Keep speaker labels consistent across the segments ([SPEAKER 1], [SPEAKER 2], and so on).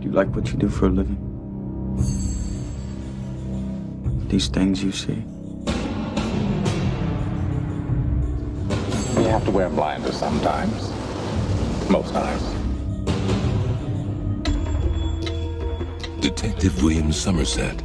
[SPEAKER 1] Do you like what you do for a living? These things you see?
[SPEAKER 2] You have to wear blinders sometimes. Most times.
[SPEAKER 3] Detective William Somerset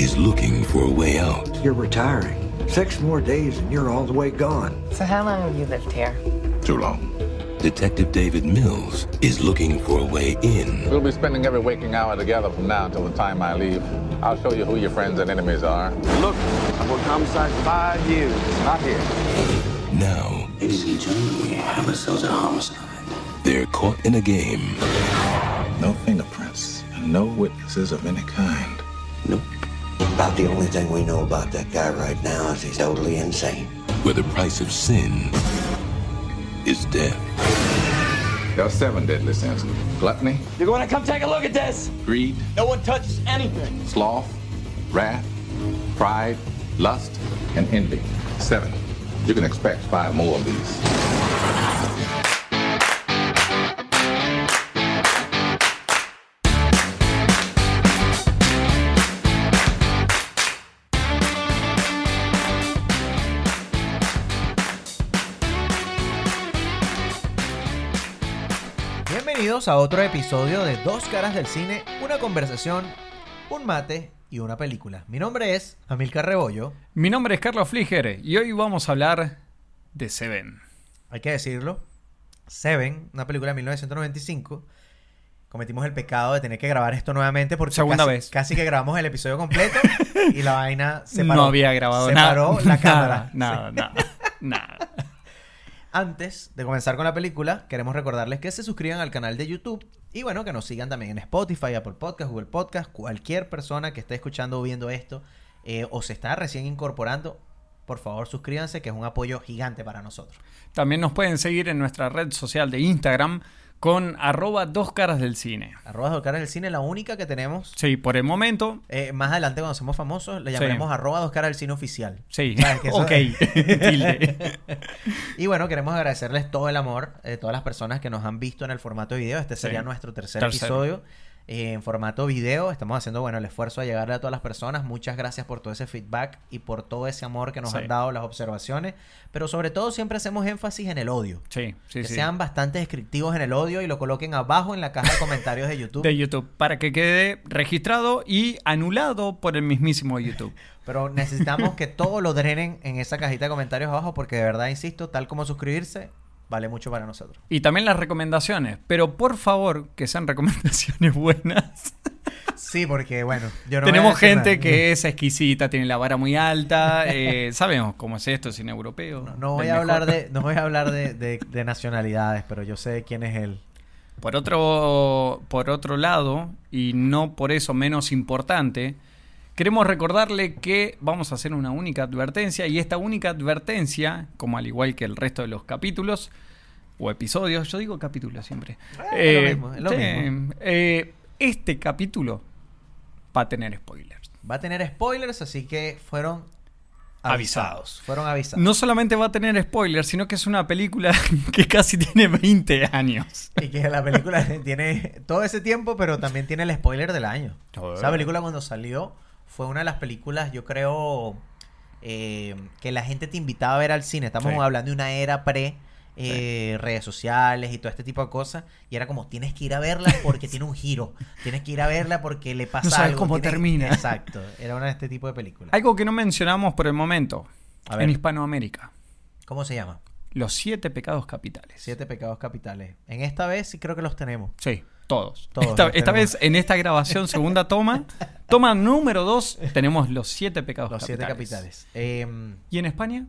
[SPEAKER 3] is looking for a way out.
[SPEAKER 4] You're retiring. Six more days and you're all the way gone.
[SPEAKER 5] So how long have you lived here?
[SPEAKER 2] Too long.
[SPEAKER 3] Detective David Mills is looking for a way in.
[SPEAKER 2] We'll be spending every waking hour together from now until the time I leave. I'll show you who your friends and enemies are.
[SPEAKER 6] Look, I've worked homicide five years. Not here.
[SPEAKER 3] Now,
[SPEAKER 7] Ladies and gentlemen, we have ourselves a homicide.
[SPEAKER 3] they're caught in a game
[SPEAKER 8] No fingerprints and no witnesses of any kind.
[SPEAKER 7] Nope.
[SPEAKER 4] About the only thing we know about that guy right now is he's totally insane.
[SPEAKER 3] where the price of sin is death.
[SPEAKER 2] There are seven deadly sins gluttony,
[SPEAKER 6] You're going to come take a look at this.
[SPEAKER 2] greed,
[SPEAKER 6] No one touches anything.
[SPEAKER 2] sloth, wrath, pride, lust, and envy. Seven. You can expect five more of these.
[SPEAKER 9] Bienvenidos a otro episodio de Dos Caras del Cine, una conversación, un mate y una película. Mi nombre es Amilcar Rebollo,
[SPEAKER 10] Mi nombre es Carlos Fliger y hoy vamos a hablar de Seven.
[SPEAKER 9] hay que decirlo. Seven, una película de 1995. Cometimos el pecado de tener que grabar esto nuevamente porque
[SPEAKER 10] Segunda
[SPEAKER 9] casi,
[SPEAKER 10] vez.
[SPEAKER 9] casi que grabamos el episodio completo y la vaina se paró.
[SPEAKER 10] No había grabado
[SPEAKER 9] se
[SPEAKER 10] nada.
[SPEAKER 9] paró la
[SPEAKER 10] Nada,
[SPEAKER 9] cámara.
[SPEAKER 10] Nada, nada, nada.
[SPEAKER 9] Antes de comenzar con la película, queremos recordarles que se suscriban al canal de YouTube y bueno, que nos sigan también en Spotify, Apple Podcast, Google Podcast, cualquier persona que esté escuchando o viendo esto eh, o se está recién incorporando, por favor suscríbanse que es un apoyo gigante para nosotros.
[SPEAKER 10] También nos pueden seguir en nuestra red social de Instagram con arroba dos caras del cine.
[SPEAKER 9] Arroba dos caras del cine, la única que tenemos.
[SPEAKER 10] Sí, por el momento,
[SPEAKER 9] Eh, más adelante cuando somos famosos le
[SPEAKER 10] Sí.
[SPEAKER 9] llamaremos arroba dos caras del cine oficial.
[SPEAKER 10] sí.
[SPEAKER 9] ¿Sabes que eso-
[SPEAKER 10] ok, tilde.
[SPEAKER 9] Y bueno, queremos agradecerles todo el amor de todas las personas que nos han visto en el formato video. Este
[SPEAKER 10] Sí.
[SPEAKER 9] sería nuestro tercer
[SPEAKER 10] Tercero.
[SPEAKER 9] episodio eh, en formato video. Estamos haciendo, bueno, el esfuerzo de llegarle a todas las personas. Muchas gracias por todo ese feedback y por todo ese amor que nos
[SPEAKER 10] Sí.
[SPEAKER 9] han dado, las observaciones. Pero sobre todo siempre hacemos énfasis en el odio.
[SPEAKER 10] Sí, sí,
[SPEAKER 9] que
[SPEAKER 10] sí.
[SPEAKER 9] sean bastante descriptivos en el odio y lo coloquen abajo en la caja de comentarios de YouTube.
[SPEAKER 10] De YouTube, para que quede registrado y anulado por el mismísimo YouTube.
[SPEAKER 9] Pero necesitamos que todo lo drenen en esa cajita de comentarios abajo porque de verdad, insisto, tal como suscribirse, vale mucho para nosotros.
[SPEAKER 10] Y también las recomendaciones, pero por favor que sean recomendaciones buenas.
[SPEAKER 9] Sí, porque bueno, yo no voy a
[SPEAKER 10] Tenemos
[SPEAKER 9] decir
[SPEAKER 10] gente
[SPEAKER 9] nada.
[SPEAKER 10] que es exquisita, tiene la vara muy alta, eh, sabemos cómo es esto, cine europeo.
[SPEAKER 9] No, no voy
[SPEAKER 10] del
[SPEAKER 9] a hablar
[SPEAKER 10] mejor.
[SPEAKER 9] de, no voy a hablar de, de- de nacionalidades, pero yo sé quién es él.
[SPEAKER 10] Por otro, por otro lado, y no por eso menos importante, queremos recordarle que vamos a hacer una única advertencia y esta única advertencia, como al igual que el resto de los capítulos o episodios, yo digo capítulos siempre.
[SPEAKER 9] Eh, es lo mismo, es lo
[SPEAKER 10] sí,
[SPEAKER 9] mismo.
[SPEAKER 10] eh, este capítulo va a tener spoilers.
[SPEAKER 9] Va a tener spoilers, así que fueron
[SPEAKER 10] Avisados.
[SPEAKER 9] Fueron avisados.
[SPEAKER 10] No solamente va a tener spoilers, sino que es una película que casi tiene 20 años.
[SPEAKER 9] Y que la película tiene todo ese tiempo, pero también tiene el spoiler del año.
[SPEAKER 10] Joder.
[SPEAKER 9] Esa película cuando salió fue una de las películas, yo creo, eh, que la gente te invitaba a ver al cine. Estamos
[SPEAKER 10] Sí.
[SPEAKER 9] hablando de una era pre... eh, redes sociales y todo este tipo de cosas y era como tienes que ir a verla porque tiene un giro tienes que ir a verla porque le pasa
[SPEAKER 10] sabes
[SPEAKER 9] algo,
[SPEAKER 10] cómo
[SPEAKER 9] tienes-
[SPEAKER 10] termina.
[SPEAKER 9] exacto era una de este tipo de películas
[SPEAKER 10] Algo que no mencionamos por el momento
[SPEAKER 9] A ver.
[SPEAKER 10] en Hispanoamérica.
[SPEAKER 9] ¿cómo se llama?
[SPEAKER 10] Los siete pecados capitales.
[SPEAKER 9] Siete pecados capitales. En esta vez sí creo que los tenemos.
[SPEAKER 10] Sí, todos.
[SPEAKER 9] Todos
[SPEAKER 10] esta
[SPEAKER 9] los
[SPEAKER 10] esta
[SPEAKER 9] tenemos.
[SPEAKER 10] vez, en esta grabación, segunda toma, toma número dos, tenemos los siete pecados
[SPEAKER 9] Los siete capitales.
[SPEAKER 10] capitales.
[SPEAKER 9] Em,
[SPEAKER 10] ¿Y en España?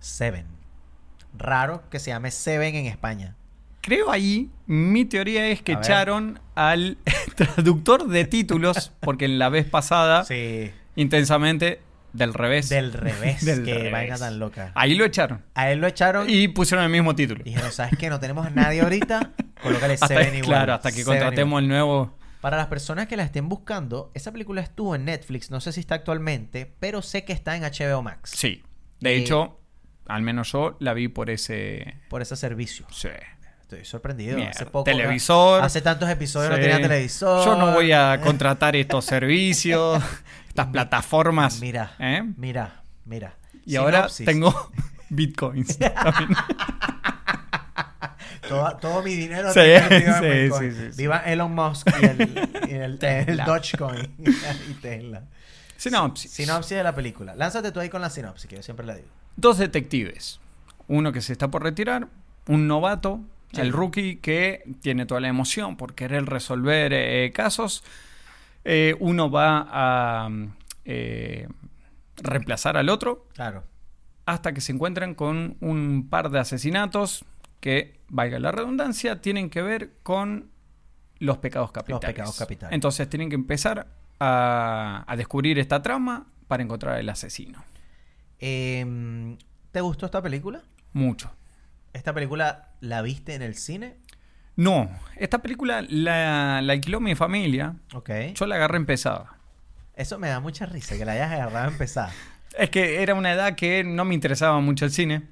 [SPEAKER 9] Seven. Raro que se llame Seven en España.
[SPEAKER 10] Creo ahí, mi teoría es que
[SPEAKER 9] A ver.
[SPEAKER 10] echaron al traductor de títulos, porque en la vez pasada,
[SPEAKER 9] Sí.
[SPEAKER 10] intensamente, del revés.
[SPEAKER 9] Del revés.
[SPEAKER 10] Del
[SPEAKER 9] que
[SPEAKER 10] revés.
[SPEAKER 9] vaina tan loca.
[SPEAKER 10] Ahí lo echaron.
[SPEAKER 9] A él lo echaron y
[SPEAKER 10] Y pusieron el mismo título.
[SPEAKER 9] dijeron, ¿sabes qué? No tenemos a nadie ahorita. Colócale
[SPEAKER 10] Hasta-
[SPEAKER 9] Seven igual.
[SPEAKER 10] claro, hasta que
[SPEAKER 9] Seven
[SPEAKER 10] contratemos
[SPEAKER 9] igual.
[SPEAKER 10] el nuevo.
[SPEAKER 9] Para las personas que la estén buscando, esa película estuvo en Netflix. No sé si está actualmente, pero sé que está en HBO Max.
[SPEAKER 10] Sí. De
[SPEAKER 9] Eh,
[SPEAKER 10] hecho, al menos yo la vi por ese.
[SPEAKER 9] Por ese servicio.
[SPEAKER 10] Sí.
[SPEAKER 9] Estoy sorprendido.
[SPEAKER 10] Mierda,
[SPEAKER 9] Hace poco.
[SPEAKER 10] televisor.
[SPEAKER 9] Hace tantos episodios no
[SPEAKER 10] Sí.
[SPEAKER 9] tenía televisor.
[SPEAKER 10] Yo no voy a contratar estos servicios, estas plataformas.
[SPEAKER 9] Mira,
[SPEAKER 10] ¿eh?
[SPEAKER 9] mira, mira.
[SPEAKER 10] Y ahora
[SPEAKER 9] Sinopsis.
[SPEAKER 10] tengo bitcoins.
[SPEAKER 9] Todo, todo mi dinero.
[SPEAKER 10] Sí,
[SPEAKER 9] está invertido en
[SPEAKER 10] sí,
[SPEAKER 9] Bitcoin.
[SPEAKER 10] sí, sí, sí.
[SPEAKER 9] Viva Elon Musk y el, y el- el
[SPEAKER 10] Tesla.
[SPEAKER 9] Dogecoin y Tesla.
[SPEAKER 10] Sinopsis.
[SPEAKER 9] Sinopsis de la película. Lánzate tú ahí con la sinopsis, que yo siempre la digo.
[SPEAKER 10] Dos detectives. Uno que se está por retirar, un novato,
[SPEAKER 9] Sí.
[SPEAKER 10] el rookie que tiene toda la emoción por querer resolver eh, casos. Eh, uno va a mm, eh, reemplazar al otro
[SPEAKER 9] Claro.
[SPEAKER 10] hasta que se encuentran con un par de asesinatos que, valga la redundancia, tienen que ver con los pecados capitales.
[SPEAKER 9] pecados capitales.
[SPEAKER 10] Entonces tienen que empezar a, a descubrir esta trama para encontrar el asesino.
[SPEAKER 9] Em, ¿Te gustó esta película?
[SPEAKER 10] Mucho.
[SPEAKER 9] ¿Esta película la viste en el cine?
[SPEAKER 10] No, esta película la, la alquiló mi familia.
[SPEAKER 9] Ok.
[SPEAKER 10] Yo la agarré empezada.
[SPEAKER 9] Eso me da mucha risa, que la hayas agarrado a empezar.
[SPEAKER 10] Es que era una edad que no me interesaba mucho el cine.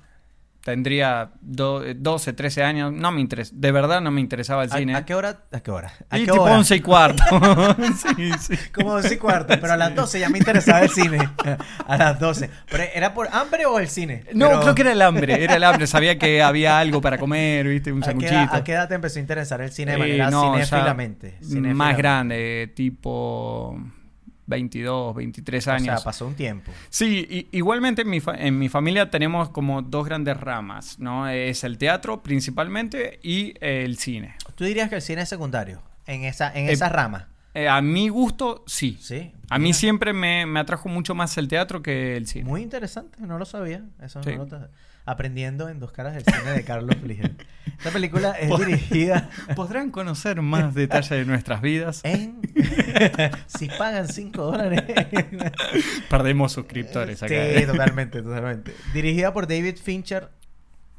[SPEAKER 10] Tendría do- 12, 13 años. No me interes De verdad no me interesaba el
[SPEAKER 9] ¿A,
[SPEAKER 10] cine.
[SPEAKER 9] a qué hora? ¿A qué hora? ¿A
[SPEAKER 10] y
[SPEAKER 9] qué
[SPEAKER 10] tipo
[SPEAKER 9] hora?
[SPEAKER 10] 11 y cuarto. sí, sí.
[SPEAKER 9] Como 12 y cuarto, pero a las 12 ya me interesaba el cine. A las 12. ¿Pero ¿Era por hambre o el cine?
[SPEAKER 10] No,
[SPEAKER 9] Pero-
[SPEAKER 10] creo que era el hambre. Era el hambre. Sabía que había algo para comer, ¿viste? Un
[SPEAKER 9] ¿A qué, edad,
[SPEAKER 10] sanguchito.
[SPEAKER 9] a qué edad te empezó a interesar el cine de
[SPEAKER 10] Eh,
[SPEAKER 9] manera
[SPEAKER 10] no, ya
[SPEAKER 9] cinéfilamente?
[SPEAKER 10] Más
[SPEAKER 9] Cinéfilamente.
[SPEAKER 10] grande, tipo 22, 23
[SPEAKER 9] O
[SPEAKER 10] años.
[SPEAKER 9] sea, pasó un tiempo.
[SPEAKER 10] Sí, i- igualmente en mi, fa- en mi familia tenemos como dos grandes ramas, ¿no? Es el teatro principalmente y eh, el cine.
[SPEAKER 9] ¿Tú dirías que el cine es secundario? En esa, en
[SPEAKER 10] Eh,
[SPEAKER 9] esa rama.
[SPEAKER 10] Eh, a mi gusto, sí.
[SPEAKER 9] Sí.
[SPEAKER 10] A mí siempre me, me atrajo mucho más el teatro que el cine.
[SPEAKER 9] Muy interesante, no lo sabía. Eso
[SPEAKER 10] Sí.
[SPEAKER 9] no lo ta- Aprendiendo en dos caras del cine de Carlos Fliger. Esta película es dirigida
[SPEAKER 10] Podrán conocer más detalles de nuestras vidas.
[SPEAKER 9] en. si pagan 5 dólares.
[SPEAKER 10] Perdemos suscriptores acá.
[SPEAKER 9] sí,
[SPEAKER 10] ¿eh?
[SPEAKER 9] totalmente, totalmente. Dirigida por David Fincher.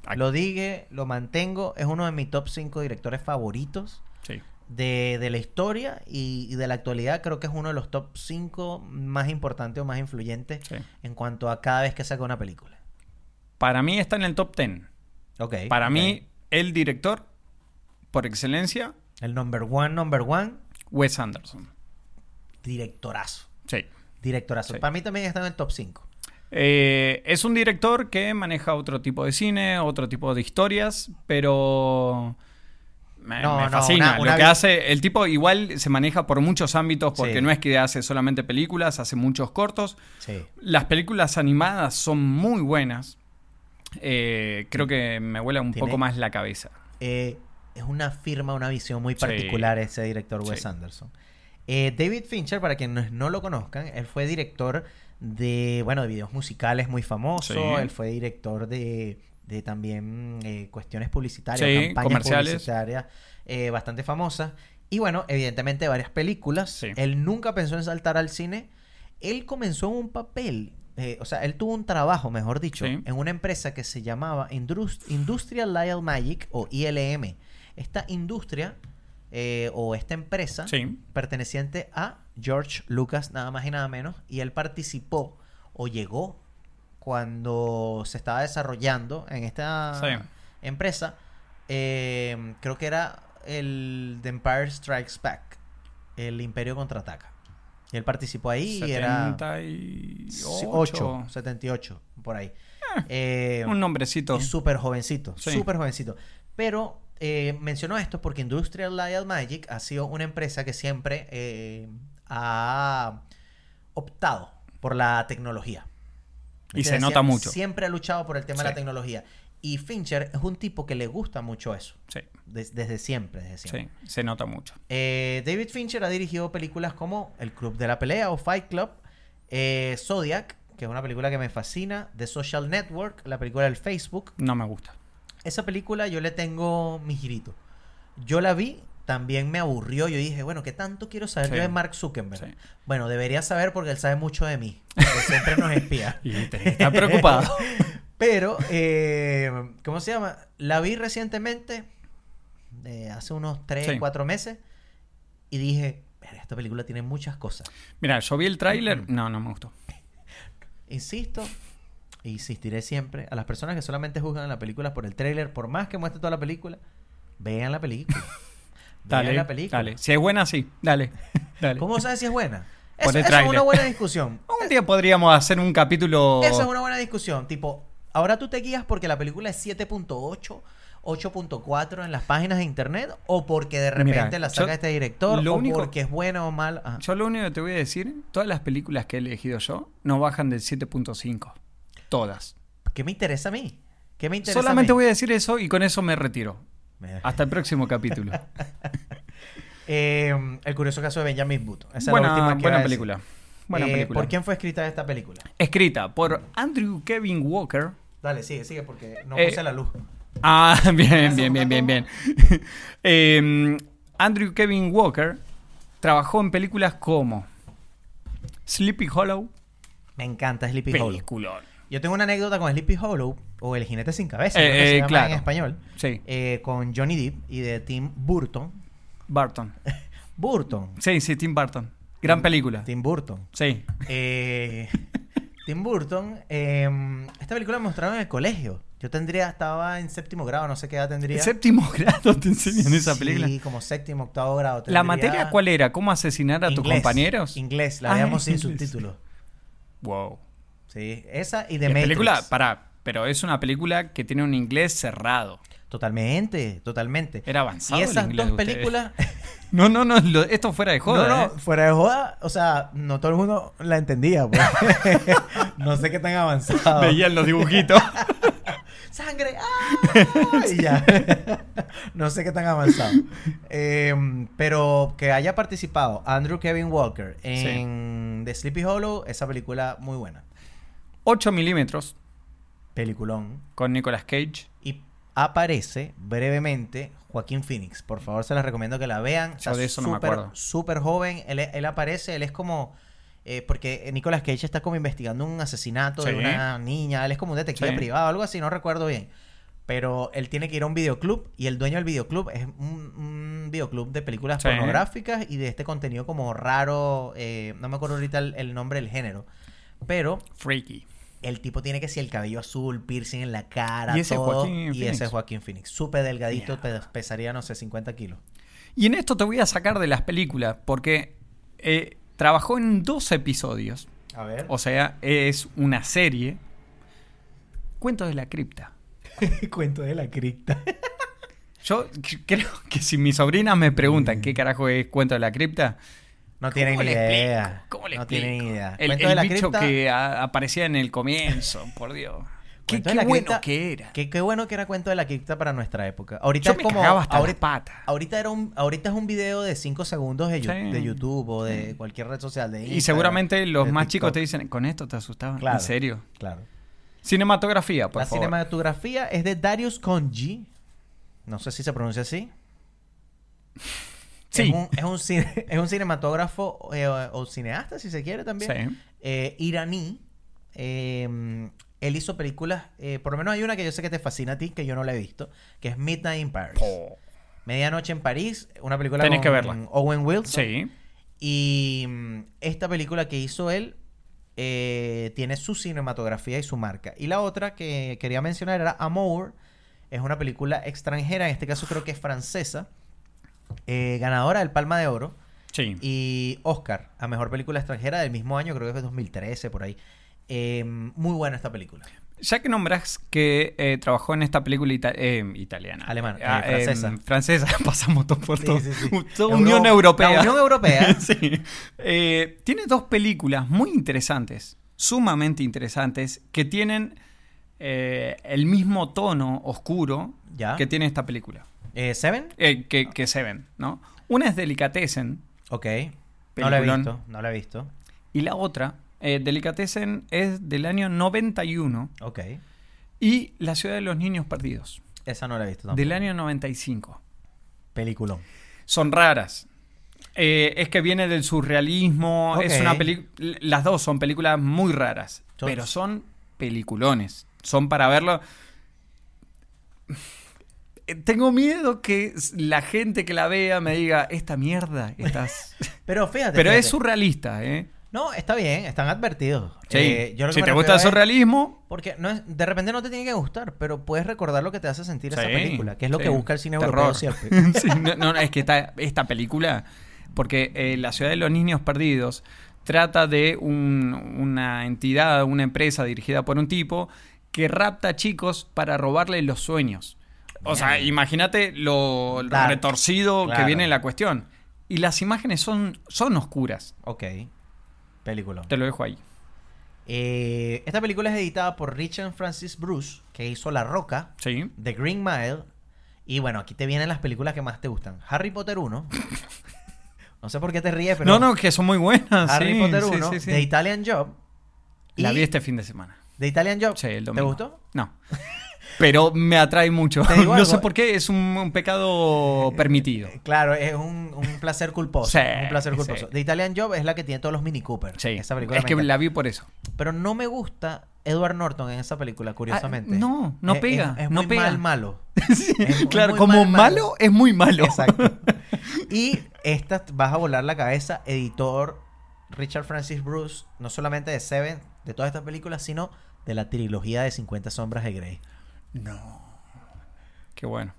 [SPEAKER 10] Ah.
[SPEAKER 9] Lo dije, lo mantengo. Es uno de mis top 5 directores favoritos
[SPEAKER 10] Sí.
[SPEAKER 9] de, de la historia y, y de la actualidad. Creo que es uno de los top 5 más importantes o más influyentes
[SPEAKER 10] Sí.
[SPEAKER 9] en cuanto a cada vez que saca una película.
[SPEAKER 10] Para mí está en el top 10.
[SPEAKER 9] Ok.
[SPEAKER 10] Para
[SPEAKER 9] ok.
[SPEAKER 10] mí, el director, por excelencia,
[SPEAKER 9] El number one, number one,
[SPEAKER 10] Wes Anderson.
[SPEAKER 9] directorazo.
[SPEAKER 10] Sí.
[SPEAKER 9] Directorazo.
[SPEAKER 10] Sí.
[SPEAKER 9] Para mí también está en el top 5.
[SPEAKER 10] Eh, es un director que maneja otro tipo de cine, otro tipo de historias, pero me,
[SPEAKER 9] No,
[SPEAKER 10] me
[SPEAKER 9] no,
[SPEAKER 10] fascina.
[SPEAKER 9] una- una
[SPEAKER 10] Lo que
[SPEAKER 9] vi-
[SPEAKER 10] hace, el tipo igual se maneja por muchos ámbitos, porque
[SPEAKER 9] Sí.
[SPEAKER 10] no es que hace solamente películas, hace muchos cortos.
[SPEAKER 9] Sí.
[SPEAKER 10] Las películas animadas son muy buenas. Eh, creo que me vuela un
[SPEAKER 9] Tiene-
[SPEAKER 10] poco más la cabeza.
[SPEAKER 9] Eh, es una firma, una visión muy
[SPEAKER 10] Sí.
[SPEAKER 9] particular ese director Wes
[SPEAKER 10] Sí.
[SPEAKER 9] Anderson. Eh, David Fincher, para quienes no lo conozcan, él fue director de, bueno, de videos musicales muy famoso.
[SPEAKER 10] Sí.
[SPEAKER 9] Él fue director de, de también eh, cuestiones publicitarias,
[SPEAKER 10] Sí,
[SPEAKER 9] campañas
[SPEAKER 10] comerciales.
[SPEAKER 9] publicitarias eh, bastante famosas. Y bueno, evidentemente varias películas.
[SPEAKER 10] Sí.
[SPEAKER 9] Él nunca pensó en saltar al cine. Él comenzó en un papel, eh, o sea, él tuvo un trabajo, mejor dicho,
[SPEAKER 10] Sí.
[SPEAKER 9] en una empresa que se llamaba Indrus- Industrial Light Magic o ILM. Esta industria eh, o esta empresa
[SPEAKER 10] Sí.
[SPEAKER 9] perteneciente a George Lucas, nada más y nada menos, y él participó o llegó cuando se estaba desarrollando en esta
[SPEAKER 10] Sí.
[SPEAKER 9] empresa, eh, creo que era el The Empire Strikes Back, el Imperio Contraataca. Y él participó ahí y era...
[SPEAKER 10] 78.
[SPEAKER 9] 8, 78, por ahí. Eh,
[SPEAKER 10] Un nombrecito.
[SPEAKER 9] es súper jovencito,
[SPEAKER 10] Sí.
[SPEAKER 9] súper jovencito. Pero eh, menciono esto porque Industrial Light Magic ha sido una empresa que siempre eh, ha optado por la tecnología.
[SPEAKER 10] Y se
[SPEAKER 9] ¿Entiendes?
[SPEAKER 10] nota
[SPEAKER 9] Siem-
[SPEAKER 10] mucho.
[SPEAKER 9] Siempre ha luchado por el tema de la
[SPEAKER 10] Sí.
[SPEAKER 9] tecnología. Y Fincher es un tipo que le gusta mucho eso.
[SPEAKER 10] Sí,
[SPEAKER 9] des- desde siempre, desde siempre.
[SPEAKER 10] sí, se nota mucho.
[SPEAKER 9] Eh, David Fincher ha dirigido películas como El Club de la Pelea o Fight Club, eh, Zodiac, que es una película que me fascina, The Social Network, la película del Facebook.
[SPEAKER 10] No me gusta.
[SPEAKER 9] Esa película yo le tengo mi girito. Yo la vi, también me aburrió. Yo dije, bueno, ¿qué tanto quiero saber
[SPEAKER 10] Sí.
[SPEAKER 9] yo de Mark Zuckerberg?
[SPEAKER 10] Sí.
[SPEAKER 9] Bueno, debería saber porque él sabe mucho de mí. porque siempre nos espía.
[SPEAKER 10] Y tenés que estar preocupado.
[SPEAKER 9] Pero, eh, ¿cómo se llama? La vi recientemente, eh, hace unos 3,
[SPEAKER 10] Sí.
[SPEAKER 9] 4 meses, y dije, "Verga, esta película tiene muchas cosas.
[SPEAKER 10] Mira, yo vi el
[SPEAKER 9] Mm.
[SPEAKER 10] tráiler, no, no me gustó.
[SPEAKER 9] Insisto, e insistiré siempre, a las personas que solamente juzgan la película por el tráiler, por más que muestre toda la película, Vean la película.
[SPEAKER 10] Dale,
[SPEAKER 9] Vean la película.
[SPEAKER 10] dale. Si es buena, sí. Dale. dale.
[SPEAKER 9] ¿Cómo sabes si es buena? Eso,
[SPEAKER 10] Pon el
[SPEAKER 9] eso es
[SPEAKER 10] tráiler.
[SPEAKER 9] una buena discusión.
[SPEAKER 10] Un día podríamos hacer un capítulo...
[SPEAKER 9] Esa es una buena discusión. Tipo, ahora tú te guías porque la película es 7.8, 8.4 en las páginas de internet o porque de repente
[SPEAKER 10] Mira,
[SPEAKER 9] la
[SPEAKER 10] yo-
[SPEAKER 9] saca este director
[SPEAKER 10] lo
[SPEAKER 9] o
[SPEAKER 10] único-
[SPEAKER 9] porque es buena o Ah, mala. Ajá.
[SPEAKER 10] Yo lo único que te voy a decir, todas las películas que he elegido yo no bajan del 7.5. Todas.
[SPEAKER 9] ¿Qué me interesa a mí? ¿Qué me interesa
[SPEAKER 10] Solamente
[SPEAKER 9] a mí?
[SPEAKER 10] voy a Ah. decir eso y con eso me retiro.
[SPEAKER 9] Me-
[SPEAKER 10] Hasta el próximo capítulo.
[SPEAKER 9] Eh, el curioso caso de Benjamin Button. Esa es la última
[SPEAKER 10] buena
[SPEAKER 9] que
[SPEAKER 10] buena
[SPEAKER 9] iba a decir.
[SPEAKER 10] película. Buena
[SPEAKER 9] Eh,
[SPEAKER 10] película.
[SPEAKER 9] ¿Por quién fue escrita esta película?
[SPEAKER 10] Escrita por Andrew Kevin Walker.
[SPEAKER 9] Dale, sigue, sigue, porque no
[SPEAKER 10] Eh,
[SPEAKER 9] puse la luz.
[SPEAKER 10] Ah, bien, bien, bien, bien, bien. Eh, Andrew Kevin Walker trabajó en películas como Sleepy Hollow,
[SPEAKER 9] Me encanta Sleepy Hollow.
[SPEAKER 10] película.
[SPEAKER 9] Yo tengo una anécdota con Sleepy Hollow, o El jinete sin cabeza,
[SPEAKER 10] Eh,
[SPEAKER 9] creo que se
[SPEAKER 10] eh,
[SPEAKER 9] llama
[SPEAKER 10] claro.
[SPEAKER 9] en español,
[SPEAKER 10] Sí.
[SPEAKER 9] eh, con Johnny Depp y de Tim Burton.
[SPEAKER 10] Barton.
[SPEAKER 9] Burton.
[SPEAKER 10] Sí, sí, Tim Burton. Gran película.
[SPEAKER 9] Tim Burton.
[SPEAKER 10] Sí.
[SPEAKER 9] Eh, Tim Burton, eh, esta película me mostraron en el colegio. Yo tendría, estaba en séptimo grado, no sé qué edad tendría.
[SPEAKER 10] El séptimo grado te enseñan esa
[SPEAKER 9] Sí,
[SPEAKER 10] película.
[SPEAKER 9] como séptimo, octavo grado.
[SPEAKER 10] ¿La materia cuál era? ¿Cómo asesinar a tus compañeros?
[SPEAKER 9] Inglés, la
[SPEAKER 10] Ah,
[SPEAKER 9] veíamos sin
[SPEAKER 10] inglés.
[SPEAKER 9] subtítulos.
[SPEAKER 10] Wow.
[SPEAKER 9] Sí, esa y de
[SPEAKER 10] Es
[SPEAKER 9] Matrix.
[SPEAKER 10] película, pará, pero es una película que tiene un inglés cerrado.
[SPEAKER 9] Totalmente, totalmente.
[SPEAKER 10] Era avanzado
[SPEAKER 9] Y
[SPEAKER 10] el
[SPEAKER 9] esas
[SPEAKER 10] inglés
[SPEAKER 9] dos
[SPEAKER 10] de ustedes.
[SPEAKER 9] películas,
[SPEAKER 10] No, no, no, lo- esto fuera de joda.
[SPEAKER 9] no,
[SPEAKER 10] ¿eh?
[SPEAKER 9] no, fuera de joda, o sea, no todo el mundo la entendía. pues. no sé qué tan avanzado.
[SPEAKER 10] Veían los dibujitos.
[SPEAKER 9] ¡Sangre! ¡Ah! Y ya. no sé qué tan avanzado. Eh, pero que haya participado Andrew Kevin Walker en The Sleepy Hollow, esa película muy buena.
[SPEAKER 10] 8 milímetros
[SPEAKER 9] Peliculón.
[SPEAKER 10] con Nicolas Cage.
[SPEAKER 9] Y aparece brevemente Joaquín Phoenix. Por favor, se les recomiendo que la vean. Está
[SPEAKER 10] de eso no me
[SPEAKER 9] súper-
[SPEAKER 10] acuerdo.
[SPEAKER 9] Súper joven. Él, él aparece, él es como. eh, porque Nicolas Cage está como investigando un asesinato de
[SPEAKER 10] Sí.
[SPEAKER 9] una niña. Él es como un detective
[SPEAKER 10] Sí.
[SPEAKER 9] privado, algo así, no recuerdo bien. Pero él tiene que ir a un videoclub y el dueño del videoclub es un, un videoclub de películas
[SPEAKER 10] Sí.
[SPEAKER 9] pornográficas y de este contenido como raro. eh, no me acuerdo ahorita el- el nombre del género. Pero
[SPEAKER 10] Freaky.
[SPEAKER 9] el tipo tiene que si el cabello azul, piercing en la cara,
[SPEAKER 10] Y ese es
[SPEAKER 9] todo.
[SPEAKER 10] Joaquín
[SPEAKER 9] y
[SPEAKER 10] Phoenix.
[SPEAKER 9] ese es Joaquín Phoenix. Súper delgadito, pe- pesaría, no sé, 50 kilos.
[SPEAKER 10] Y en esto te voy a sacar de las películas porque eh, trabajó en dos episodios.
[SPEAKER 9] A ver.
[SPEAKER 10] O sea, es una serie. Cuentos de la cripta.
[SPEAKER 9] cuento de la cripta.
[SPEAKER 10] Yo c- creo que si mis sobrinas me preguntan qué carajo es Cuento de la Cripta,
[SPEAKER 9] No tienen
[SPEAKER 10] ¿cómo
[SPEAKER 9] ni
[SPEAKER 10] le
[SPEAKER 9] idea.
[SPEAKER 10] explico? ¿Cómo le
[SPEAKER 9] no
[SPEAKER 10] explico?
[SPEAKER 9] tienen ni idea.
[SPEAKER 10] El,
[SPEAKER 9] Cuento
[SPEAKER 10] el
[SPEAKER 9] de la
[SPEAKER 10] bicho
[SPEAKER 9] cripta.
[SPEAKER 10] que a- aparecía en el comienzo, por Dios. Qué,
[SPEAKER 9] Cuento
[SPEAKER 10] qué
[SPEAKER 9] de la
[SPEAKER 10] bueno
[SPEAKER 9] cripta-
[SPEAKER 10] que era.
[SPEAKER 9] Qué, qué bueno que era cuento de la cripta para nuestra época. Ahorita
[SPEAKER 10] Yo
[SPEAKER 9] es
[SPEAKER 10] me
[SPEAKER 9] como.
[SPEAKER 10] cagaba hasta las
[SPEAKER 9] ahorita,
[SPEAKER 10] patas.
[SPEAKER 9] ahorita era un, ahorita es un video de 5 segundos de, Yu-
[SPEAKER 10] Sí.
[SPEAKER 9] de YouTube o de cualquier red social. De
[SPEAKER 10] Y
[SPEAKER 9] Instagram,
[SPEAKER 10] seguramente los
[SPEAKER 9] de
[SPEAKER 10] más
[SPEAKER 9] TikTok.
[SPEAKER 10] chicos te dicen, con esto te asustaban.
[SPEAKER 9] Claro,
[SPEAKER 10] En serio.
[SPEAKER 9] Claro.
[SPEAKER 10] Cinematografía, por
[SPEAKER 9] la
[SPEAKER 10] favor.
[SPEAKER 9] cinematografía es de Darius Conji. No sé si se pronuncia así.
[SPEAKER 10] Sí.
[SPEAKER 9] Es un, es un cine- es un cinematógrafo eh, o cineasta, si se quiere también.
[SPEAKER 10] Sí.
[SPEAKER 9] Eh, iraní. Eh, él hizo películas, eh, por lo menos hay una que yo sé que te fascina a ti, que yo no la he visto, que es Midnight in Paris.
[SPEAKER 10] Po.
[SPEAKER 9] Medianoche en París, una película
[SPEAKER 10] Oh. Tenés
[SPEAKER 9] con
[SPEAKER 10] que verla.
[SPEAKER 9] Owen Wilson.
[SPEAKER 10] Sí.
[SPEAKER 9] Y mm, esta película que hizo él eh, tiene su cinematografía y su marca. Y la otra que quería mencionar era Amour. Es una película extranjera, en este caso creo que es francesa, eh, ganadora del Palma de Oro
[SPEAKER 10] Sí.
[SPEAKER 9] y Oscar a Mejor Película Extranjera del mismo año, creo que es 2013 por ahí. Eh, muy buena esta película.
[SPEAKER 10] Ya que nombras que eh, trabajó en esta película ita- eh, italiana.
[SPEAKER 9] Alemana, eh,
[SPEAKER 10] Ah, eh,
[SPEAKER 9] francesa.
[SPEAKER 10] francesa, pasamos todo por
[SPEAKER 9] Sí,
[SPEAKER 10] todo.
[SPEAKER 9] sí, sí.
[SPEAKER 10] U- toda
[SPEAKER 9] Euro-
[SPEAKER 10] Unión Europea.
[SPEAKER 9] la Unión Europea.
[SPEAKER 10] Sí. Eh, tiene dos películas muy interesantes, sumamente interesantes, que tienen eh, el mismo tono oscuro
[SPEAKER 9] Ya.
[SPEAKER 10] que tiene esta película.
[SPEAKER 9] Eh, ¿Seven?
[SPEAKER 10] Eh, que, que se ven, ¿no? Una es Delicatessen
[SPEAKER 9] Ok. No la he
[SPEAKER 10] Peliculón.
[SPEAKER 9] visto, no la he visto.
[SPEAKER 10] y la otra, eh, Delicatessen es del año 91
[SPEAKER 9] Ok.
[SPEAKER 10] y La ciudad de los niños perdidos.
[SPEAKER 9] Esa no la he visto tampoco.
[SPEAKER 10] Del año 95.
[SPEAKER 9] Peliculón.
[SPEAKER 10] Son raras. Eh, es que viene del surrealismo.
[SPEAKER 9] Ok.
[SPEAKER 10] Es una peli- Las dos son películas muy raras.
[SPEAKER 9] Son-
[SPEAKER 10] Pero son peliculones. Son para verlo. Eh, Tengo miedo que s- la gente que la vea me diga, esta mierda estás.
[SPEAKER 9] Pero fíjate.
[SPEAKER 10] Pero es
[SPEAKER 9] fíjate.
[SPEAKER 10] surrealista, ¿eh?
[SPEAKER 9] No, está bien, están advertidos.
[SPEAKER 10] Sí.
[SPEAKER 9] Eh, yo lo que
[SPEAKER 10] si
[SPEAKER 9] me
[SPEAKER 10] te
[SPEAKER 9] refiero
[SPEAKER 10] gusta el
[SPEAKER 9] es-
[SPEAKER 10] surrealismo,
[SPEAKER 9] Porque no es- de repente no te tiene que gustar, pero puedes recordar lo que te hace sentir esa
[SPEAKER 10] Sí,
[SPEAKER 9] película, que es lo
[SPEAKER 10] sí.
[SPEAKER 9] que busca el cine
[SPEAKER 10] Terror.
[SPEAKER 9] europeo siempre.
[SPEAKER 10] Sí, no, no, no, es que esta, esta película, porque eh, La ciudad de los niños perdidos trata de un- una entidad, una empresa dirigida por un tipo que rapta chicos para robarle los sueños. O sea, imagínate lo, lo
[SPEAKER 9] Dark.
[SPEAKER 10] retorcido que
[SPEAKER 9] Claro.
[SPEAKER 10] viene la cuestión. Y las imágenes son, son oscuras.
[SPEAKER 9] ok. Película.
[SPEAKER 10] Te lo dejo ahí.
[SPEAKER 9] Eh, esta película es editada por Richard Francis Bruce, que hizo La Roca,
[SPEAKER 10] Sí.
[SPEAKER 9] The Green Mile. Y bueno, aquí te vienen las películas que más te gustan. Harry Potter 1. no sé por qué te ríes, pero.
[SPEAKER 10] no, no, que son muy buenas.
[SPEAKER 9] Harry
[SPEAKER 10] sí,
[SPEAKER 9] Potter
[SPEAKER 10] sí,
[SPEAKER 9] 1,
[SPEAKER 10] sí, sí.
[SPEAKER 9] The Italian Job.
[SPEAKER 10] La
[SPEAKER 9] y-
[SPEAKER 10] vi este fin de semana.
[SPEAKER 9] The Italian Job.
[SPEAKER 10] Sí, el
[SPEAKER 9] ¿Te
[SPEAKER 10] domingo.
[SPEAKER 9] gustó?
[SPEAKER 10] No. Pero me atrae mucho.
[SPEAKER 9] Te digo
[SPEAKER 10] No sé
[SPEAKER 9] algo.
[SPEAKER 10] por qué, es un, un pecado
[SPEAKER 9] Eh,
[SPEAKER 10] permitido.
[SPEAKER 9] Claro, es un, un placer culposo.
[SPEAKER 10] Sí,
[SPEAKER 9] un placer culposo.
[SPEAKER 10] sí.
[SPEAKER 9] The Italian Job es la que tiene todos los Mini Cooper.
[SPEAKER 10] Sí.
[SPEAKER 9] Esa película
[SPEAKER 10] es
[SPEAKER 9] me
[SPEAKER 10] que
[SPEAKER 9] encanta.
[SPEAKER 10] la vi por eso.
[SPEAKER 9] Pero no me gusta Edward Norton en esa película, curiosamente.
[SPEAKER 10] Ah, no, no
[SPEAKER 9] Es-
[SPEAKER 10] pega,
[SPEAKER 9] Es, es
[SPEAKER 10] no
[SPEAKER 9] muy
[SPEAKER 10] pega.
[SPEAKER 9] mal malo.
[SPEAKER 10] Sí,
[SPEAKER 9] Es muy-
[SPEAKER 10] claro,
[SPEAKER 9] muy
[SPEAKER 10] como
[SPEAKER 9] mal, malo.
[SPEAKER 10] malo es muy malo.
[SPEAKER 9] Exacto. Y esta t- vas a volar la cabeza, editor Richard Francis Bruce, no solamente de Seven, de todas estas películas, sino de la trilogía de 50 sombras de Grey.
[SPEAKER 10] Qué bueno.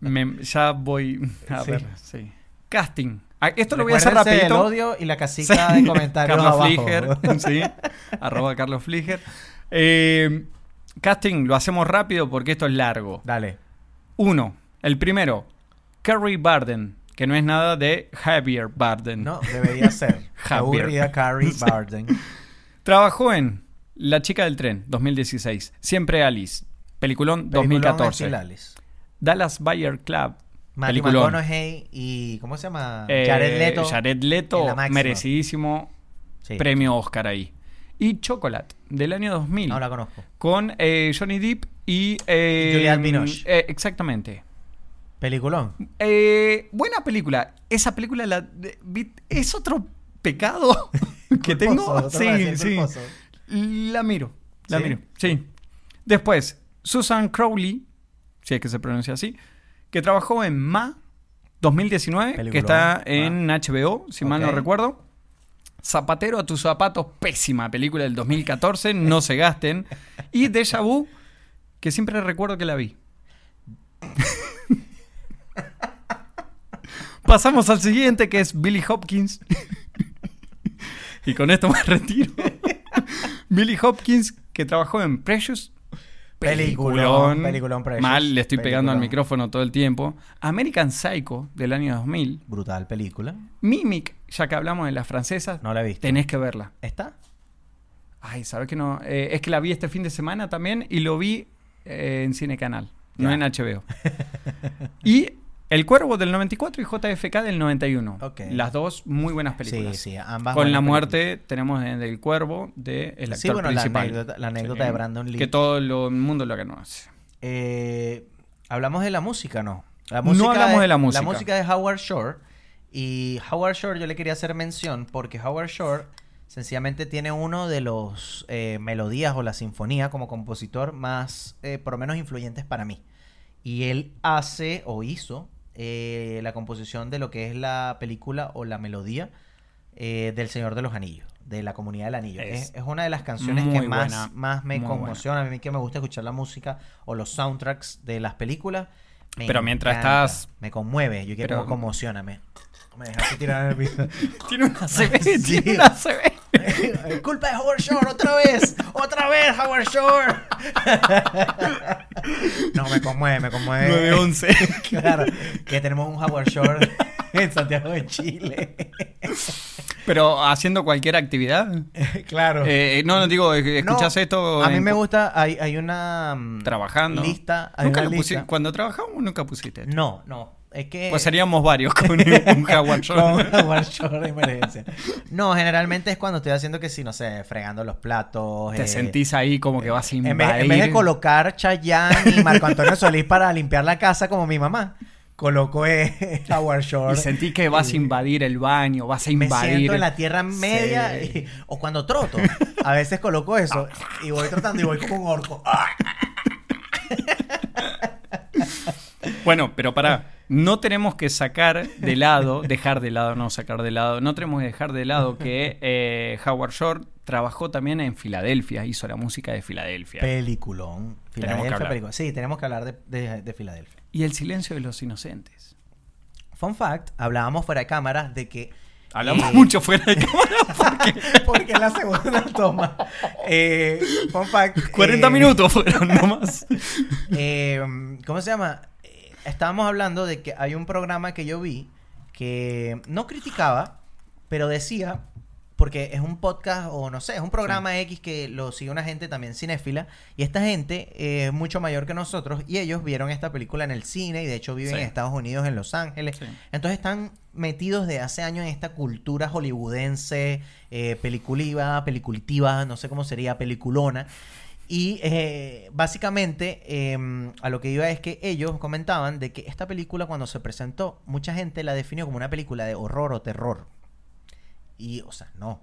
[SPEAKER 10] Me- ya voy a
[SPEAKER 9] Sí.
[SPEAKER 10] ver. sí. Casting. Ah, Esto lo voy a hacer
[SPEAKER 9] Recuérdense del
[SPEAKER 10] rapidito.
[SPEAKER 9] odio y la
[SPEAKER 10] Sí.
[SPEAKER 9] casita de comentarios
[SPEAKER 10] Carlos
[SPEAKER 9] abajo.
[SPEAKER 10] Fliger, sí. Arroba Carlos Fliger. Eh, casting, lo hacemos rápido porque esto es largo.
[SPEAKER 9] Dale.
[SPEAKER 10] Uno, el primero, Carrie Barden, que no es nada de Javier Barden.
[SPEAKER 9] No, debería ser. Qué
[SPEAKER 10] Javier.
[SPEAKER 9] Aburrida Carrie Barden.
[SPEAKER 10] Trabajó en La chica del tren, 2016. Siempre Alice, peliculón,
[SPEAKER 9] Peliculón
[SPEAKER 10] 2014.
[SPEAKER 9] Estilales.
[SPEAKER 10] Dallas Buyer Club,
[SPEAKER 9] Matthew
[SPEAKER 10] peliculón.
[SPEAKER 9] McConaughey y... ¿Cómo se llama?
[SPEAKER 10] Eh,
[SPEAKER 9] Jared Leto.
[SPEAKER 10] Jared
[SPEAKER 9] en
[SPEAKER 10] Leto,
[SPEAKER 9] la máxima.
[SPEAKER 10] merecidísimo
[SPEAKER 9] Sí.
[SPEAKER 10] premio Oscar ahí. Y Chocolate, del año 2000.
[SPEAKER 9] No la conozco.
[SPEAKER 10] con eh, Johnny Depp y... eh,
[SPEAKER 9] Y Julianne Binoche.
[SPEAKER 10] eh, exactamente.
[SPEAKER 9] Peliculón.
[SPEAKER 10] Eh, buena película. Esa película la de- vi- es otro pecado
[SPEAKER 9] Culposo,
[SPEAKER 10] que tengo.
[SPEAKER 9] otra
[SPEAKER 10] Sí,
[SPEAKER 9] vez,
[SPEAKER 10] sí.
[SPEAKER 9] culposo.
[SPEAKER 10] La miro. La
[SPEAKER 9] ¿Sí?
[SPEAKER 10] miro. Sí. Después, Susan Crowley, si es que se pronuncia así, que trabajó en Ma 2019, que
[SPEAKER 9] Peliculón. Ah.
[SPEAKER 10] está
[SPEAKER 9] Ma.
[SPEAKER 10] en HBO, si mal no
[SPEAKER 9] Ok.
[SPEAKER 10] recuerdo. Zapatero a tus zapatos, pésima película del 2014, no se gasten. Y Deja Vu, que siempre recuerdo que la vi. Pasamos al siguiente que es Billy Hopkins. y con esto me retiro. Billy Hopkins que trabajó en Precious.
[SPEAKER 9] Peliculón, peliculón Precious.
[SPEAKER 10] Mal, le estoy pegando al
[SPEAKER 9] Peliculón.
[SPEAKER 10] micrófono todo el tiempo. American Psycho del año 2000.
[SPEAKER 9] Brutal película.
[SPEAKER 10] Mimic, ya que hablamos de las francesas,
[SPEAKER 9] No la he visto.
[SPEAKER 10] tenés que verla.
[SPEAKER 9] ¿Está?
[SPEAKER 10] Ay, ¿sabes que no? Eh, es que la vi este fin de semana también y lo vi eh, en Cine Canal, no
[SPEAKER 9] Ya.
[SPEAKER 10] en HBO. y El Cuervo del 94 y JFK del 91.
[SPEAKER 9] Ok.
[SPEAKER 10] Las dos muy buenas películas.
[SPEAKER 9] Sí, sí, ambas
[SPEAKER 10] Con
[SPEAKER 9] buenas
[SPEAKER 10] la muerte tenemos en El Cuervo de el actor
[SPEAKER 9] Sí, bueno, la
[SPEAKER 10] principal. Eh,
[SPEAKER 9] anécdota- la anécdota de Brandon Lee.
[SPEAKER 10] Que todo lo- el mundo lo conoce.
[SPEAKER 9] Eh, hablamos de la música, ¿no? La
[SPEAKER 10] No hablamos de la música.
[SPEAKER 9] La música de Howard Shore. Y Howard Shore yo le quería hacer mención porque Howard Shore sencillamente tiene uno de los eh, melodías o la sinfonía como compositor más, eh, por lo menos, influyentes para mí. Y él hace o hizo eh, la composición de lo que es la película o la melodía eh, del Señor de los Anillos, de la Comunidad del Anillo.
[SPEAKER 10] Es
[SPEAKER 9] Es, es una de las canciones
[SPEAKER 10] muy
[SPEAKER 9] que más,
[SPEAKER 10] buena,
[SPEAKER 9] más me
[SPEAKER 10] muy buena.
[SPEAKER 9] conmociona. A mí que me gusta escuchar la música o los soundtracks de las películas. me
[SPEAKER 10] Pero mientras estás-
[SPEAKER 9] Me conmueve. Yo quiero
[SPEAKER 10] Pero-
[SPEAKER 9] como conmocioname. Me dejaste tirar en el piso.
[SPEAKER 10] Tiene una CB,
[SPEAKER 9] Sí.
[SPEAKER 10] tiene una CB.
[SPEAKER 9] Eh, ¡Culpa de Howard Shore! ¡Otra vez! ¡Otra vez, Howard Shore! no, me conmueve, me conmueve.
[SPEAKER 10] 9-11.
[SPEAKER 9] Claro, que tenemos un Howard Shore en Santiago de Chile.
[SPEAKER 10] Pero haciendo cualquier actividad.
[SPEAKER 9] claro.
[SPEAKER 10] Eh, no, no digo, eh,
[SPEAKER 9] No,
[SPEAKER 10] escuchás esto.
[SPEAKER 9] A mí
[SPEAKER 10] en-
[SPEAKER 9] me gusta, hay, hay una mm,
[SPEAKER 10] Trabajando.
[SPEAKER 9] lista. hay
[SPEAKER 10] Nunca
[SPEAKER 9] una
[SPEAKER 10] lo pusi-
[SPEAKER 9] lista.
[SPEAKER 10] Cuando trabajábamos nunca pusiste. esto.
[SPEAKER 9] No, no. Es que.
[SPEAKER 10] Pues seríamos varios con un Howard Shore.
[SPEAKER 9] Con Howard Shore de emergencia. No, generalmente es cuando estoy haciendo que sí, no sé, fregando los platos.
[SPEAKER 10] Te
[SPEAKER 9] eh,
[SPEAKER 10] sentís ahí como que vas a invadir.
[SPEAKER 9] en vez, en vez de colocar Chayanne y Marco Antonio Solís para limpiar la casa como mi mamá, colocó eh, Howard Shore.
[SPEAKER 10] y sentís que vas a invadir el baño, vas a
[SPEAKER 9] eh, me
[SPEAKER 10] invadir.
[SPEAKER 9] siento en la tierra media
[SPEAKER 10] Sí.
[SPEAKER 9] y- o cuando troto. A veces coloco eso y voy trotando y voy como un
[SPEAKER 10] Ah,
[SPEAKER 9] orco.
[SPEAKER 10] Bueno, pero para No tenemos que sacar de lado, dejar de lado, no sacar de lado, no tenemos que dejar de lado que eh, Howard Shore trabajó también en Filadelfia, hizo la música de Filadelfia.
[SPEAKER 9] Peliculón. Filadelfia,
[SPEAKER 10] hablar.
[SPEAKER 9] peliculón. Sí, tenemos que hablar de, de- de Filadelfia.
[SPEAKER 10] y El silencio de los inocentes.
[SPEAKER 9] Fun fact, hablábamos fuera de cámara de que...
[SPEAKER 10] Hablamos
[SPEAKER 9] eh,
[SPEAKER 10] mucho fuera de cámara porque
[SPEAKER 9] Porque es la segunda toma. Eh, fun fact.
[SPEAKER 10] 40
[SPEAKER 9] eh,
[SPEAKER 10] minutos fueron nomás.
[SPEAKER 9] eh, ¿Cómo se llama? Eh, Estábamos hablando de que hay un programa que yo vi que no criticaba, pero decía, porque es un podcast o no sé, es un programa X que lo sigue una gente también cinéfila, y esta gente eh, es mucho mayor que nosotros, y ellos vieron esta película en el cine, y de hecho viven
[SPEAKER 10] Sí.
[SPEAKER 9] en Estados Unidos, en Los Ángeles.
[SPEAKER 10] Sí.
[SPEAKER 9] Entonces están metidos de hace años en esta cultura hollywoodense, eh, peliculiva, pelicultiva, no sé cómo sería, peliculona. Y eh, básicamente eh, a lo que iba es que ellos comentaban de que esta película cuando se presentó, mucha gente la definió como una película de horror o terror. Y, o sea, no,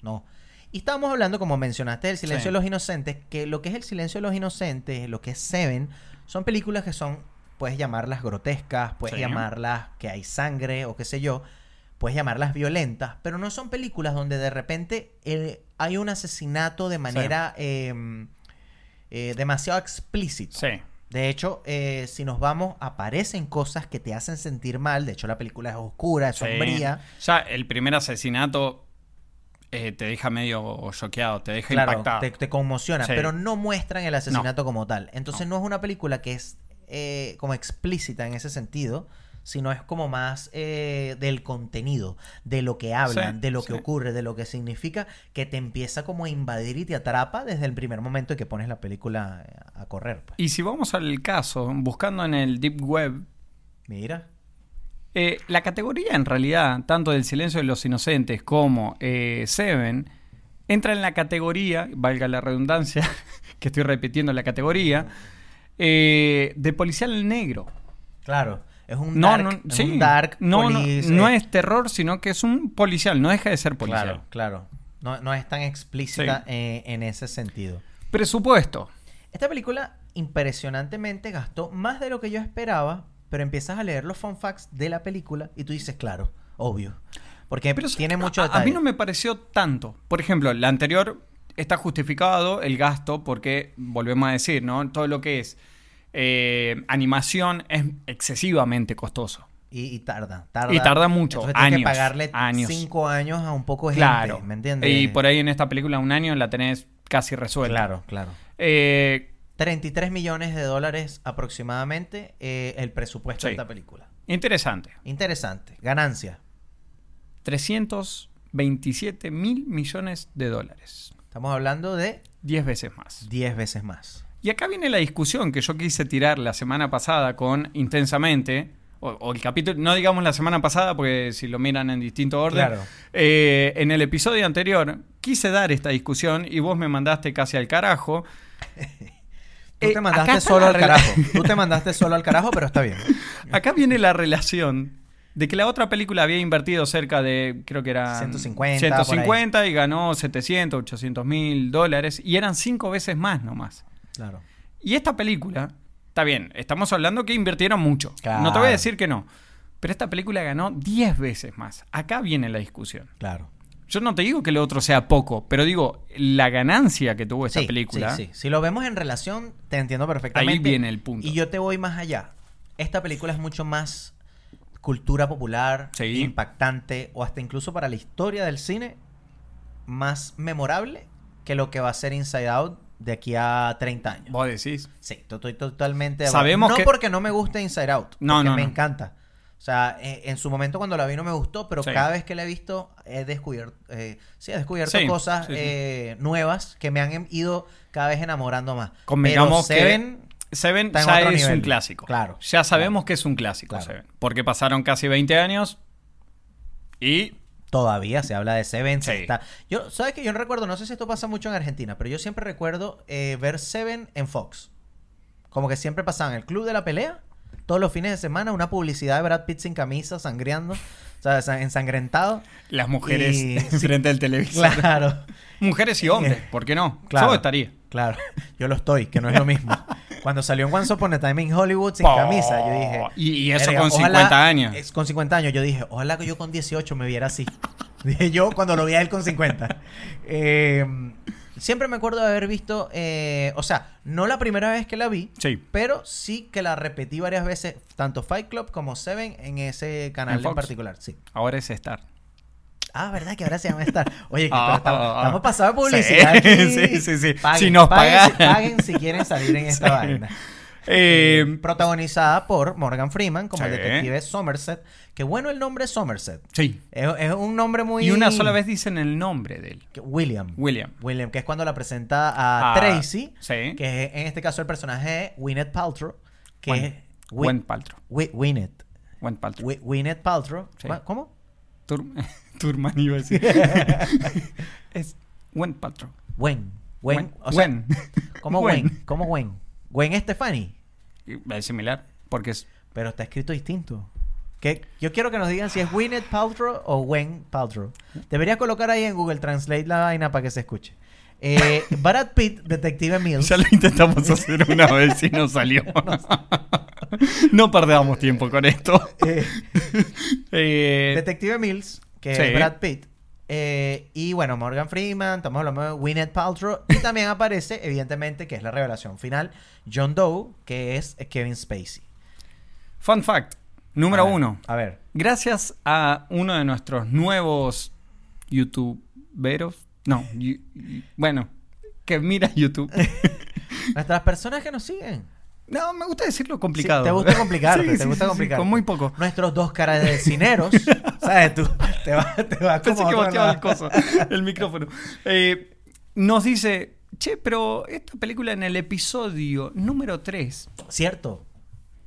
[SPEAKER 9] no. Y estábamos hablando, como mencionaste, del Silencio
[SPEAKER 10] Sí.
[SPEAKER 9] de los Inocentes, que lo que es el Silencio de los Inocentes, lo que es Seven, son películas que son, puedes llamarlas grotescas, puedes
[SPEAKER 10] Sí.
[SPEAKER 9] llamarlas que hay sangre o qué sé yo, puedes llamarlas violentas, pero no son películas donde de repente eh, hay un asesinato de manera eh, eh, demasiado explícita.
[SPEAKER 10] Sí.
[SPEAKER 9] De hecho, eh, si nos vamos, aparecen cosas que te hacen sentir mal. De hecho, la película es oscura, es
[SPEAKER 10] Sí.
[SPEAKER 9] sombría.
[SPEAKER 10] Ya el primer asesinato eh, te deja medio choqueado, te deja
[SPEAKER 9] claro,
[SPEAKER 10] impactado.
[SPEAKER 9] Te, te conmociona,
[SPEAKER 10] Sí.
[SPEAKER 9] pero no muestran el asesinato como tal. Entonces no. es una película que es eh, como explícita en ese sentido, sino es como más eh, del contenido, de lo que hablan,
[SPEAKER 10] Sí,
[SPEAKER 9] de lo que
[SPEAKER 10] sí.
[SPEAKER 9] ocurre, de lo que significa, que te empieza como a invadir y te atrapa desde el primer momento en que pones la película a correr. pues.
[SPEAKER 10] Y si vamos al caso, buscando en el Deep Web,
[SPEAKER 9] Mira.
[SPEAKER 10] eh, la categoría en realidad, tanto del silencio de los inocentes como eh, Seven, entra en la categoría, valga la redundancia, que estoy repitiendo la categoría, eh, de policial negro.
[SPEAKER 9] Claro, es un
[SPEAKER 10] No,
[SPEAKER 9] dark,
[SPEAKER 10] no,
[SPEAKER 9] es
[SPEAKER 10] sí.
[SPEAKER 9] un dark
[SPEAKER 10] no, no,
[SPEAKER 9] police,
[SPEAKER 10] no
[SPEAKER 9] eh,
[SPEAKER 10] es terror, sino que es un policial, no deja de ser policial.
[SPEAKER 9] claro, claro. No, no es tan explícita eh, en ese sentido.
[SPEAKER 10] Presupuesto.
[SPEAKER 9] Esta película impresionantemente gastó más de lo que yo esperaba, pero empiezas a leer los fun facts de la película y tú dices, claro, obvio. Porque
[SPEAKER 10] Eh, Pero eso-
[SPEAKER 9] tiene mucho
[SPEAKER 10] a-
[SPEAKER 9] detalle.
[SPEAKER 10] A mí no me pareció tanto. Por ejemplo, la anterior está justificado el gasto porque, volvemos a decir, ¿no? Todo lo que es eh, animación es excesivamente costoso.
[SPEAKER 9] y, y tarda, tarda.
[SPEAKER 10] Y tarda mucho,
[SPEAKER 9] Entonces tienes que
[SPEAKER 10] años,
[SPEAKER 9] pagarle
[SPEAKER 10] años.
[SPEAKER 9] cinco años a un poco de gente,
[SPEAKER 10] claro.
[SPEAKER 9] ¿me entiendes?
[SPEAKER 10] Y por ahí en esta película un año la tenés casi resuelta.
[SPEAKER 9] Claro, claro.
[SPEAKER 10] Eh,
[SPEAKER 9] 33 millones de dólares aproximadamente eh, el presupuesto de
[SPEAKER 10] Sí.
[SPEAKER 9] esta película.
[SPEAKER 10] interesante.
[SPEAKER 9] Interesante. Ganancia.
[SPEAKER 10] 327 mil millones de dólares.
[SPEAKER 9] Estamos hablando de
[SPEAKER 10] 10 veces más.
[SPEAKER 9] 10 veces más.
[SPEAKER 10] Y acá viene la discusión que yo quise tirar la semana pasada con Intensamente, o, o el capítulo, no digamos la semana pasada, porque si lo miran en distinto orden,
[SPEAKER 9] Claro.
[SPEAKER 10] eh, en el episodio anterior quise dar esta discusión y vos me mandaste casi al carajo.
[SPEAKER 9] Tú
[SPEAKER 10] Eh,
[SPEAKER 9] te
[SPEAKER 10] acá
[SPEAKER 9] mandaste
[SPEAKER 10] está
[SPEAKER 9] solo
[SPEAKER 10] la
[SPEAKER 9] al
[SPEAKER 10] rela-
[SPEAKER 9] carajo. Tú te mandaste solo al carajo, pero está bien.
[SPEAKER 10] Acá viene la relación de que la otra película había invertido cerca de, creo que era
[SPEAKER 9] 150,
[SPEAKER 10] 150 y ganó 700, 800 mil dólares y eran cinco veces más nomás.
[SPEAKER 9] Claro.
[SPEAKER 10] Y esta película, está bien, estamos hablando que invirtieron mucho.
[SPEAKER 9] Claro.
[SPEAKER 10] No te voy a decir que no. Pero esta película ganó 10 veces más. Acá viene la discusión.
[SPEAKER 9] Claro.
[SPEAKER 10] Yo no te digo que lo otro sea poco, pero digo, la ganancia que tuvo esta
[SPEAKER 9] sí,
[SPEAKER 10] película.
[SPEAKER 9] Sí, sí. Si lo vemos en relación, te entiendo perfectamente.
[SPEAKER 10] Ahí viene el punto.
[SPEAKER 9] Y yo te voy más allá. Esta película es mucho más cultura popular,
[SPEAKER 10] Sí.
[SPEAKER 9] impactante, o hasta incluso para la historia del cine, más memorable que lo que va a ser Inside Out de aquí a 30 años.
[SPEAKER 10] Vos decís.
[SPEAKER 9] Sí, to- estoy totalmente de acuerdo.
[SPEAKER 10] Sabemos
[SPEAKER 9] no
[SPEAKER 10] que-
[SPEAKER 9] porque no me guste Inside Out,
[SPEAKER 10] No,
[SPEAKER 9] porque
[SPEAKER 10] no,
[SPEAKER 9] me
[SPEAKER 10] no.
[SPEAKER 9] encanta. O sea, eh, en su momento cuando la vi no me gustó, pero
[SPEAKER 10] Sí.
[SPEAKER 9] cada vez que la he visto he descubierto, eh, sí, he descubierto
[SPEAKER 10] Sí,
[SPEAKER 9] cosas
[SPEAKER 10] sí, sí.
[SPEAKER 9] eh, nuevas que me han em- ido cada vez enamorando más.
[SPEAKER 10] Convengamos
[SPEAKER 9] pero Seven,
[SPEAKER 10] que Seven
[SPEAKER 9] está en
[SPEAKER 10] ya
[SPEAKER 9] otro
[SPEAKER 10] es
[SPEAKER 9] nivel.
[SPEAKER 10] un clásico.
[SPEAKER 9] Claro.
[SPEAKER 10] Ya sabemos que es un clásico,
[SPEAKER 9] Claro.
[SPEAKER 10] Seven. Porque pasaron casi 20 años y
[SPEAKER 9] todavía se habla de Seven. se
[SPEAKER 10] Sí.
[SPEAKER 9] está- Yo, ¿Sabes que Yo no recuerdo, no sé si esto pasa mucho en Argentina, pero yo siempre recuerdo eh, ver Seven en Fox. Como que siempre pasaban el club de la pelea, todos los fines de semana, una publicidad de Brad Pitt sin camisa, sangriando, o sea, sa- ensangrentado.
[SPEAKER 10] las mujeres
[SPEAKER 9] Y-
[SPEAKER 10] frente al televisor.
[SPEAKER 9] Claro. Eh,
[SPEAKER 10] Mujeres y hombres, ¿por qué no?
[SPEAKER 9] Claro.
[SPEAKER 10] Yo estaría.
[SPEAKER 9] Claro, yo lo estoy, que no es lo mismo. Cuando salió en Once Upon a Time in Hollywood sin camisa, yo dije.
[SPEAKER 10] Oh, Y- y eso
[SPEAKER 9] "Verga,
[SPEAKER 10] con 50 años".
[SPEAKER 9] es- con 50 años, yo dije, ojalá que yo con 18 me viera así. Dije yo cuando lo vi a él con 50. Eh, siempre me acuerdo de haber visto, eh, o sea, no la primera vez que la vi,
[SPEAKER 10] Sí.
[SPEAKER 9] pero sí que la repetí varias veces, tanto Fight Club como Seven en ese canal
[SPEAKER 10] ¿En
[SPEAKER 9] en,
[SPEAKER 10] Fox?
[SPEAKER 9] particular. Sí.
[SPEAKER 10] Ahora es Star.
[SPEAKER 9] Ah, ¿verdad? Que ahora se llama Star. Oye, que,
[SPEAKER 10] Ah,
[SPEAKER 9] pero estamos,
[SPEAKER 10] ah, ah.
[SPEAKER 9] estamos pasados de publicidad.
[SPEAKER 10] Sí,
[SPEAKER 9] aquí.
[SPEAKER 10] sí, sí, sí.
[SPEAKER 9] Paguen,
[SPEAKER 10] Si nos
[SPEAKER 9] paguen si-
[SPEAKER 10] pagaran.
[SPEAKER 9] Paguen si quieren salir en esta
[SPEAKER 10] Sí.
[SPEAKER 9] vaina.
[SPEAKER 10] Eh,
[SPEAKER 9] Protagonizada por Morgan Freeman como el
[SPEAKER 10] Sí.
[SPEAKER 9] detective Somerset. Que bueno el nombre Somerset.
[SPEAKER 10] sí.
[SPEAKER 9] Es, es un nombre muy...
[SPEAKER 10] Y una sola vez dicen el nombre de él.
[SPEAKER 9] que- William.
[SPEAKER 10] William.
[SPEAKER 9] William, que es cuando la presenta a
[SPEAKER 10] Ah,
[SPEAKER 9] Tracy.
[SPEAKER 10] sí.
[SPEAKER 9] Que es, en este caso el personaje es Gwyneth Paltrow. Que
[SPEAKER 10] Gwen-
[SPEAKER 9] es... Wi-
[SPEAKER 10] Gwen Paltrow.
[SPEAKER 9] Wi- Gwyneth.
[SPEAKER 10] Gwen Paltrow.
[SPEAKER 9] Wi- Gwyneth Paltrow.
[SPEAKER 10] Sí.
[SPEAKER 9] ¿Cómo?
[SPEAKER 10] Tur- Turman iba a decir. es Gwen Paltrow.
[SPEAKER 9] Gwen. Gwen. o sea,
[SPEAKER 10] Gwen.
[SPEAKER 9] ¿Cómo
[SPEAKER 10] Gwen.
[SPEAKER 9] Gwen? ¿Cómo Gwen? Gwen Stefani.
[SPEAKER 10] Es similar, porque es
[SPEAKER 9] Pero está escrito distinto. Que Yo quiero que nos digan si es Gwyneth Paltrow o Gwen Paltrow. Deberías colocar ahí en Google Translate la vaina para que se escuche. Eh, Brad Pitt, Detective Mills.
[SPEAKER 10] Ya lo intentamos hacer una vez y no salió. No perdamos tiempo con esto.
[SPEAKER 9] Eh,
[SPEAKER 10] Eh,
[SPEAKER 9] Detective Mills, que
[SPEAKER 10] Sí.
[SPEAKER 9] es Brad Pitt. Eh, y bueno, Morgan Freeman, estamos hablando de Gwyneth Paltrow. Y también aparece, evidentemente, que es la revelación final, John Doe, que es Kevin Spacey.
[SPEAKER 10] fun fact, número
[SPEAKER 9] A ver,
[SPEAKER 10] uno.
[SPEAKER 9] A ver.
[SPEAKER 10] Gracias a uno de nuestros nuevos youtuberos. No, yu- yu- bueno, que mira YouTube.
[SPEAKER 9] Nuestras personas que nos siguen.
[SPEAKER 10] No, me gusta decirlo
[SPEAKER 9] Sí,
[SPEAKER 10] complicado.
[SPEAKER 9] te gusta complicarte,
[SPEAKER 10] Sí,
[SPEAKER 9] te
[SPEAKER 10] sí, sí,
[SPEAKER 9] gusta
[SPEAKER 10] sí,
[SPEAKER 9] complicarte.
[SPEAKER 10] con muy poco.
[SPEAKER 9] Nuestros dos caras de cineros, ¿sabes? Tú te vas te vas
[SPEAKER 10] Pensé
[SPEAKER 9] como
[SPEAKER 10] que
[SPEAKER 9] a otro
[SPEAKER 10] volteaba el
[SPEAKER 9] lado.
[SPEAKER 10] coso, el micrófono. Eh, nos dice, che, pero esta película en el episodio número 3
[SPEAKER 9] Cierto.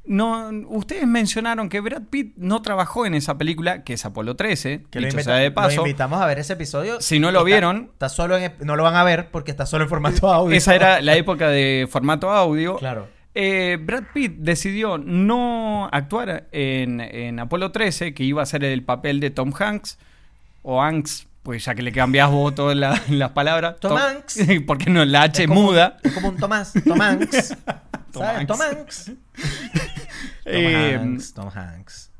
[SPEAKER 10] No, ustedes mencionaron que Brad Pitt no trabajó en esa película, que es Apolo 13,
[SPEAKER 9] Que
[SPEAKER 10] dicho
[SPEAKER 9] invita-
[SPEAKER 10] sea de paso.
[SPEAKER 9] lo invitamos a ver ese episodio.
[SPEAKER 10] Si no lo
[SPEAKER 9] Está-
[SPEAKER 10] vieron-
[SPEAKER 9] Está solo en, no lo van a ver porque está solo en formato audio.
[SPEAKER 10] Esa era la época de formato audio.
[SPEAKER 9] Claro.
[SPEAKER 10] Eh, Brad Pitt decidió no actuar en, en Apolo 13, que iba a ser el papel de Tom Hanks, o Hanks, pues ya que le cambiás vos todas la- las palabras.
[SPEAKER 9] Tom Hanks.
[SPEAKER 10] Porque no, la H
[SPEAKER 9] Es como-
[SPEAKER 10] muda.
[SPEAKER 9] Es como un Tomás. Tom Hanks.
[SPEAKER 10] Tom
[SPEAKER 9] ¿Sabes?
[SPEAKER 10] Hanks.
[SPEAKER 9] Tom Hanks. Tom
[SPEAKER 10] Eh,
[SPEAKER 9] Hanks. Tom Hanks.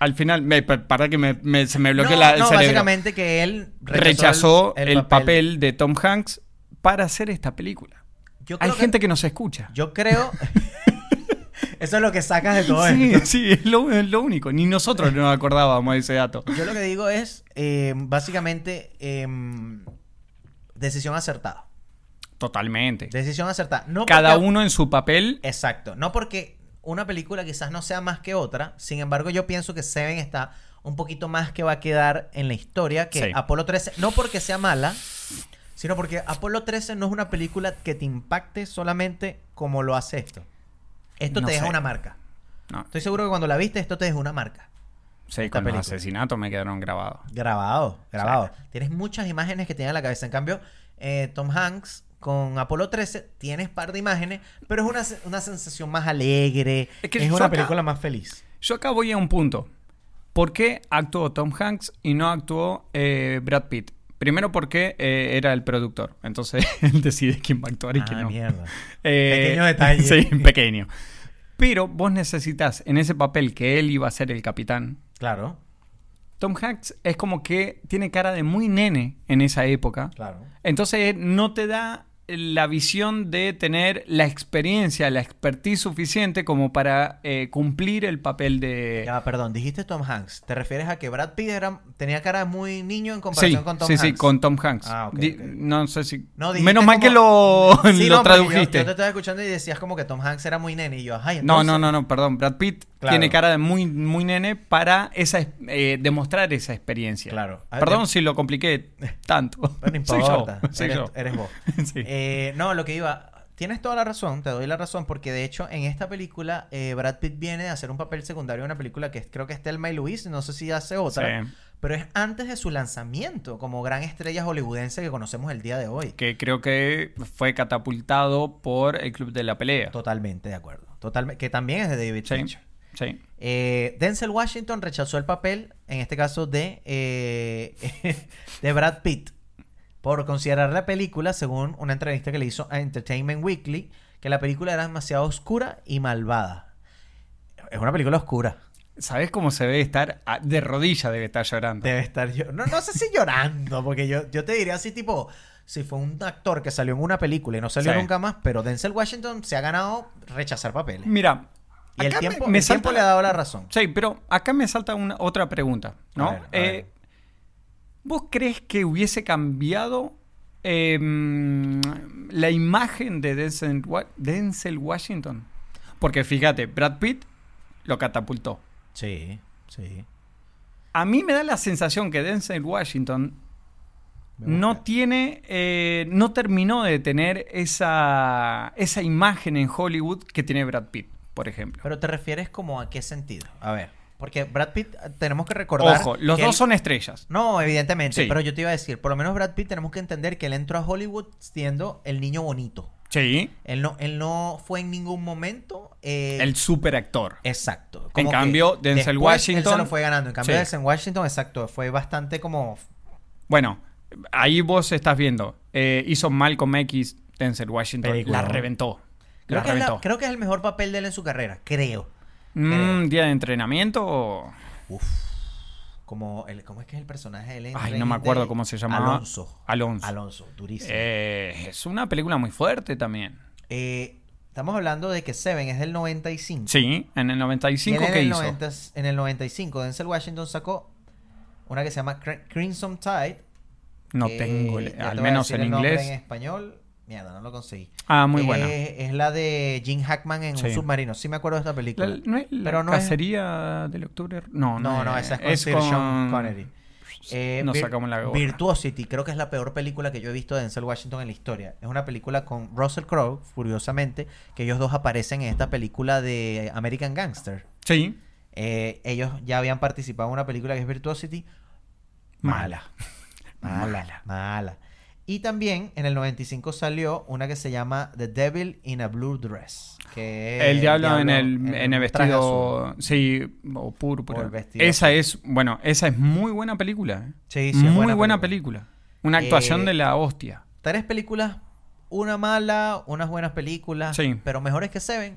[SPEAKER 10] Al final, me- pa- para que me- me- se me bloqueó
[SPEAKER 9] no,
[SPEAKER 10] la el
[SPEAKER 9] no,
[SPEAKER 10] cerebro.
[SPEAKER 9] básicamente que él
[SPEAKER 10] rechazó el, papel. de Tom Hanks para hacer esta película.
[SPEAKER 9] Yo
[SPEAKER 10] Hay
[SPEAKER 9] creo que-
[SPEAKER 10] gente que nos escucha.
[SPEAKER 9] Yo creo. Eso es lo que sacas de todo
[SPEAKER 10] sí,
[SPEAKER 9] esto.
[SPEAKER 10] sí, es lo, es lo único. Ni nosotros nos acordábamos de ese dato.
[SPEAKER 9] Yo lo que digo es, eh, básicamente, em, decisión acertada.
[SPEAKER 10] Totalmente.
[SPEAKER 9] Decisión acertada. No
[SPEAKER 10] Cada
[SPEAKER 9] porque-
[SPEAKER 10] uno en su papel.
[SPEAKER 9] Exacto. No porque una película quizás no sea más que otra. Sin embargo, yo pienso que Seven está un poquito más que va a quedar en la historia que
[SPEAKER 10] Sí.
[SPEAKER 9] Apolo 13. No porque sea mala, sino porque Apolo 13 no es una película que te impacte solamente como lo hace esto. Esto
[SPEAKER 10] No
[SPEAKER 9] te deja
[SPEAKER 10] sé.
[SPEAKER 9] una marca.
[SPEAKER 10] No,
[SPEAKER 9] Estoy seguro que cuando la viste, esto te dejó una marca.
[SPEAKER 10] sí,
[SPEAKER 9] esta
[SPEAKER 10] con los
[SPEAKER 9] película.
[SPEAKER 10] asesinatos me quedaron grabados.
[SPEAKER 9] Grabado, grabado. Tienes muchas imágenes que tiene en la cabeza. En cambio, eh, Tom Hanks con Apolo 13 tienes par de imágenes, pero es una, se- una sensación más alegre.
[SPEAKER 10] Es
[SPEAKER 9] Es,
[SPEAKER 10] que yo
[SPEAKER 9] una
[SPEAKER 10] acá-
[SPEAKER 9] película más feliz.
[SPEAKER 10] Yo acá voy a un punto. ¿Por qué actuó Tom Hanks y no actuó eh, Brad Pitt? Primero porque eh, era el productor. Entonces él decide quién va a actuar y quién
[SPEAKER 9] Ah,
[SPEAKER 10] no.
[SPEAKER 9] mierda.
[SPEAKER 10] Eh,
[SPEAKER 9] Pequeño detalle.
[SPEAKER 10] Sí, pequeño. Pero vos necesitas en ese papel que él iba a ser el capitán.
[SPEAKER 9] Claro,
[SPEAKER 10] Tom Hanks es como que tiene cara de muy nene en esa época.
[SPEAKER 9] claro.
[SPEAKER 10] Entonces no te da la visión de tener la experiencia, la expertise suficiente como para eh, cumplir el papel de...
[SPEAKER 9] Eh, Ya, perdón, dijiste Tom Hanks. ¿Te refieres a que Brad Pitt era- tenía cara de muy niño en comparación con Tom
[SPEAKER 10] sí,
[SPEAKER 9] Hanks?
[SPEAKER 10] sí, con Tom Hanks.
[SPEAKER 9] Ah, ok,
[SPEAKER 10] Di-
[SPEAKER 9] ok.
[SPEAKER 10] No sé si...
[SPEAKER 9] No, dijiste
[SPEAKER 10] Menos mal
[SPEAKER 9] como-
[SPEAKER 10] que
[SPEAKER 9] Sí, no,
[SPEAKER 10] lo, lo
[SPEAKER 9] porque yo-
[SPEAKER 10] tradujiste.
[SPEAKER 9] Yo, te estaba escuchando y decías como que Tom Hanks era muy nene y yo, ay,
[SPEAKER 10] No,
[SPEAKER 9] entonces,
[SPEAKER 10] no, no, no, perdón. Brad Pitt
[SPEAKER 9] Claro.
[SPEAKER 10] tiene cara de muy, muy nene para esa, es- eh, demostrar esa experiencia.
[SPEAKER 9] Claro. A ver,
[SPEAKER 10] Perdón
[SPEAKER 9] de-
[SPEAKER 10] si lo compliqué tanto.
[SPEAKER 9] Pero no
[SPEAKER 10] Soy yo,
[SPEAKER 9] importa.
[SPEAKER 10] soy
[SPEAKER 9] eres,
[SPEAKER 10] yo.
[SPEAKER 9] eres vos.
[SPEAKER 10] Sí.
[SPEAKER 9] Eh, no, lo que iba. Tienes toda la razón, te doy la razón, porque de hecho en esta película eh, Brad Pitt viene de hacer un papel secundario en una película que es- creo que es Thelma y Louise, no sé si hace otra,
[SPEAKER 10] Sí.
[SPEAKER 9] pero es antes de su lanzamiento como gran estrella hollywoodense que conocemos el día de hoy.
[SPEAKER 10] Que creo que fue catapultado por el Club de la Pelea.
[SPEAKER 9] Totalmente de acuerdo. Totalmente, que también es de David
[SPEAKER 10] Sí,
[SPEAKER 9] Fincher.
[SPEAKER 10] sí.
[SPEAKER 9] Eh, Denzel Washington rechazó el papel, en este caso de, eh, de Brad Pitt. por considerar la película, según una entrevista que le hizo a Entertainment Weekly, que la película era demasiado oscura y malvada. Es una película oscura.
[SPEAKER 10] ¿Sabes cómo se debe estar? Ah, De rodillas debe estar llorando.
[SPEAKER 9] Debe estar yo. No, no sé si llorando, porque yo, yo te diría así, tipo, si fue un actor que salió en una película y no salió
[SPEAKER 10] Sí.
[SPEAKER 9] nunca más, pero Denzel Washington se ha ganado rechazar papeles.
[SPEAKER 10] Mira,
[SPEAKER 9] Y el
[SPEAKER 10] Mm. acá
[SPEAKER 9] tiempo,
[SPEAKER 10] me
[SPEAKER 9] el tiempo
[SPEAKER 10] salta-
[SPEAKER 9] le ha dado la razón.
[SPEAKER 10] Sí, pero acá me salta una, otra pregunta, ¿no?
[SPEAKER 9] A ver, a
[SPEAKER 10] Eh,
[SPEAKER 9] ver.
[SPEAKER 10] ¿Vos crees que hubiese cambiado eh, mm, la imagen de Denzel, Wa- Denzel Washington? Porque fíjate, Brad Pitt lo catapultó.
[SPEAKER 9] Sí, sí.
[SPEAKER 10] A mí me da la sensación que Denzel Washington no tiene, eh, no terminó de tener esa, esa imagen en Hollywood que tiene Brad Pitt, por ejemplo.
[SPEAKER 9] Pero te refieres como a qué sentido. A ver. Porque Brad Pitt, eh, tenemos que recordar.
[SPEAKER 10] Ojo, los
[SPEAKER 9] que
[SPEAKER 10] dos
[SPEAKER 9] él-
[SPEAKER 10] son estrellas.
[SPEAKER 9] No, evidentemente.
[SPEAKER 10] Sí.
[SPEAKER 9] Pero yo te iba a decir, por lo menos Brad Pitt tenemos que entender que él entró a Hollywood siendo el niño bonito.
[SPEAKER 10] Sí.
[SPEAKER 9] Él no, él no fue en ningún momento. eh,
[SPEAKER 10] El superactor.
[SPEAKER 9] Exacto.
[SPEAKER 10] En
[SPEAKER 9] que
[SPEAKER 10] cambio,
[SPEAKER 9] después Él
[SPEAKER 10] Denzel
[SPEAKER 9] se
[SPEAKER 10] Washington-
[SPEAKER 9] lo fue ganando. En cambio,
[SPEAKER 10] Sí.
[SPEAKER 9] Denzel Washington, exacto, fue bastante como.
[SPEAKER 10] Bueno, ahí vos estás viendo. eh, hizo Malcolm X, Denzel Washington.
[SPEAKER 9] Película.
[SPEAKER 10] La reventó.
[SPEAKER 9] Creo
[SPEAKER 10] la
[SPEAKER 9] que, es la-
[SPEAKER 10] reventó.
[SPEAKER 9] creo que es el mejor papel de él en su carrera. Creo.
[SPEAKER 10] Mm, ¿Día de entrenamiento?
[SPEAKER 9] Como el, ¿Cómo es que es el personaje de él? en
[SPEAKER 10] Ay,
[SPEAKER 9] Training
[SPEAKER 10] no me acuerdo
[SPEAKER 9] Day?
[SPEAKER 10] cómo se llamaba.
[SPEAKER 9] Alonso.
[SPEAKER 10] Alonso.
[SPEAKER 9] Alonso, durísimo.
[SPEAKER 10] Eh, es una película muy fuerte también.
[SPEAKER 9] Eh, estamos hablando de que Seven es del 95.
[SPEAKER 10] Sí, en el
[SPEAKER 9] Y
[SPEAKER 10] 95
[SPEAKER 9] él en
[SPEAKER 10] que
[SPEAKER 9] el
[SPEAKER 10] hizo.
[SPEAKER 9] 90 en el 95, Denzel Washington sacó una que se llama Cr- Crimson Tide.
[SPEAKER 10] No
[SPEAKER 9] Eh,
[SPEAKER 10] tengo,
[SPEAKER 9] ya
[SPEAKER 10] el-
[SPEAKER 9] te
[SPEAKER 10] al
[SPEAKER 9] voy a
[SPEAKER 10] menos
[SPEAKER 9] decir
[SPEAKER 10] en
[SPEAKER 9] el nombre En este
[SPEAKER 10] inglés.
[SPEAKER 9] español, mierda, no lo conseguí.
[SPEAKER 10] Ah, muy
[SPEAKER 9] Eh,
[SPEAKER 10] buena.
[SPEAKER 9] Es la de Jim Hackman en
[SPEAKER 10] Sí.
[SPEAKER 9] un submarino. Sí me acuerdo de esta película.
[SPEAKER 10] La- ¿No es la
[SPEAKER 9] Pero no es-
[SPEAKER 10] cacería del octubre? No,
[SPEAKER 9] No, no, esa es con Sir Sean Connery. Eh,
[SPEAKER 10] nos
[SPEAKER 9] Vir-
[SPEAKER 10] sacamos la gorra.
[SPEAKER 9] Virtuosity, creo que es la peor película que yo he visto de Denzel Washington en la historia. Es una película con Russell Crowe, furiosamente, que ellos dos aparecen en esta película de American Gangster.
[SPEAKER 10] Sí,
[SPEAKER 9] Eh, ellos ya habían participado en una película que es Virtuosity.
[SPEAKER 10] mala.
[SPEAKER 9] Mala, mala. Y también en el 95 salió una que se llama The Devil in a Blue Dress. Que es
[SPEAKER 10] El diablo, en el,
[SPEAKER 9] diablo
[SPEAKER 10] en el
[SPEAKER 9] un traje azul.
[SPEAKER 10] vestido. Sí, o
[SPEAKER 9] O
[SPEAKER 10] púrpura.
[SPEAKER 9] el vestido
[SPEAKER 10] esa es, bueno, esa es muy buena película. eh.
[SPEAKER 9] Sí, sí, es
[SPEAKER 10] muy
[SPEAKER 9] buena
[SPEAKER 10] buena,
[SPEAKER 9] película.
[SPEAKER 10] película. Una actuación
[SPEAKER 9] Eh,
[SPEAKER 10] de la hostia.
[SPEAKER 9] Tres películas, una mala, unas buenas películas,
[SPEAKER 10] Sí.
[SPEAKER 9] pero mejores que Seven.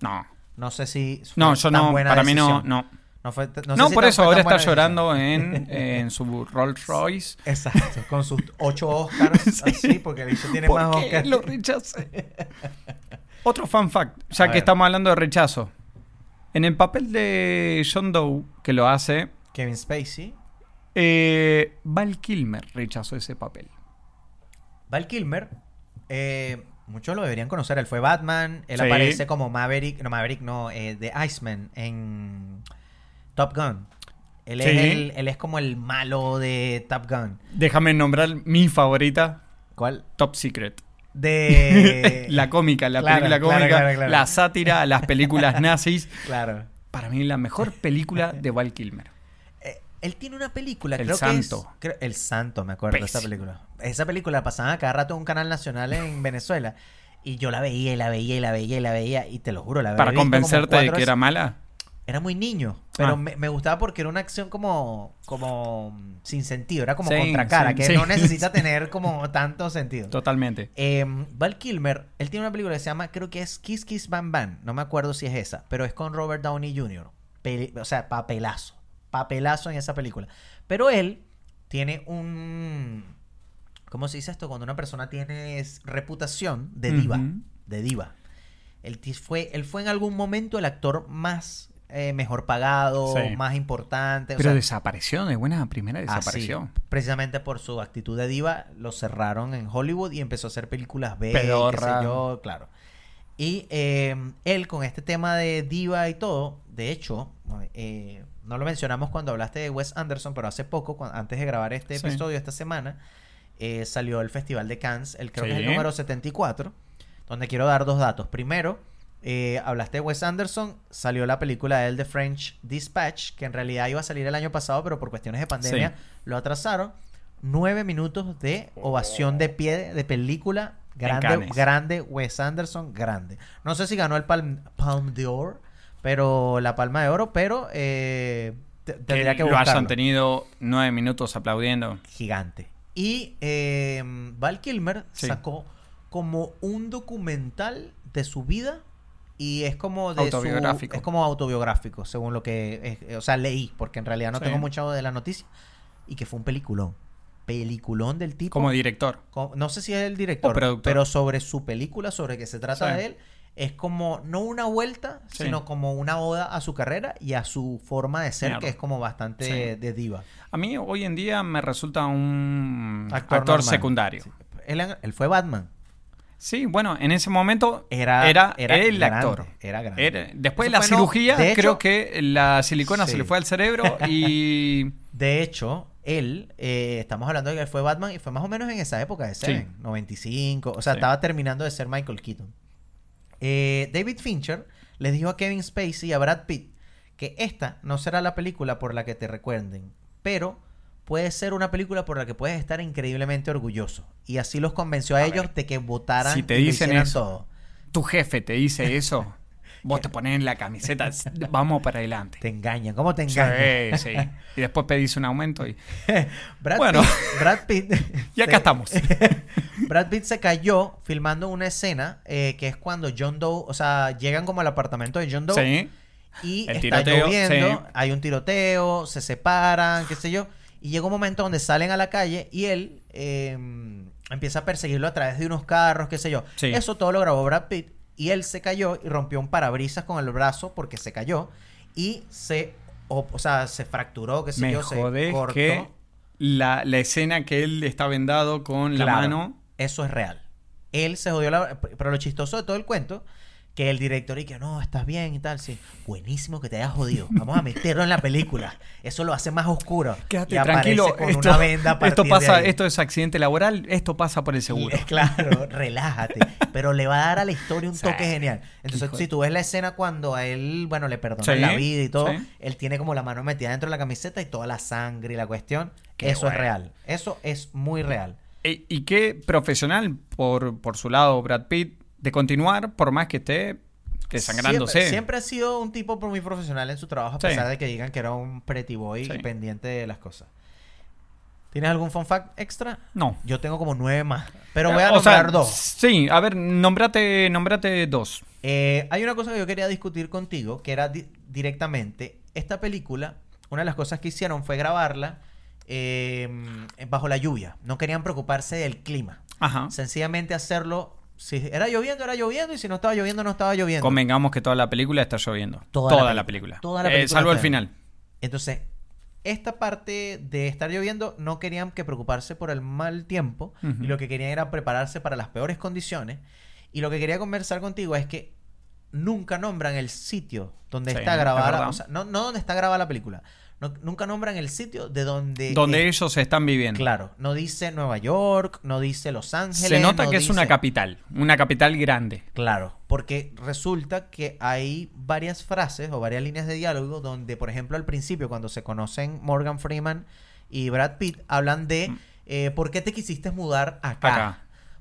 [SPEAKER 10] No.
[SPEAKER 9] No sé si fue
[SPEAKER 10] No, yo
[SPEAKER 9] tan
[SPEAKER 10] no,
[SPEAKER 9] buena
[SPEAKER 10] para mí no,
[SPEAKER 9] decisión.
[SPEAKER 10] no.
[SPEAKER 9] No, fue t-
[SPEAKER 10] No,
[SPEAKER 9] sé si
[SPEAKER 10] por
[SPEAKER 9] tan-
[SPEAKER 10] eso
[SPEAKER 9] fue
[SPEAKER 10] ahora
[SPEAKER 9] tan buena
[SPEAKER 10] está
[SPEAKER 9] decisión.
[SPEAKER 10] llorando en, en su Rolls Royce.
[SPEAKER 9] Exacto, con sus ocho Oscars. así, ah, porque el bicho tiene
[SPEAKER 10] ¿Por
[SPEAKER 9] más
[SPEAKER 10] qué
[SPEAKER 9] Oscars.
[SPEAKER 10] lo rechacé? Otro fan fact, ya
[SPEAKER 9] A
[SPEAKER 10] que
[SPEAKER 9] ver.
[SPEAKER 10] estamos hablando de rechazo. En el papel de John Doe, que lo hace,
[SPEAKER 9] Kevin Spacey.
[SPEAKER 10] eh, Val Kilmer rechazó ese papel.
[SPEAKER 9] Val Kilmer, eh, muchos lo deberían conocer. Él fue Batman. Él
[SPEAKER 10] Sí.
[SPEAKER 9] aparece como Maverick. No, Maverick no. eh, The Iceman en Top Gun. Él,
[SPEAKER 10] Sí.
[SPEAKER 9] es el- él es como el malo de Top Gun.
[SPEAKER 10] Déjame nombrar mi favorita,
[SPEAKER 9] ¿Cuál?
[SPEAKER 10] Top Secret.
[SPEAKER 9] De...
[SPEAKER 10] la cómica, la
[SPEAKER 9] Eh, Claro,
[SPEAKER 10] película
[SPEAKER 9] claro,
[SPEAKER 10] cómica,
[SPEAKER 9] claro, claro.
[SPEAKER 10] la sátira, a las películas nazis.
[SPEAKER 9] Claro.
[SPEAKER 10] Para mí la mejor película de Val Kilmer.
[SPEAKER 9] Eh, él tiene una película,
[SPEAKER 10] El
[SPEAKER 9] creo
[SPEAKER 10] Santo.
[SPEAKER 9] que es... creo- el Santo, me acuerdo de esa
[SPEAKER 10] Pésimo.
[SPEAKER 9] película. Esa película la pasaban a cada rato en un canal nacional en Venezuela. Y yo la veía y la veía y la veía y la veía. Y te lo juro, la veía.
[SPEAKER 10] Para convencerte de que era mala.
[SPEAKER 9] Era muy niño, pero
[SPEAKER 10] Ah.
[SPEAKER 9] me, me gustaba porque era una acción como, como mm, sin sentido, era como
[SPEAKER 10] Sí,
[SPEAKER 9] contracara,
[SPEAKER 10] sí,
[SPEAKER 9] que
[SPEAKER 10] sí.
[SPEAKER 9] no necesita tener como tanto sentido.
[SPEAKER 10] Totalmente.
[SPEAKER 9] Eh, Val Kilmer, él tiene una película que se llama, creo que es Kiss Kiss Bam Bam, no me acuerdo si es esa, pero es con Robert Downey Jr. Peli- o sea, papelazo, papelazo en esa película. Pero él tiene un... ¿Cómo se dice esto? Cuando una persona tiene es- reputación de diva,
[SPEAKER 10] Ujú.
[SPEAKER 9] de diva. Él ti- fue, él fue en algún momento el actor más eh, mejor pagado,
[SPEAKER 10] Sí.
[SPEAKER 9] más importante. o
[SPEAKER 10] Pero
[SPEAKER 9] sea, Ah,
[SPEAKER 10] desapareció, de buena primera
[SPEAKER 9] Así,
[SPEAKER 10] desapareció.
[SPEAKER 9] precisamente por su actitud de diva, lo cerraron en Hollywood y empezó a hacer películas B, qué
[SPEAKER 10] Pedorra.
[SPEAKER 9] sé yo, claro. Y eh, él con este tema de diva y todo, de hecho, eh, no lo mencionamos cuando hablaste de Wes Anderson, pero hace poco, cuan- antes de grabar este
[SPEAKER 10] Sí.
[SPEAKER 9] episodio esta semana, eh, salió el Festival de Cannes, el creo que es el
[SPEAKER 10] Sí.
[SPEAKER 9] número 74, donde quiero dar dos datos. Primero, eh, hablaste de Wes Anderson, salió la película de él, The French Dispatch, que en realidad iba a salir el año pasado, pero por cuestiones de pandemia
[SPEAKER 10] Sí.
[SPEAKER 9] lo atrasaron. Nueve minutos de ovación de pie de película. Grande,
[SPEAKER 10] Cannes.
[SPEAKER 9] grande, Wes Anderson, grande. No sé si ganó el Palm, Palm de Oro, pero la Palma de Oro, pero eh, te- tendría que
[SPEAKER 10] lo hayan
[SPEAKER 9] buscarlo.
[SPEAKER 10] tenido nueve minutos aplaudiendo.
[SPEAKER 9] Gigante, Y eh, Val Kilmer
[SPEAKER 10] Sí.
[SPEAKER 9] sacó como un documental de su vida y es como de su-
[SPEAKER 10] Autobiográfico.
[SPEAKER 9] es como autobiográfico, según lo que, es- eh, o sea, leí, porque en realidad no
[SPEAKER 10] Sí.
[SPEAKER 9] tengo mucho de la noticia y que fue un peliculón, peliculón del tipo.
[SPEAKER 10] Como director.
[SPEAKER 9] Co- No sé si es el director,
[SPEAKER 10] O productor.
[SPEAKER 9] pero sobre su película, sobre qué se trata
[SPEAKER 10] Sí.
[SPEAKER 9] de él, es como no una vuelta,
[SPEAKER 10] Sí.
[SPEAKER 9] sino como una oda a su carrera y a su forma de ser,
[SPEAKER 10] Mierda.
[SPEAKER 9] que es como bastante
[SPEAKER 10] Sí.
[SPEAKER 9] de diva.
[SPEAKER 10] A mí hoy en día me resulta un actor,
[SPEAKER 9] Actor normal.
[SPEAKER 10] secundario.
[SPEAKER 9] Sí.
[SPEAKER 10] Sí.
[SPEAKER 9] Él, él fue Batman.
[SPEAKER 10] bueno, en ese momento
[SPEAKER 9] Era-
[SPEAKER 10] era,
[SPEAKER 9] era
[SPEAKER 10] el
[SPEAKER 9] grande,
[SPEAKER 10] actor.
[SPEAKER 9] era grande.
[SPEAKER 10] después de
[SPEAKER 9] Eso
[SPEAKER 10] la
[SPEAKER 9] fue, no,
[SPEAKER 10] cirugía,
[SPEAKER 9] de hecho-
[SPEAKER 10] creo que la silicona
[SPEAKER 9] Sí.
[SPEAKER 10] se le fue al cerebro y...
[SPEAKER 9] De hecho, él, eh, estamos hablando de que él fue Batman y fue más o menos en esa época de Seven, 95, o sea,
[SPEAKER 10] Sí.
[SPEAKER 9] estaba terminando de ser Michael Keaton. Eh, David Fincher les dijo a Kevin Spacey y a Brad Pitt que esta no será la película por la que te recuerden, pero puede ser una película por la que puedes estar increíblemente orgulloso. Y así los convenció a,
[SPEAKER 10] A
[SPEAKER 9] ellos
[SPEAKER 10] ver,
[SPEAKER 9] de que votaran
[SPEAKER 10] si te
[SPEAKER 9] y lo
[SPEAKER 10] dicen
[SPEAKER 9] hicieran
[SPEAKER 10] eso.
[SPEAKER 9] todo.
[SPEAKER 10] tu jefe te dice eso, vos te pones en la camiseta, vamos para adelante.
[SPEAKER 9] Te engañan, ¿cómo te engañan?
[SPEAKER 10] Sí, sí. Y después pedís un aumento y...
[SPEAKER 9] Brad
[SPEAKER 10] Bueno.
[SPEAKER 9] Pitt, Brad Pitt.
[SPEAKER 10] Y acá
[SPEAKER 9] se-
[SPEAKER 10] estamos.
[SPEAKER 9] Brad Pitt se cayó filmando una escena eh, que es cuando John Doe, o sea, llegan como al apartamento de John Doe
[SPEAKER 10] Sí.
[SPEAKER 9] y
[SPEAKER 10] El
[SPEAKER 9] está
[SPEAKER 10] tiroteo,
[SPEAKER 9] lloviendo,
[SPEAKER 10] sí.
[SPEAKER 9] hay un tiroteo, se separan, qué sé yo, y llega un momento donde salen a la calle y él eh, empieza a perseguirlo a través de unos carros, qué sé yo.
[SPEAKER 10] Sí.
[SPEAKER 9] Eso todo lo grabó Brad Pitt y él se cayó y rompió un parabrisas con el brazo porque se cayó y se, o, o sea, se fracturó, qué sé
[SPEAKER 10] Me
[SPEAKER 9] yo, se
[SPEAKER 10] jodés
[SPEAKER 9] cortó.
[SPEAKER 10] que la, la escena que él está vendado con la
[SPEAKER 9] Claro,
[SPEAKER 10] mano.
[SPEAKER 9] Eso es real. Él se jodió la. Pero lo chistoso de todo el cuento, que el director y que no, estás bien y tal, sí. Buenísimo que te hayas jodido. Vamos a meterlo en la película. Eso lo hace más oscuro.
[SPEAKER 10] Quédate
[SPEAKER 9] Y aparece
[SPEAKER 10] tranquilo.
[SPEAKER 9] Con
[SPEAKER 10] esto,
[SPEAKER 9] una venda a
[SPEAKER 10] esto
[SPEAKER 9] partir de
[SPEAKER 10] pasa,
[SPEAKER 9] ahí.
[SPEAKER 10] esto es accidente laboral, esto pasa por el seguro.
[SPEAKER 9] Y, eh, claro, relájate. Pero le va a dar a la historia un
[SPEAKER 10] Sí.
[SPEAKER 9] toque genial. Entonces,
[SPEAKER 10] Hijo de-
[SPEAKER 9] si tú ves la escena cuando a él, bueno, le perdonan
[SPEAKER 10] Sí,
[SPEAKER 9] la vida y todo,
[SPEAKER 10] sí.
[SPEAKER 9] él tiene como la mano metida dentro de la camiseta y toda la sangre y la cuestión.
[SPEAKER 10] Qué
[SPEAKER 9] Eso es
[SPEAKER 10] bueno.
[SPEAKER 9] real. Eso es muy real.
[SPEAKER 10] E- y qué profesional por, por su lado, Brad Pitt, de continuar por más que esté desangrándose.
[SPEAKER 9] Siempre, siempre ha sido un tipo muy profesional en su trabajo, a
[SPEAKER 10] Sí.
[SPEAKER 9] pesar de que digan que era un pretty boy
[SPEAKER 10] Sí.
[SPEAKER 9] y pendiente de las cosas. ¿Tienes algún fun fact extra?
[SPEAKER 10] No. Eh,
[SPEAKER 9] Yo tengo como nueve más, pero voy a
[SPEAKER 10] O sea,
[SPEAKER 9] nombrar dos.
[SPEAKER 10] Sí, a ver, nombrate, nombrate dos.
[SPEAKER 9] Eh, hay una cosa que yo quería discutir contigo, que era di- directamente esta película. Una de las cosas que hicieron fue grabarla eh, bajo la lluvia. No querían preocuparse del clima.
[SPEAKER 10] Ajá.
[SPEAKER 9] Sencillamente hacerlo. Si era lloviendo, era lloviendo. Y si no estaba lloviendo, no estaba lloviendo.
[SPEAKER 10] Convengamos que toda la película está lloviendo.
[SPEAKER 9] Toda
[SPEAKER 10] Toda,
[SPEAKER 9] la
[SPEAKER 10] la
[SPEAKER 9] película.
[SPEAKER 10] película.
[SPEAKER 9] Toda la
[SPEAKER 10] Eh,
[SPEAKER 9] película
[SPEAKER 10] salvo el
[SPEAKER 9] está
[SPEAKER 10] final.
[SPEAKER 9] Entonces, esta parte de estar lloviendo no querían que preocuparse por el mal tiempo
[SPEAKER 10] Ujú.
[SPEAKER 9] y lo que querían era prepararse para las peores condiciones. Y lo que quería conversar contigo es que nunca nombran el sitio donde
[SPEAKER 10] Sí,
[SPEAKER 9] está
[SPEAKER 10] es
[SPEAKER 9] grabada, la-
[SPEAKER 10] verdad.
[SPEAKER 9] o sea, no, no donde está grabada la película, No- nunca nombran el sitio de donde
[SPEAKER 10] Donde
[SPEAKER 9] es-
[SPEAKER 10] ellos están viviendo.
[SPEAKER 9] Claro, no dice Nueva York, no dice Los Ángeles.
[SPEAKER 10] Se nota
[SPEAKER 9] no
[SPEAKER 10] que es una
[SPEAKER 9] dice-
[SPEAKER 10] capital, una capital grande.
[SPEAKER 9] Claro, porque resulta que hay varias frases o varias líneas de diálogo donde, por ejemplo, al principio, cuando se conocen Morgan Freeman y Brad Pitt, hablan de eh, por qué te quisiste mudar acá,
[SPEAKER 10] Mm. Acá.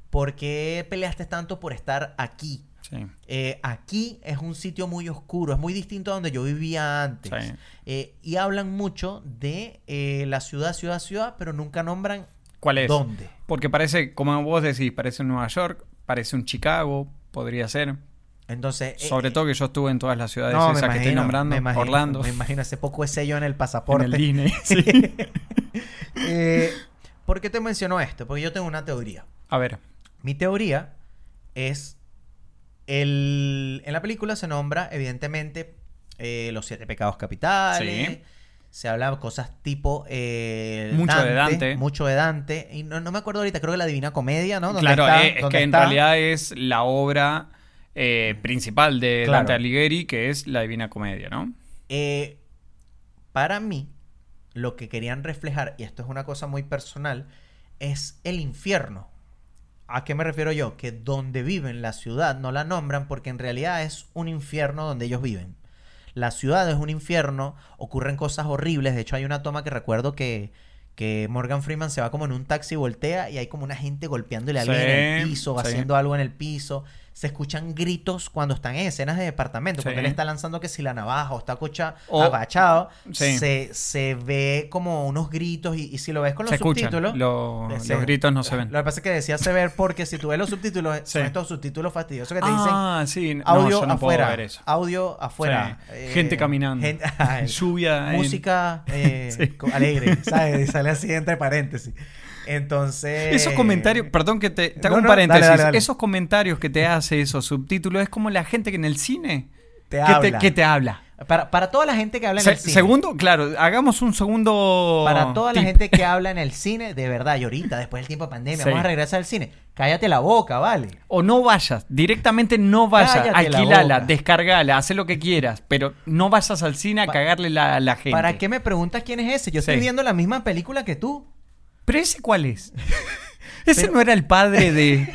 [SPEAKER 9] por qué peleaste tanto por estar aquí.
[SPEAKER 10] Sí.
[SPEAKER 9] Eh, aquí es un sitio muy oscuro, es muy distinto a donde yo vivía antes.
[SPEAKER 10] Sí.
[SPEAKER 9] Eh, y hablan mucho de eh, la ciudad, ciudad, ciudad, pero nunca nombran
[SPEAKER 10] ¿Cuál es?
[SPEAKER 9] dónde.
[SPEAKER 10] Porque parece, como vos decís, parece un Nueva York, parece un Chicago, podría ser.
[SPEAKER 9] Entonces, eh,
[SPEAKER 10] Sobre
[SPEAKER 9] eh,
[SPEAKER 10] todo que yo estuve en todas las ciudades
[SPEAKER 9] No, me
[SPEAKER 10] esas que estoy
[SPEAKER 9] imagino,
[SPEAKER 10] nombrando,
[SPEAKER 9] me imagino,
[SPEAKER 10] Orlando,
[SPEAKER 9] Me imagino ese poco ese yo en el
[SPEAKER 10] en
[SPEAKER 9] pasaporte.
[SPEAKER 10] el Disney. Sí.
[SPEAKER 9] Eh, ¿Por qué te menciono esto? Porque yo tengo una teoría.
[SPEAKER 10] A ver,
[SPEAKER 9] Mi teoría es. El, en la película se nombra, evidentemente, eh, los siete pecados capitales.
[SPEAKER 10] Sí.
[SPEAKER 9] Se habla cosas tipo. eh,
[SPEAKER 10] Mucho de Dante.
[SPEAKER 9] Mucho de Dante. Y no, no me acuerdo ahorita, creo que la Divina Comedia, ¿no? ¿Dónde
[SPEAKER 10] claro,
[SPEAKER 9] está?
[SPEAKER 10] eh, es
[SPEAKER 9] ¿Dónde
[SPEAKER 10] que en
[SPEAKER 9] está?
[SPEAKER 10] realidad es la obra eh, principal de
[SPEAKER 9] Claro.
[SPEAKER 10] Dante Alighieri, que es La Divina Comedia, ¿no?
[SPEAKER 9] Eh, para mí, lo que querían reflejar, y esto es una cosa muy personal, es el infierno. ¿A qué me refiero yo? Que donde viven, la ciudad no la nombran porque en realidad es un infierno donde ellos viven. La ciudad es un infierno, ocurren cosas horribles. De hecho, hay una toma que recuerdo que, que Morgan Freeman se va como en un taxi, voltea y hay como una gente golpeándole a alguien en el
[SPEAKER 10] Sí,
[SPEAKER 9] piso,
[SPEAKER 10] sí.
[SPEAKER 9] haciendo algo en el piso. se escuchan gritos cuando están en escenas de departamento,
[SPEAKER 10] Sí.
[SPEAKER 9] porque él está lanzando que si la navaja o está cocha
[SPEAKER 10] O-
[SPEAKER 9] agachado,
[SPEAKER 10] Sí.
[SPEAKER 9] se, se ve como unos gritos y, y si lo ves con los
[SPEAKER 10] Se escuchan,
[SPEAKER 9] subtítulos...
[SPEAKER 10] lo-
[SPEAKER 9] eh,
[SPEAKER 10] los
[SPEAKER 9] se-
[SPEAKER 10] gritos no se ven.
[SPEAKER 9] Lo que pasa es que decía se ver porque si tú ves los subtítulos,
[SPEAKER 10] Sí.
[SPEAKER 9] son estos subtítulos fastidiosos que te dicen
[SPEAKER 10] Ah, sí. No,
[SPEAKER 9] audio
[SPEAKER 10] yo no
[SPEAKER 9] afuera,
[SPEAKER 10] puedo ver eso.
[SPEAKER 9] audio afuera,
[SPEAKER 10] Sí.
[SPEAKER 9] eh,
[SPEAKER 10] Gente caminando.
[SPEAKER 9] gente- ay,
[SPEAKER 10] Lluvia en-
[SPEAKER 9] música eh,
[SPEAKER 10] Sí.
[SPEAKER 9] co- alegre, ¿sabes? Y sale así entre paréntesis. Entonces.
[SPEAKER 10] Esos comentarios, perdón que te, te hago
[SPEAKER 9] Eh, No,
[SPEAKER 10] un
[SPEAKER 9] no, dale,
[SPEAKER 10] paréntesis.
[SPEAKER 9] dale, dale.
[SPEAKER 10] Esos comentarios que te hace esos subtítulos es como la gente que en el cine
[SPEAKER 9] Te
[SPEAKER 10] que,
[SPEAKER 9] habla.
[SPEAKER 10] Te, que te habla.
[SPEAKER 9] Para, para toda la gente que habla en
[SPEAKER 10] Se-
[SPEAKER 9] el cine.
[SPEAKER 10] Segundo, claro, hagamos un segundo.
[SPEAKER 9] Para toda la
[SPEAKER 10] tip.
[SPEAKER 9] gente que habla en el cine, de verdad, y ahorita, después del tiempo de pandemia,
[SPEAKER 10] Sí.
[SPEAKER 9] vamos a regresar al cine. Cállate la boca, vale.
[SPEAKER 10] O no vayas, directamente no vayas,
[SPEAKER 9] Cállate la
[SPEAKER 10] alquilala,
[SPEAKER 9] boca.
[SPEAKER 10] descargala, haz lo que quieras, pero no vayas al cine a
[SPEAKER 9] Pa-
[SPEAKER 10] cagarle la, la gente.
[SPEAKER 9] ¿Para qué me preguntas quién es ese? Yo estoy
[SPEAKER 10] Sí.
[SPEAKER 9] viendo la misma película que tú.
[SPEAKER 10] ¿Pero ese cuál es? ese
[SPEAKER 9] Pero-
[SPEAKER 10] no era el padre de.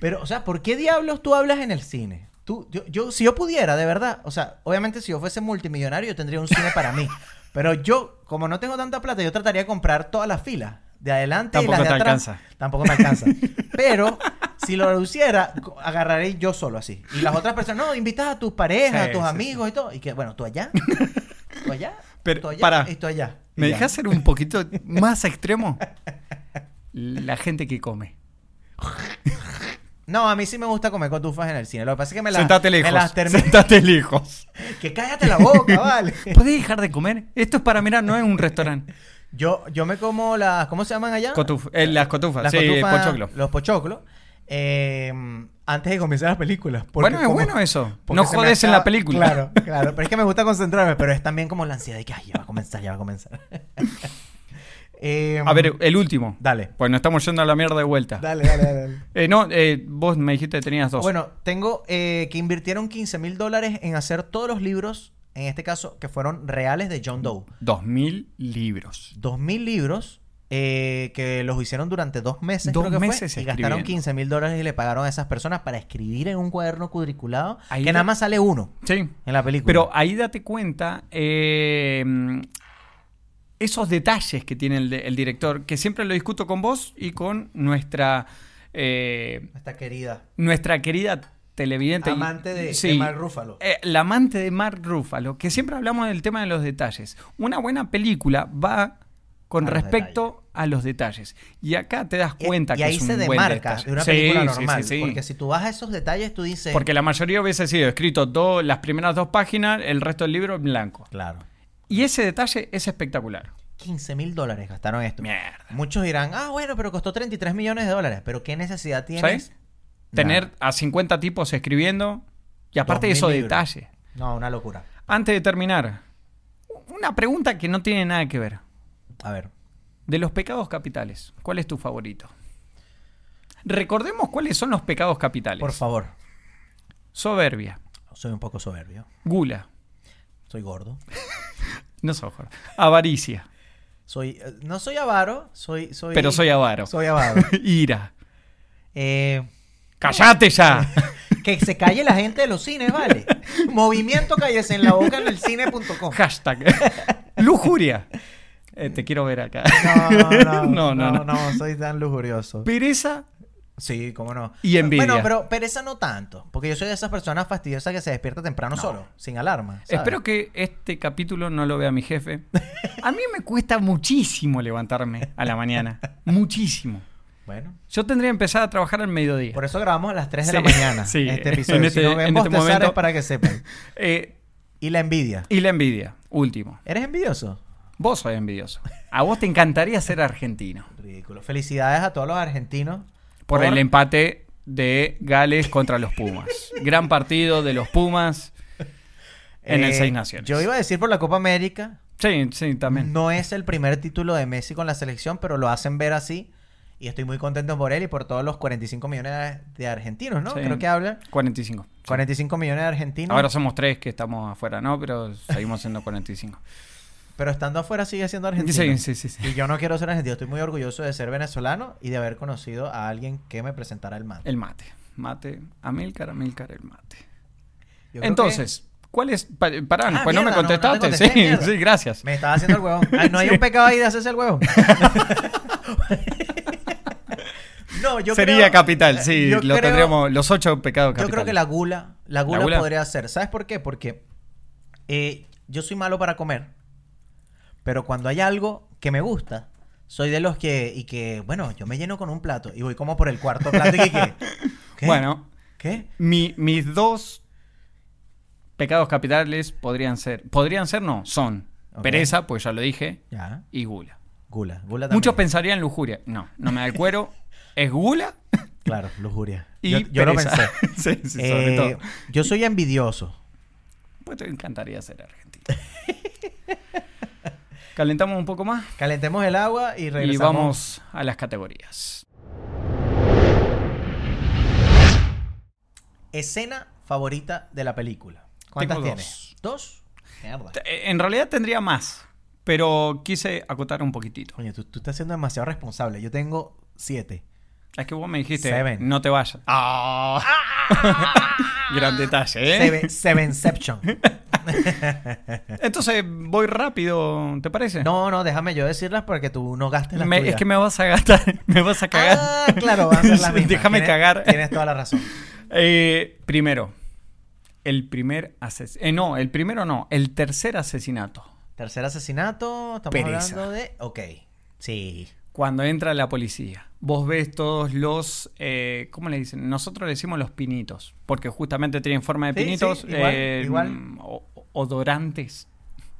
[SPEAKER 9] Pero, o sea, ¿por qué diablos tú hablas en el cine? Tú, yo, yo- si yo pudiera, de verdad, o sea, obviamente si yo fuese multimillonario, yo tendría un cine para mí. Pero yo, como no tengo tanta plata, yo trataría de comprar todas las filas. De adelante y
[SPEAKER 10] Tampoco
[SPEAKER 9] las de
[SPEAKER 10] te
[SPEAKER 9] atrás.
[SPEAKER 10] alcanza.
[SPEAKER 9] Tampoco me alcanza. Pero si lo reduciera, co- agarraré yo solo así. Y las otras personas, no, invitas a tus parejas,
[SPEAKER 10] Sí,
[SPEAKER 9] a tus
[SPEAKER 10] sí,
[SPEAKER 9] amigos y todo. Y que, bueno, tú allá, tú allá,
[SPEAKER 10] Pero,
[SPEAKER 9] tú allá
[SPEAKER 10] para.
[SPEAKER 9] y tú allá.
[SPEAKER 10] ¿Me
[SPEAKER 9] Y ya.
[SPEAKER 10] dejas ser un poquito más extremo? La gente que come.
[SPEAKER 9] No, a mí sí me gusta comer cotufas en el cine. Lo que pasa es que me las,
[SPEAKER 10] Sentate
[SPEAKER 9] me
[SPEAKER 10] lejos.
[SPEAKER 9] las termino.
[SPEAKER 10] Sentate lejos.
[SPEAKER 9] Que cállate la boca, vale.
[SPEAKER 10] ¿Puedes dejar de comer? Esto es para mirar, no es un restaurante.
[SPEAKER 9] Yo, yo me como las. ¿Cómo se llaman allá?
[SPEAKER 10] Cotuf- eh, las cotufas,
[SPEAKER 9] Las
[SPEAKER 10] sí,
[SPEAKER 9] cotufas,
[SPEAKER 10] pochoclo.
[SPEAKER 9] Los pochoclos. eh, antes de comenzar las películas. porque
[SPEAKER 10] Bueno, es
[SPEAKER 9] como-
[SPEAKER 10] bueno eso.
[SPEAKER 9] porque
[SPEAKER 10] No
[SPEAKER 9] se me
[SPEAKER 10] jodes en
[SPEAKER 9] acaba-
[SPEAKER 10] la película.
[SPEAKER 9] Claro, claro. Pero es que me gusta concentrarme, pero es también como la ansiedad de que, ay, ya va a comenzar, ya va a comenzar. Eh,
[SPEAKER 10] A ver, el último.
[SPEAKER 9] Dale.
[SPEAKER 10] Pues nos estamos yendo a la mierda de vuelta.
[SPEAKER 9] Dale, dale, dale. dale.
[SPEAKER 10] Eh, no, eh, vos me dijiste que tenías dos.
[SPEAKER 9] Bueno, tengo eh, que invirtieron 15 mil dólares en hacer todos los libros, en este caso, que fueron reales de John Doe.
[SPEAKER 10] Dos mil libros.
[SPEAKER 9] 2.000 libros eh, que los hicieron durante dos meses,
[SPEAKER 10] Dos
[SPEAKER 9] creo que
[SPEAKER 10] meses
[SPEAKER 9] fue, y gastaron
[SPEAKER 10] escribiendo.
[SPEAKER 9] 15 mil dólares y le pagaron a esas personas para escribir en un cuaderno cuadriculado
[SPEAKER 10] Ahí
[SPEAKER 9] que
[SPEAKER 10] lo-
[SPEAKER 9] nada más sale uno
[SPEAKER 10] Sí.
[SPEAKER 9] en la película.
[SPEAKER 10] Pero ahí date cuenta eh, esos detalles que tiene el, de- el director, que siempre lo discuto con vos y con nuestra eh,
[SPEAKER 9] Esta querida.
[SPEAKER 10] nuestra querida televidente. y-
[SPEAKER 9] Amante de- de Mark Ruffalo.
[SPEAKER 10] Eh, la amante de Mark Ruffalo, que siempre hablamos del tema de los detalles. Una buena película va con
[SPEAKER 9] A los
[SPEAKER 10] respecto a los detalles. Y acá te das
[SPEAKER 9] Y-
[SPEAKER 10] cuenta
[SPEAKER 9] y,
[SPEAKER 10] que
[SPEAKER 9] ahí
[SPEAKER 10] es un
[SPEAKER 9] se
[SPEAKER 10] buen
[SPEAKER 9] demarca
[SPEAKER 10] detalle.
[SPEAKER 9] de una
[SPEAKER 10] Sí,
[SPEAKER 9] película
[SPEAKER 10] sí,
[SPEAKER 9] normal.
[SPEAKER 10] sí, sí.
[SPEAKER 9] Porque si tú vas a esos detalles, tú dices.
[SPEAKER 10] Porque la mayoría hubiese sido escrito do- las primeras dos páginas, el resto del libro en blanco.
[SPEAKER 9] Claro.
[SPEAKER 10] Y ese detalle es espectacular.
[SPEAKER 9] 15 mil dólares gastaron esto.
[SPEAKER 10] Mierda.
[SPEAKER 9] Muchos dirán, ah, bueno, pero costó 33 millones de dólares. Pero ¿qué necesidad tienes?
[SPEAKER 10] ¿Sabes? Tener a 50 tipos escribiendo y aparte de
[SPEAKER 9] 2000
[SPEAKER 10] esos
[SPEAKER 9] libros.
[SPEAKER 10] detalles.
[SPEAKER 9] No, una locura.
[SPEAKER 10] Antes de terminar, una pregunta que no tiene nada que ver.
[SPEAKER 9] A ver.
[SPEAKER 10] De los pecados capitales, ¿cuál es tu favorito? Recordemos cuáles son los pecados capitales.
[SPEAKER 9] Por favor.
[SPEAKER 10] Soberbia,
[SPEAKER 9] Soy un poco soberbio.
[SPEAKER 10] gula,
[SPEAKER 9] Soy gordo.
[SPEAKER 10] no soy gordo, avaricia,
[SPEAKER 9] Soy, eh, no soy avaro, soy, soy.
[SPEAKER 10] pero soy avaro,
[SPEAKER 9] Soy avaro.
[SPEAKER 10] ira.
[SPEAKER 9] Eh,
[SPEAKER 10] ¡Cállate ya!
[SPEAKER 9] que se calle la gente de los cines, vale. Movimiento cállese en la boca en el cine.com.
[SPEAKER 10] Hashtag. Lujuria. Eh, te quiero ver acá.
[SPEAKER 9] No, no,
[SPEAKER 10] no,
[SPEAKER 9] no,
[SPEAKER 10] no.
[SPEAKER 9] no, soy tan lujurioso.
[SPEAKER 10] Pereza.
[SPEAKER 9] Sí, cómo no.
[SPEAKER 10] Y envidia.
[SPEAKER 9] Bueno, pero pereza no tanto, porque yo soy de esas personas fastidiosas que se despierta temprano solo, sin alarma. ¿sabes?
[SPEAKER 10] Espero que este capítulo no lo vea mi jefe. A mí me cuesta muchísimo levantarme a la mañana. Muchísimo.
[SPEAKER 9] Bueno,
[SPEAKER 10] Yo tendría que empezar a trabajar al mediodía.
[SPEAKER 9] por eso grabamos a las 3 de
[SPEAKER 10] Sí,
[SPEAKER 9] la mañana
[SPEAKER 10] sí,
[SPEAKER 9] este episodio.
[SPEAKER 10] en
[SPEAKER 9] si
[SPEAKER 10] este-
[SPEAKER 9] no ven
[SPEAKER 10] en este
[SPEAKER 9] bostezar es
[SPEAKER 10] momento-
[SPEAKER 9] para que sepan.
[SPEAKER 10] Eh,
[SPEAKER 9] Y la envidia.
[SPEAKER 10] y la envidia, último.
[SPEAKER 9] ¿Eres envidioso?
[SPEAKER 10] Vos sos envidioso. A vos te encantaría ser argentino.
[SPEAKER 9] Ridículo. Felicidades a todos los argentinos.
[SPEAKER 10] Por,
[SPEAKER 9] Por-
[SPEAKER 10] el empate de Gales contra los Pumas. Gran partido de los Pumas en el
[SPEAKER 9] Eh,
[SPEAKER 10] Seis Naciones.
[SPEAKER 9] Yo iba a decir por la Copa América.
[SPEAKER 10] Sí, sí, también.
[SPEAKER 9] No es el primer título de Messi con la selección, pero lo hacen ver así. Y estoy muy contento por él y por todos los 45 millones de argentinos, ¿no?
[SPEAKER 10] Sí.
[SPEAKER 9] Creo que hablan.
[SPEAKER 10] 45. sí.
[SPEAKER 9] 45 millones de argentinos.
[SPEAKER 10] Ahora somos tres que estamos afuera, ¿no? Pero seguimos siendo 45.
[SPEAKER 9] Pero estando afuera sigue siendo argentino.
[SPEAKER 10] Sí, sí, sí, sí.
[SPEAKER 9] Y yo no quiero ser argentino. Estoy muy orgulloso de ser venezolano y de haber conocido a alguien que me presentara el man.
[SPEAKER 10] El mate. Mate. Amílcar, Amílcar, el mate.
[SPEAKER 9] Yo creo
[SPEAKER 10] Entonces, ¿cuál es? Pa- pará,
[SPEAKER 9] Ah,
[SPEAKER 10] pues no
[SPEAKER 9] mierda, no, no
[SPEAKER 10] me
[SPEAKER 9] te
[SPEAKER 10] contestaste.
[SPEAKER 9] contesté,
[SPEAKER 10] sí,
[SPEAKER 9] mierda.
[SPEAKER 10] sí,
[SPEAKER 9] que
[SPEAKER 10] gracias.
[SPEAKER 9] Me estaba haciendo el Ah, huevón. Ay, no hay
[SPEAKER 10] Sí.
[SPEAKER 9] un pecado ahí de hacerse el huevón. No, yo
[SPEAKER 10] Sería
[SPEAKER 9] creo- eh,
[SPEAKER 10] capital, sí.
[SPEAKER 9] yo
[SPEAKER 10] lo
[SPEAKER 9] creo-
[SPEAKER 10] tendríamos, los ocho pecados capitales.
[SPEAKER 9] Yo creo que la gula, la gula,
[SPEAKER 10] ¿La gula?
[SPEAKER 9] podría ser. ¿Sabes por qué? Porque eh, yo soy malo para comer, pero cuando hay algo que me gusta, soy de los que, y que, bueno, yo me lleno con un plato y voy como por el cuarto plato y que, que- ¿qué?
[SPEAKER 10] Bueno,
[SPEAKER 9] ¿Qué?
[SPEAKER 10] mi- mis dos pecados capitales podrían ser. Podrían ser, no, son
[SPEAKER 9] Ok.
[SPEAKER 10] pereza, pues ya lo dije,
[SPEAKER 9] Ya,
[SPEAKER 10] y gula.
[SPEAKER 9] gula, gula también.
[SPEAKER 10] Muchos pensarían lujuria. No, no me da el cuero. Es gula
[SPEAKER 9] Claro, lujuria.
[SPEAKER 10] y
[SPEAKER 9] yo yo lo
[SPEAKER 10] pereza.
[SPEAKER 9] pensé.
[SPEAKER 10] sí, sí, sobre
[SPEAKER 9] Eh,
[SPEAKER 10] todo.
[SPEAKER 9] Yo soy envidioso.
[SPEAKER 10] Pues te encantaría ser argentino. Calentamos un poco más
[SPEAKER 9] Calentemos el agua y regresamos.
[SPEAKER 10] y vamos a las categorías.
[SPEAKER 9] Escena favorita de la película. ¿Cuántas
[SPEAKER 10] Tengo
[SPEAKER 9] tienes? ¿Dos? Mierda.
[SPEAKER 10] T- E, En realidad tendría más, pero quise acotar un poquitito.
[SPEAKER 9] Oye, tú, tú estás siendo demasiado responsable. Yo tengo siete.
[SPEAKER 10] Es que vos me dijiste,
[SPEAKER 9] Seven.
[SPEAKER 10] no te vayas. Ah. Gran detalle, ¿eh?
[SPEAKER 9] Seven, Sevenception.
[SPEAKER 10] Entonces voy rápido, ¿te parece?
[SPEAKER 9] No, no, déjame yo decirlas para que tú no gastes las
[SPEAKER 10] Me-
[SPEAKER 9] tuyas.
[SPEAKER 10] es que me vas a gastar, me vas a cagar.
[SPEAKER 9] Ah, claro, van a ser las mismas.
[SPEAKER 10] Déjame
[SPEAKER 9] Tienes-
[SPEAKER 10] cagar.
[SPEAKER 9] Tienes toda la razón.
[SPEAKER 10] Eh, primero, el primer asesinato. no, el primero no, el tercer asesinato.
[SPEAKER 9] Tercer asesinato. Estamos
[SPEAKER 10] Pereza.
[SPEAKER 9] hablando de... Ok. Sí.
[SPEAKER 10] Cuando entra la policía, vos ves todos los. eh, ¿Cómo le dicen? Nosotros le decimos los pinitos, porque justamente tienen forma de
[SPEAKER 9] Sí, sí,
[SPEAKER 10] pinitos.
[SPEAKER 9] igual,
[SPEAKER 10] eh,
[SPEAKER 9] igual.
[SPEAKER 10] o- odorantes.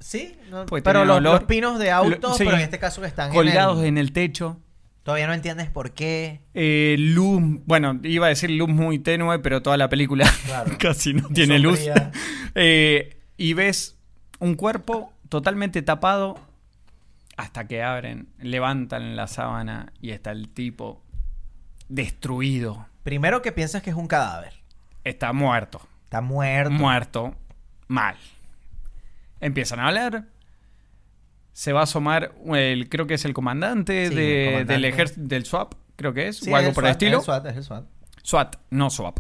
[SPEAKER 9] Sí. no-
[SPEAKER 10] Pues
[SPEAKER 9] pero
[SPEAKER 10] tienen
[SPEAKER 9] los,
[SPEAKER 10] olor.
[SPEAKER 9] los pinos de
[SPEAKER 10] Lo-
[SPEAKER 9] autos,
[SPEAKER 10] sí.
[SPEAKER 9] pero en este caso que están
[SPEAKER 10] Colgados
[SPEAKER 9] en, el-
[SPEAKER 10] en el techo.
[SPEAKER 9] Todavía no entiendes por qué.
[SPEAKER 10] Eh, luz, bueno, iba a decir luz muy tenue, pero toda la película
[SPEAKER 9] Claro.
[SPEAKER 10] casi no tiene
[SPEAKER 9] Sombría.
[SPEAKER 10] luz. Eh, y ves un cuerpo totalmente tapado hasta que abren, levantan la sábana y está el tipo destruido.
[SPEAKER 9] Primero que piensas que es un cadáver.
[SPEAKER 10] Está muerto.
[SPEAKER 9] Está muerto.
[SPEAKER 10] Muerto. Mal. Empiezan a hablar. Se va a asomar, eh, el, creo que es el comandante,
[SPEAKER 9] Sí,
[SPEAKER 10] de-
[SPEAKER 9] el comandante.
[SPEAKER 10] del ejército del SWAP, creo que es,
[SPEAKER 9] Sí,
[SPEAKER 10] o
[SPEAKER 9] es
[SPEAKER 10] algo por
[SPEAKER 9] SWAT, es
[SPEAKER 10] el estilo.
[SPEAKER 9] SWAT, es el SWAT.
[SPEAKER 10] SWAT, no SWAP,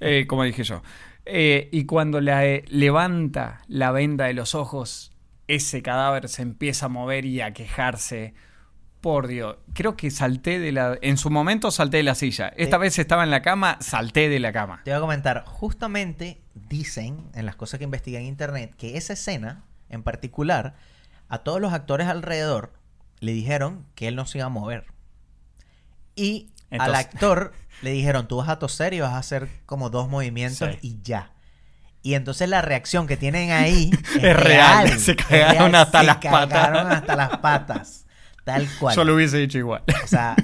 [SPEAKER 10] eh, como dije yo. Eh, y cuando la, eh, levanta la venda de los ojos, ese cadáver se empieza a mover y a quejarse. Por Dios, creo que salté de la... En su momento salté de la silla. Esta
[SPEAKER 9] Sí.
[SPEAKER 10] vez estaba en la cama, salté de la cama.
[SPEAKER 9] Te voy a comentar, justamente dicen en las cosas que investigan en internet que esa escena en particular, a todos los actores alrededor le dijeron que él no se iba a mover. Y al
[SPEAKER 10] Entonces-
[SPEAKER 9] actor le dijeron, tú vas a toser y vas a hacer como dos movimientos
[SPEAKER 10] Sí.
[SPEAKER 9] y ya. Y entonces la reacción que tienen ahí es,
[SPEAKER 10] Es real, se
[SPEAKER 9] es
[SPEAKER 10] cagaron hasta
[SPEAKER 9] se
[SPEAKER 10] las patas.
[SPEAKER 9] cagaron hasta las patas. Tal cual.
[SPEAKER 10] Yo lo hubiese dicho igual.
[SPEAKER 9] O sea,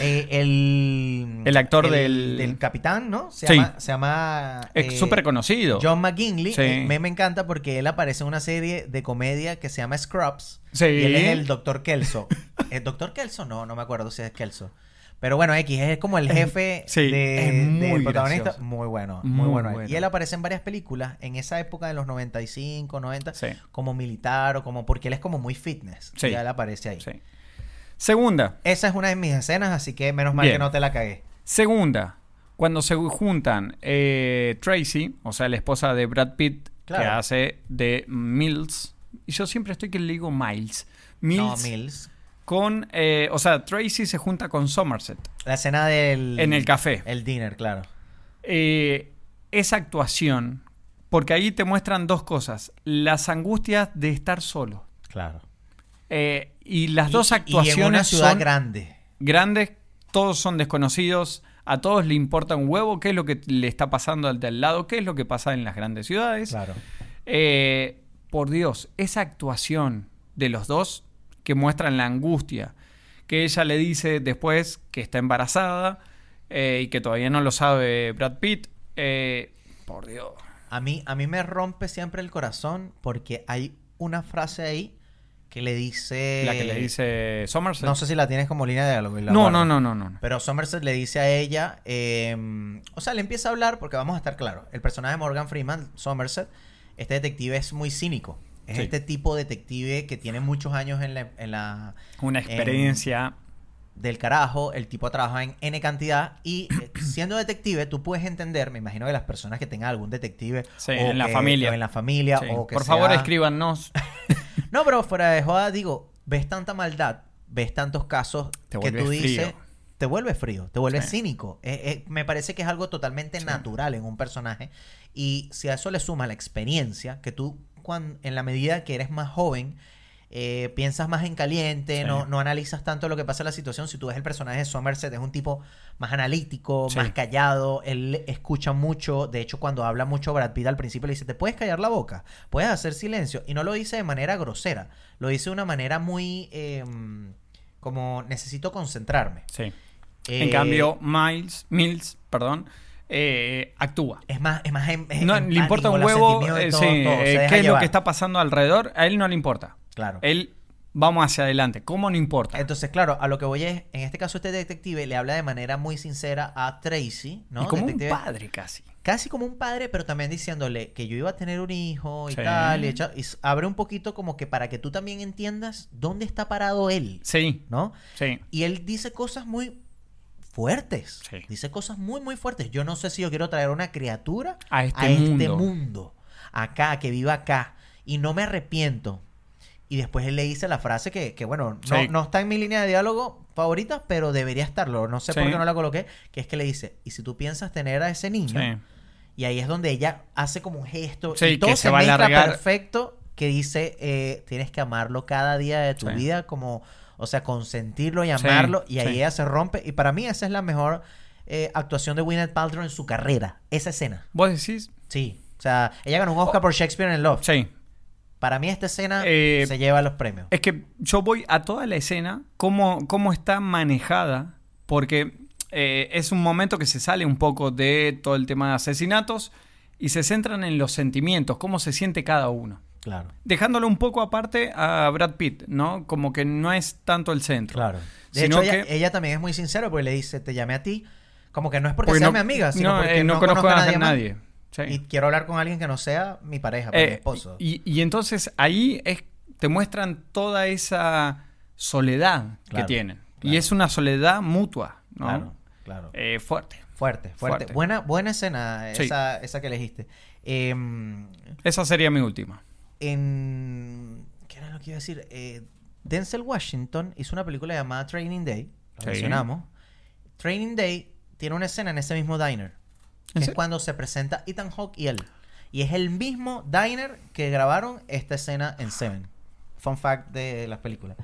[SPEAKER 9] eh, el,
[SPEAKER 10] El actor del-
[SPEAKER 9] capitán, ¿no? Se
[SPEAKER 10] Sí.
[SPEAKER 9] llama, se llama
[SPEAKER 10] Es
[SPEAKER 9] eh,
[SPEAKER 10] súper conocido.
[SPEAKER 9] John McGinley.
[SPEAKER 10] Sí.
[SPEAKER 9] Eh, me, me encanta porque él aparece en una serie de comedia que se llama Scrubs.
[SPEAKER 10] Sí.
[SPEAKER 9] Y él es el doctor Kelso. ¿El doctor Kelso? No, no me acuerdo si es Kelso. Pero bueno, X es como el jefe
[SPEAKER 10] sí, es
[SPEAKER 9] de,
[SPEAKER 10] muy
[SPEAKER 9] del protagonista.
[SPEAKER 10] gracioso.
[SPEAKER 9] Muy bueno, muy,
[SPEAKER 10] Muy
[SPEAKER 9] bueno.
[SPEAKER 10] bueno.
[SPEAKER 9] Y él aparece en varias películas en esa época de los 95, 90,
[SPEAKER 10] Sí.
[SPEAKER 9] como militar o como porque él es como muy fitness.
[SPEAKER 10] Sí.
[SPEAKER 9] Y él aparece ahí.
[SPEAKER 10] Sí. Segunda,
[SPEAKER 9] Esa es una de mis escenas, así que menos mal
[SPEAKER 10] Bien.
[SPEAKER 9] que no te la cagué.
[SPEAKER 10] Segunda, cuando se juntan eh, Tracy, o sea, la esposa de Brad Pitt, que
[SPEAKER 9] Claro.
[SPEAKER 10] hace de Mills, y yo siempre estoy que le digo Miles, Mills,
[SPEAKER 9] No, Mills.
[SPEAKER 10] con, eh, o sea, Tracy se junta con Somerset.
[SPEAKER 9] La escena del...
[SPEAKER 10] En el café.
[SPEAKER 9] El dinner, claro.
[SPEAKER 10] Eh, esa actuación, porque ahí te muestran dos cosas, las angustias de estar solo,
[SPEAKER 9] Claro.
[SPEAKER 10] eh, y las
[SPEAKER 9] Y-
[SPEAKER 10] dos actuaciones
[SPEAKER 9] Y en una ciudad
[SPEAKER 10] son
[SPEAKER 9] grande.
[SPEAKER 10] grandes, todos son desconocidos, a todos le importa un huevo qué es lo que le está pasando al de al lado, qué es lo que pasa en las grandes ciudades.
[SPEAKER 9] Claro.
[SPEAKER 10] Eh, por Dios, esa actuación de los dos que muestran la angustia, que ella le dice después que está embarazada eh, y que todavía no lo sabe Brad Pitt, eh, por Dios.
[SPEAKER 9] A mí, a mí me rompe siempre el corazón porque hay una frase ahí que le dice...
[SPEAKER 10] la que le dice Somerset.
[SPEAKER 9] Eh, No sé si la tienes como línea de diálogo. y la
[SPEAKER 10] no,
[SPEAKER 9] guardo.
[SPEAKER 10] no, no, no, no.
[SPEAKER 9] Pero Somerset le dice a ella, eh, o sea, le empieza a hablar porque vamos a estar claros. El personaje de Morgan Freeman, Somerset, este detective es muy cínico. Es
[SPEAKER 10] Sí.
[SPEAKER 9] este tipo de detective que tiene muchos años en la, en la-
[SPEAKER 10] Una experiencia...
[SPEAKER 9] del carajo. El tipo trabaja en N cantidad y eh, siendo detective tú puedes entender, me imagino que las personas que tengan algún detective
[SPEAKER 10] Sí, en la
[SPEAKER 9] que-
[SPEAKER 10] familia.
[SPEAKER 9] o en la familia
[SPEAKER 10] Sí.
[SPEAKER 9] o que
[SPEAKER 10] Por favor,
[SPEAKER 9] sea-
[SPEAKER 10] escríbanos.
[SPEAKER 9] No, pero fuera de joda digo, ves tanta maldad, ves tantos casos
[SPEAKER 10] Te
[SPEAKER 9] que tú
[SPEAKER 10] vuelves
[SPEAKER 9] dices,
[SPEAKER 10] frío.
[SPEAKER 9] te vuelve frío, te vuelve
[SPEAKER 10] Sí.
[SPEAKER 9] cínico. Eh, eh, me parece que es algo totalmente natural en un personaje. Y si a eso le suma la experiencia, que tú cuan- en la medida que eres más joven, eh, piensas más en caliente,
[SPEAKER 10] Sí.
[SPEAKER 9] no, no analizas tanto lo que pasa en la situación. Si tú ves el personaje de Somerset, es un tipo más analítico,
[SPEAKER 10] Sí.
[SPEAKER 9] más callado, él escucha mucho. De hecho, cuando habla mucho Brad Pitt al principio le dice, te puedes callar la boca, puedes hacer silencio. Y no lo dice de manera grosera, lo dice de una manera muy... em, como necesito concentrarme.
[SPEAKER 10] Sí.
[SPEAKER 9] Eh,
[SPEAKER 10] En cambio, Miles, Mills, perdón, eh, actúa.
[SPEAKER 9] Es más, es más. em- es
[SPEAKER 10] No, le
[SPEAKER 9] empático,
[SPEAKER 10] importa un
[SPEAKER 9] la
[SPEAKER 10] huevo
[SPEAKER 9] sentimiento de
[SPEAKER 10] eh,
[SPEAKER 9] todo,
[SPEAKER 10] sí,
[SPEAKER 9] todo, se
[SPEAKER 10] eh,
[SPEAKER 9] deja
[SPEAKER 10] qué es lo
[SPEAKER 9] llevar.
[SPEAKER 10] que está pasando alrededor. A él no le importa.
[SPEAKER 9] Claro.
[SPEAKER 10] Él, vamos hacia adelante. ¿Cómo no importa?
[SPEAKER 9] Entonces, claro, a lo que voy es, en este caso, este detective le habla de manera muy sincera a Tracy, ¿no?
[SPEAKER 10] y como
[SPEAKER 9] Detective-
[SPEAKER 10] un padre casi.
[SPEAKER 9] Casi como un padre, pero también diciéndole que yo iba a tener un hijo y
[SPEAKER 10] Sí.
[SPEAKER 9] tal. Y, echa- y s- abre un poquito como que para que tú también entiendas dónde está parado él,
[SPEAKER 10] Sí,
[SPEAKER 9] ¿no?
[SPEAKER 10] sí.
[SPEAKER 9] Y él dice cosas muy fuertes.
[SPEAKER 10] Sí.
[SPEAKER 9] Dice cosas muy, muy fuertes. Yo no sé si yo quiero traer una criatura
[SPEAKER 10] A este mundo.
[SPEAKER 9] mundo, Acá, que viva acá. Y no me arrepiento. Y después él le dice la frase que, que bueno, no,
[SPEAKER 10] Sí.
[SPEAKER 9] no está en mi línea de diálogo favorita, pero debería estarlo. No sé por
[SPEAKER 10] Sí.
[SPEAKER 9] qué no la coloqué. Que es que le dice, y si tú piensas tener a ese niño,
[SPEAKER 10] Sí.
[SPEAKER 9] y ahí es donde ella hace como un gesto.
[SPEAKER 10] Sí,
[SPEAKER 9] y todo
[SPEAKER 10] que
[SPEAKER 9] se,
[SPEAKER 10] se va a
[SPEAKER 9] mezcla
[SPEAKER 10] alargar.
[SPEAKER 9] perfecto. Que dice, eh, tienes que amarlo cada día de tu
[SPEAKER 10] Sí.
[SPEAKER 9] vida, como, o sea, consentirlo y
[SPEAKER 10] Sí,
[SPEAKER 9] amarlo. y ahí
[SPEAKER 10] sí.
[SPEAKER 9] ella se rompe. Y para mí esa es la mejor eh, actuación de Gwyneth Paltrow en su carrera. Esa escena.
[SPEAKER 10] ¿Vos decís?
[SPEAKER 9] Sí. O sea, ella ganó un Oscar por Shakespeare in Love.
[SPEAKER 10] Oh. Sí.
[SPEAKER 9] Para mí esta escena
[SPEAKER 10] Eh,
[SPEAKER 9] se lleva los premios.
[SPEAKER 10] Es que yo voy a toda la escena, cómo, cómo está manejada, porque eh, es un momento que se sale un poco de todo el tema de asesinatos y se centran en los sentimientos, cómo se siente cada uno.
[SPEAKER 9] Claro.
[SPEAKER 10] Dejándolo un poco aparte a Brad Pitt, ¿no? Como que no es tanto el centro.
[SPEAKER 9] De hecho,
[SPEAKER 10] Sino
[SPEAKER 9] ella,
[SPEAKER 10] que-
[SPEAKER 9] ella también es muy sincera porque le dice, te llamé a ti. Como que no es porque,
[SPEAKER 10] Porque
[SPEAKER 9] sea
[SPEAKER 10] no-
[SPEAKER 9] mi amiga, sino
[SPEAKER 10] no,
[SPEAKER 9] porque
[SPEAKER 10] eh,
[SPEAKER 9] no, conozco a nadie. más.
[SPEAKER 10] nadie. Sí.
[SPEAKER 9] Y quiero hablar con alguien que no sea mi pareja, pues, mi
[SPEAKER 10] Eh,
[SPEAKER 9] esposo.
[SPEAKER 10] Y, y entonces ahí es, te muestran toda esa soledad
[SPEAKER 9] Claro,
[SPEAKER 10] que tienen.
[SPEAKER 9] claro.
[SPEAKER 10] Y es una soledad mutua, ¿no?
[SPEAKER 9] Claro, claro.
[SPEAKER 10] Eh, fuerte.
[SPEAKER 9] fuerte, fuerte,
[SPEAKER 10] fuerte.
[SPEAKER 9] Buena, buena escena
[SPEAKER 10] Sí.
[SPEAKER 9] esa, esa que elegiste. Em,
[SPEAKER 10] Esa sería mi última.
[SPEAKER 9] en... ¿Qué era lo que iba a decir? Eh, Denzel Washington hizo una película llamada Training Day. Lo
[SPEAKER 10] Sí.
[SPEAKER 9] mencionamos. Training Day tiene una escena en ese mismo diner.
[SPEAKER 10] ¿En
[SPEAKER 9] Que es
[SPEAKER 10] serio?
[SPEAKER 9] cuando se presenta Ethan Hawke y él. Y es el mismo diner que grabaron esta escena en Seven. Fun fact de las películas.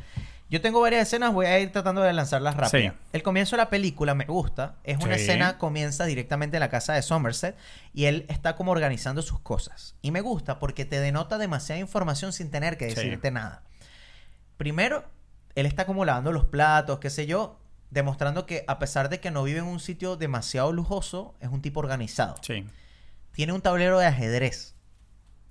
[SPEAKER 9] Yo tengo varias escenas, voy a ir tratando de lanzarlas rápido.
[SPEAKER 10] Sí.
[SPEAKER 9] El comienzo de la película me gusta. Es una
[SPEAKER 10] Sí.
[SPEAKER 9] escena, comienza directamente en la casa de Somerset y él está como organizando sus cosas. Y me gusta porque te denota demasiada información sin tener que
[SPEAKER 10] Sí.
[SPEAKER 9] decirte nada. Primero, él está como lavando los platos, qué sé yo, demostrando que a pesar de que no vive en un sitio demasiado lujoso, es un tipo organizado.
[SPEAKER 10] Sí.
[SPEAKER 9] Tiene un tablero de ajedrez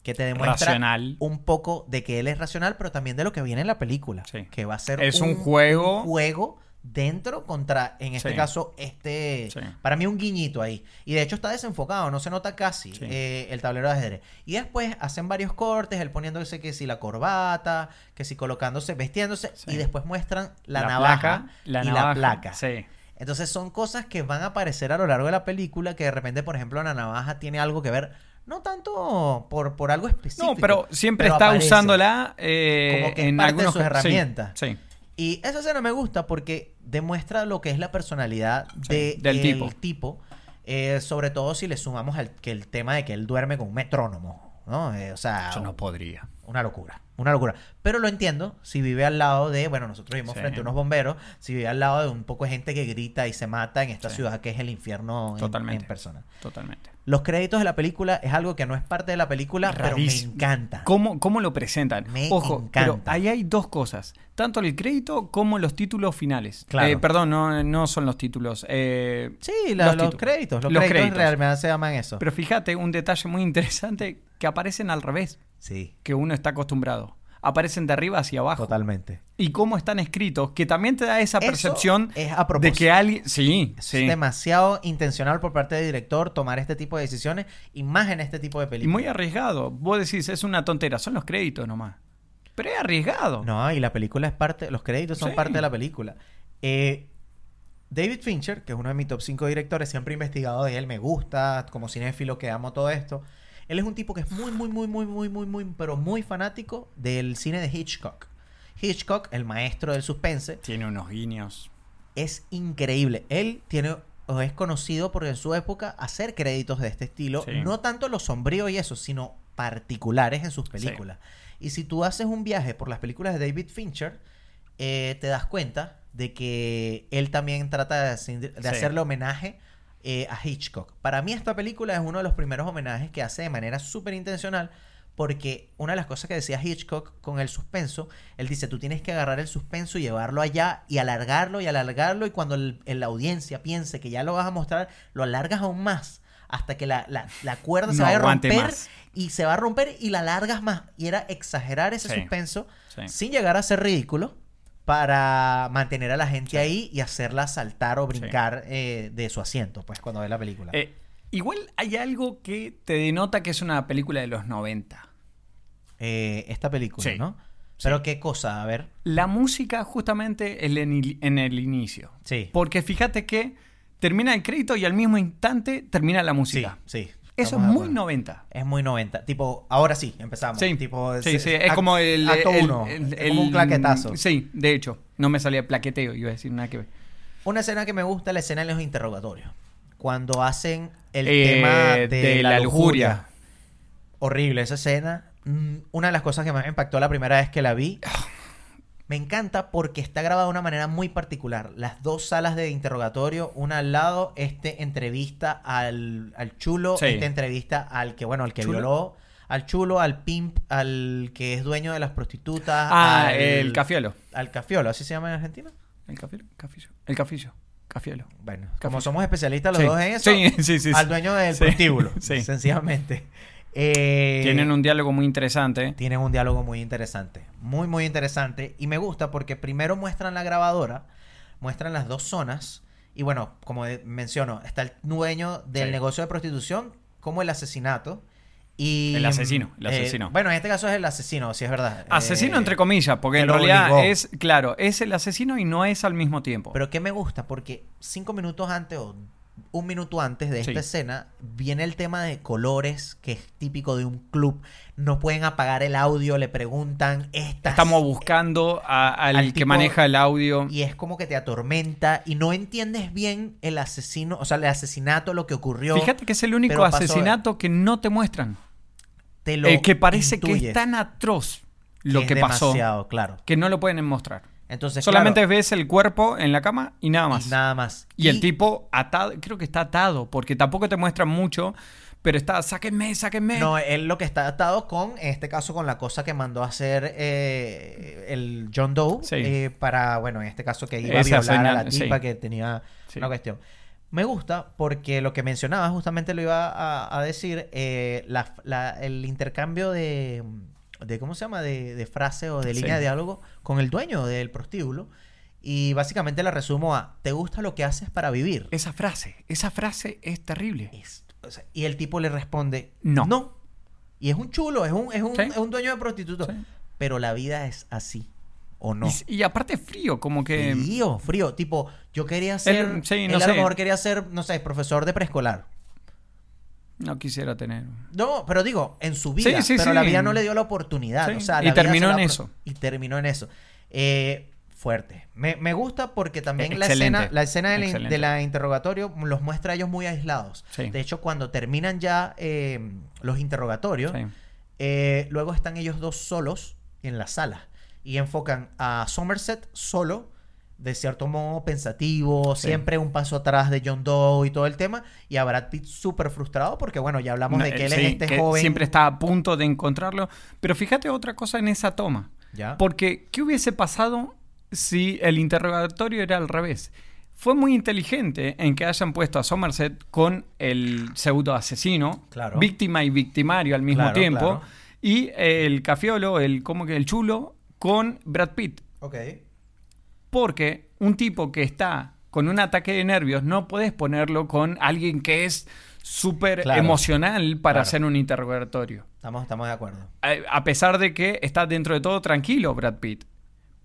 [SPEAKER 9] que te demuestra
[SPEAKER 10] Racional.
[SPEAKER 9] un poco de que él es racional, pero también de lo que viene en la película,
[SPEAKER 10] Sí.
[SPEAKER 9] que va a ser
[SPEAKER 10] Es un juego-
[SPEAKER 9] juego dentro contra en este
[SPEAKER 10] Sí.
[SPEAKER 9] caso este
[SPEAKER 10] Sí.
[SPEAKER 9] para mí un guiñito ahí y de hecho está desenfocado no se nota casi
[SPEAKER 10] Sí.
[SPEAKER 9] eh, el tablero de ajedrez y después hacen varios cortes él poniéndose que si la corbata que si colocándose vestiéndose
[SPEAKER 10] Sí.
[SPEAKER 9] y después muestran la,
[SPEAKER 10] placa,
[SPEAKER 9] navaja
[SPEAKER 10] la
[SPEAKER 9] y
[SPEAKER 10] navaja,
[SPEAKER 9] la placa
[SPEAKER 10] Sí.
[SPEAKER 9] entonces son cosas que van a aparecer a lo largo de la película que de repente, por ejemplo, la navaja tiene algo que ver, no tanto por, por algo específico.
[SPEAKER 10] No, pero siempre
[SPEAKER 9] pero
[SPEAKER 10] está
[SPEAKER 9] aparece.
[SPEAKER 10] usándola eh,
[SPEAKER 9] Como que es
[SPEAKER 10] en
[SPEAKER 9] parte de
[SPEAKER 10] algunos
[SPEAKER 9] sus
[SPEAKER 10] sí,
[SPEAKER 9] herramientas.
[SPEAKER 10] Sí,
[SPEAKER 9] Y esa escena me gusta porque demuestra lo que es la personalidad de
[SPEAKER 10] del
[SPEAKER 9] el
[SPEAKER 10] tipo.
[SPEAKER 9] tipo, eh, sobre todo si le sumamos al, que el tema de que él duerme con un metrónomo, ¿no? Eh, o sea,
[SPEAKER 10] Yo no podría.
[SPEAKER 9] una locura, una locura. Pero lo entiendo, si vive al lado de, bueno, nosotros vivimos
[SPEAKER 10] Sí.
[SPEAKER 9] frente a unos bomberos, si vive al lado de un poco de gente que grita y se mata en esta ciudad que es el infierno en-
[SPEAKER 10] Totalmente.
[SPEAKER 9] en persona.
[SPEAKER 10] Totalmente.
[SPEAKER 9] Los créditos de la película es algo que no es parte de la película,
[SPEAKER 10] Rarísimo.
[SPEAKER 9] pero me encanta.
[SPEAKER 10] ¿Cómo, cómo lo presentan?
[SPEAKER 9] Me
[SPEAKER 10] Ojo, pero
[SPEAKER 9] encanta.
[SPEAKER 10] ahí hay dos cosas. Tanto el crédito como los títulos finales.
[SPEAKER 9] Claro.
[SPEAKER 10] Eh, perdón, no, no son los títulos. eh,
[SPEAKER 9] Sí, la- los,
[SPEAKER 10] títulos.
[SPEAKER 9] créditos, los, créditos, en realidad se llaman eso.
[SPEAKER 10] Pero fíjate, un detalle muy interesante que aparecen al revés
[SPEAKER 9] sí,
[SPEAKER 10] que uno está acostumbrado. Aparecen de arriba hacia abajo.
[SPEAKER 9] totalmente.
[SPEAKER 10] Y cómo están escritos, que también te da esa
[SPEAKER 9] Eso
[SPEAKER 10] percepción
[SPEAKER 9] es a
[SPEAKER 10] de
[SPEAKER 9] propósito.
[SPEAKER 10] que alguien... Sí,
[SPEAKER 9] Es
[SPEAKER 10] sí.
[SPEAKER 9] demasiado intencional por parte del director tomar este tipo de decisiones y más en este tipo de
[SPEAKER 10] Y
[SPEAKER 9] películas.
[SPEAKER 10] muy arriesgado. Vos decís, es una tontera, son los créditos nomás. Pero es arriesgado.
[SPEAKER 9] No, y la película es parte, los créditos son
[SPEAKER 10] Sí.
[SPEAKER 9] parte de la película. Eh, David Fincher, que es uno de mis top 5 directores, siempre he investigado de él, me gusta, como cinéfilo que amo todo esto. Él es un tipo que es muy, muy, muy, muy, muy, muy, muy, pero muy fanático del cine de Hitchcock. Hitchcock, el maestro del suspense,
[SPEAKER 10] Tiene unos guiños.
[SPEAKER 9] es increíble. Él tiene o es conocido por en su época hacer créditos de este estilo,
[SPEAKER 10] Sí.
[SPEAKER 9] no tanto lo sombrío y eso, sino particulares en sus películas. Y si tú haces un viaje por las películas de David Fincher, eh, te das cuenta de que él también trata de, hacer- de
[SPEAKER 10] Sí.
[SPEAKER 9] hacerle homenaje eh, a Hitchcock. Para mí esta película es uno de los primeros homenajes que hace de manera súper intencional porque una de las cosas que decía Hitchcock con el suspenso, él dice, tú tienes que agarrar el suspenso y llevarlo allá y alargarlo y alargarlo y cuando el- el- la audiencia piense que ya lo vas a mostrar, lo alargas aún más hasta que la, la- la cuerda se
[SPEAKER 10] No
[SPEAKER 9] vaya a
[SPEAKER 10] aguante
[SPEAKER 9] romper
[SPEAKER 10] más.
[SPEAKER 9] y se va a romper y la alargas más. Y era exagerar ese
[SPEAKER 10] Sí.
[SPEAKER 9] suspenso
[SPEAKER 10] Sí.
[SPEAKER 9] sin llegar a ser ridículo para mantener a la gente ahí y hacerla saltar o brincar eh, de su asiento, pues cuando ve la película.
[SPEAKER 10] Eh, igual hay algo que te denota que es una película de los 90.
[SPEAKER 9] Eh, esta película,
[SPEAKER 10] sí,
[SPEAKER 9] ¿no? Pero qué cosa, a ver.
[SPEAKER 10] La música justamente es en el- en el inicio.
[SPEAKER 9] Sí.
[SPEAKER 10] Porque fíjate que termina el crédito y al mismo instante termina la
[SPEAKER 9] Sí,
[SPEAKER 10] música.
[SPEAKER 9] sí.
[SPEAKER 10] Eso es
[SPEAKER 9] estamos de
[SPEAKER 10] muy
[SPEAKER 9] acuerdo.
[SPEAKER 10] 90.
[SPEAKER 9] Es muy 90. Tipo, ahora sí, empezamos.
[SPEAKER 10] Sí,
[SPEAKER 9] Tipo,
[SPEAKER 10] sí,
[SPEAKER 9] se-
[SPEAKER 10] sí, es
[SPEAKER 9] act-
[SPEAKER 10] como el...
[SPEAKER 9] Acto
[SPEAKER 10] el-
[SPEAKER 9] uno.
[SPEAKER 10] el-
[SPEAKER 9] es como un
[SPEAKER 10] el-
[SPEAKER 9] claquetazo.
[SPEAKER 10] Sí, de hecho. No me salía plaqueteo, iba a decir nada que ver.
[SPEAKER 9] Una escena que me gusta es la escena en los interrogatorios. Cuando hacen el
[SPEAKER 10] Eh,
[SPEAKER 9] tema de, la, lujuria.
[SPEAKER 10] lujuria.
[SPEAKER 9] Horrible esa escena. Mm, Una de las cosas que más me impactó la primera vez que la vi. Me encanta porque está grabada de una manera muy particular. Las dos salas de interrogatorio, una al lado, este entrevista al, al chulo,
[SPEAKER 10] Sí.
[SPEAKER 9] este entrevista al que, bueno, al que
[SPEAKER 10] ¿Chulo?
[SPEAKER 9] violó, al chulo, al pimp, al que es dueño de las prostitutas.
[SPEAKER 10] Ah,
[SPEAKER 9] al-
[SPEAKER 10] el cafiolo.
[SPEAKER 9] Al cafiolo, ¿así se llama en Argentina?
[SPEAKER 10] El cafiolo, cafillo. El cafillo, cafiolo.
[SPEAKER 9] Bueno,
[SPEAKER 10] Café.
[SPEAKER 9] como somos especialistas los
[SPEAKER 10] Sí.
[SPEAKER 9] dos en eso,
[SPEAKER 10] Sí, sí, sí,
[SPEAKER 9] al
[SPEAKER 10] sí.
[SPEAKER 9] dueño del
[SPEAKER 10] Sí,
[SPEAKER 9] prostíbulo,
[SPEAKER 10] sí.
[SPEAKER 9] sencillamente. Eh,
[SPEAKER 10] Tienen un diálogo muy interesante.
[SPEAKER 9] tienen un diálogo muy interesante, muy, muy interesante. Y me gusta porque primero muestran la grabadora, muestran las dos zonas. Y bueno, como de- menciono, está el dueño del
[SPEAKER 10] Sí.
[SPEAKER 9] negocio de prostitución como el asesinato. Y,
[SPEAKER 10] El asesino, el
[SPEAKER 9] eh,
[SPEAKER 10] asesino.
[SPEAKER 9] bueno, en este caso es el asesino, si es verdad.
[SPEAKER 10] Asesino
[SPEAKER 9] Eh,
[SPEAKER 10] entre comillas, porque
[SPEAKER 9] que
[SPEAKER 10] en
[SPEAKER 9] lo
[SPEAKER 10] realidad
[SPEAKER 9] obligó.
[SPEAKER 10] es, claro, es el asesino y no es al mismo tiempo.
[SPEAKER 9] Pero que me gusta porque cinco minutos antes o un minuto antes de esta
[SPEAKER 10] Sí.
[SPEAKER 9] escena viene el tema de colores que es típico de un club. No pueden apagar el audio, le preguntan estas.
[SPEAKER 10] Estamos buscando a- al,
[SPEAKER 9] al
[SPEAKER 10] que
[SPEAKER 9] tipo-
[SPEAKER 10] maneja el audio.
[SPEAKER 9] Y es como que te atormenta y no entiendes bien el asesino, o sea, el asesinato, lo que ocurrió.
[SPEAKER 10] Fíjate que es el
[SPEAKER 9] pero
[SPEAKER 10] único
[SPEAKER 9] pasó-
[SPEAKER 10] asesinato que no te muestran.
[SPEAKER 9] te lo
[SPEAKER 10] El Eh, que parece que
[SPEAKER 9] intuyes,
[SPEAKER 10] es tan atroz lo
[SPEAKER 9] es
[SPEAKER 10] que, pasó
[SPEAKER 9] demasiado, claro.
[SPEAKER 10] que no lo pueden mostrar.
[SPEAKER 9] Entonces,
[SPEAKER 10] Solamente
[SPEAKER 9] claro,
[SPEAKER 10] ves el cuerpo en la cama y nada más.
[SPEAKER 9] y nada más.
[SPEAKER 10] Y el tipo atado, creo que está atado, porque tampoco te muestran mucho, pero está, sáquenme, sáquenme.
[SPEAKER 9] No, eh. él lo que está atado con, en este caso, con la cosa que mandó a hacer eh, el John Doe
[SPEAKER 10] Sí.
[SPEAKER 9] eh, para, bueno, en este caso que iba
[SPEAKER 10] Esa
[SPEAKER 9] a violar a la
[SPEAKER 10] señal, sí.
[SPEAKER 9] tipa que tenía
[SPEAKER 10] Sí.
[SPEAKER 9] una cuestión. Me gusta porque lo que mencionabas, justamente lo iba a, a decir, eh, la- la- el intercambio de, de, ¿cómo se llama?, de, de frase o de
[SPEAKER 10] Sí.
[SPEAKER 9] línea de diálogo con el dueño del prostíbulo. Y básicamente la resumo a, ¿te gusta lo que haces para vivir?
[SPEAKER 10] Esa frase, esa frase es terrible.
[SPEAKER 9] Es- o sea, y el tipo le responde,
[SPEAKER 10] No.
[SPEAKER 9] Y es un chulo, es un, es un,
[SPEAKER 10] Sí.
[SPEAKER 9] es un dueño de prostituto.
[SPEAKER 10] Sí.
[SPEAKER 9] Pero la vida es así, ¿o no?
[SPEAKER 10] Y, y aparte frío, como que...
[SPEAKER 9] Frío, frío. Tipo, yo quería ser...
[SPEAKER 10] Él, sí,
[SPEAKER 9] él
[SPEAKER 10] no
[SPEAKER 9] a lo
[SPEAKER 10] sé.
[SPEAKER 9] mejor quería ser, no sé, profesor de preescolar.
[SPEAKER 10] No quisiera tener...
[SPEAKER 9] No, pero digo, en su vida.
[SPEAKER 10] Sí, sí,
[SPEAKER 9] pero
[SPEAKER 10] sí.
[SPEAKER 9] la vida no le dio la oportunidad.
[SPEAKER 10] Sí,
[SPEAKER 9] O sea,
[SPEAKER 10] y
[SPEAKER 9] la vida
[SPEAKER 10] terminó
[SPEAKER 9] se la
[SPEAKER 10] en
[SPEAKER 9] pro-
[SPEAKER 10] eso.
[SPEAKER 9] Y terminó en eso. Eh, fuerte. Me, me gusta porque también la
[SPEAKER 10] Excelente.
[SPEAKER 9] escena, la escena del, in- de
[SPEAKER 10] Excelente.
[SPEAKER 9] la interrogatorio los muestra a ellos muy aislados.
[SPEAKER 10] Sí.
[SPEAKER 9] De hecho, cuando terminan ya eh, los interrogatorios,
[SPEAKER 10] Sí.
[SPEAKER 9] eh, luego están ellos dos solos en la sala y enfocan a Somerset solo, de cierto modo pensativo,
[SPEAKER 10] Sí.
[SPEAKER 9] siempre un paso atrás de John Doe y todo el tema, y a Brad Pitt súper frustrado porque, bueno, ya hablamos de
[SPEAKER 10] No,
[SPEAKER 9] que él
[SPEAKER 10] sí,
[SPEAKER 9] es este
[SPEAKER 10] que
[SPEAKER 9] joven.
[SPEAKER 10] Siempre está a punto de encontrarlo. Pero fíjate otra cosa en esa toma.
[SPEAKER 9] Ya.
[SPEAKER 10] Porque, ¿qué hubiese pasado si el interrogatorio era al revés? Fue muy inteligente en que hayan puesto a Somerset con el pseudo asesino,
[SPEAKER 9] Claro.
[SPEAKER 10] víctima y victimario al mismo
[SPEAKER 9] Claro,
[SPEAKER 10] tiempo,
[SPEAKER 9] claro.
[SPEAKER 10] y el cafiolo, el como que el chulo, con Brad Pitt.
[SPEAKER 9] Ok.
[SPEAKER 10] Porque un tipo que está con un ataque de nervios no puedes ponerlo con alguien que es súper
[SPEAKER 9] Claro.
[SPEAKER 10] emocional para
[SPEAKER 9] Claro.
[SPEAKER 10] hacer un interrogatorio.
[SPEAKER 9] Estamos, estamos de acuerdo.
[SPEAKER 10] A- A pesar de que está dentro de todo tranquilo Brad Pitt.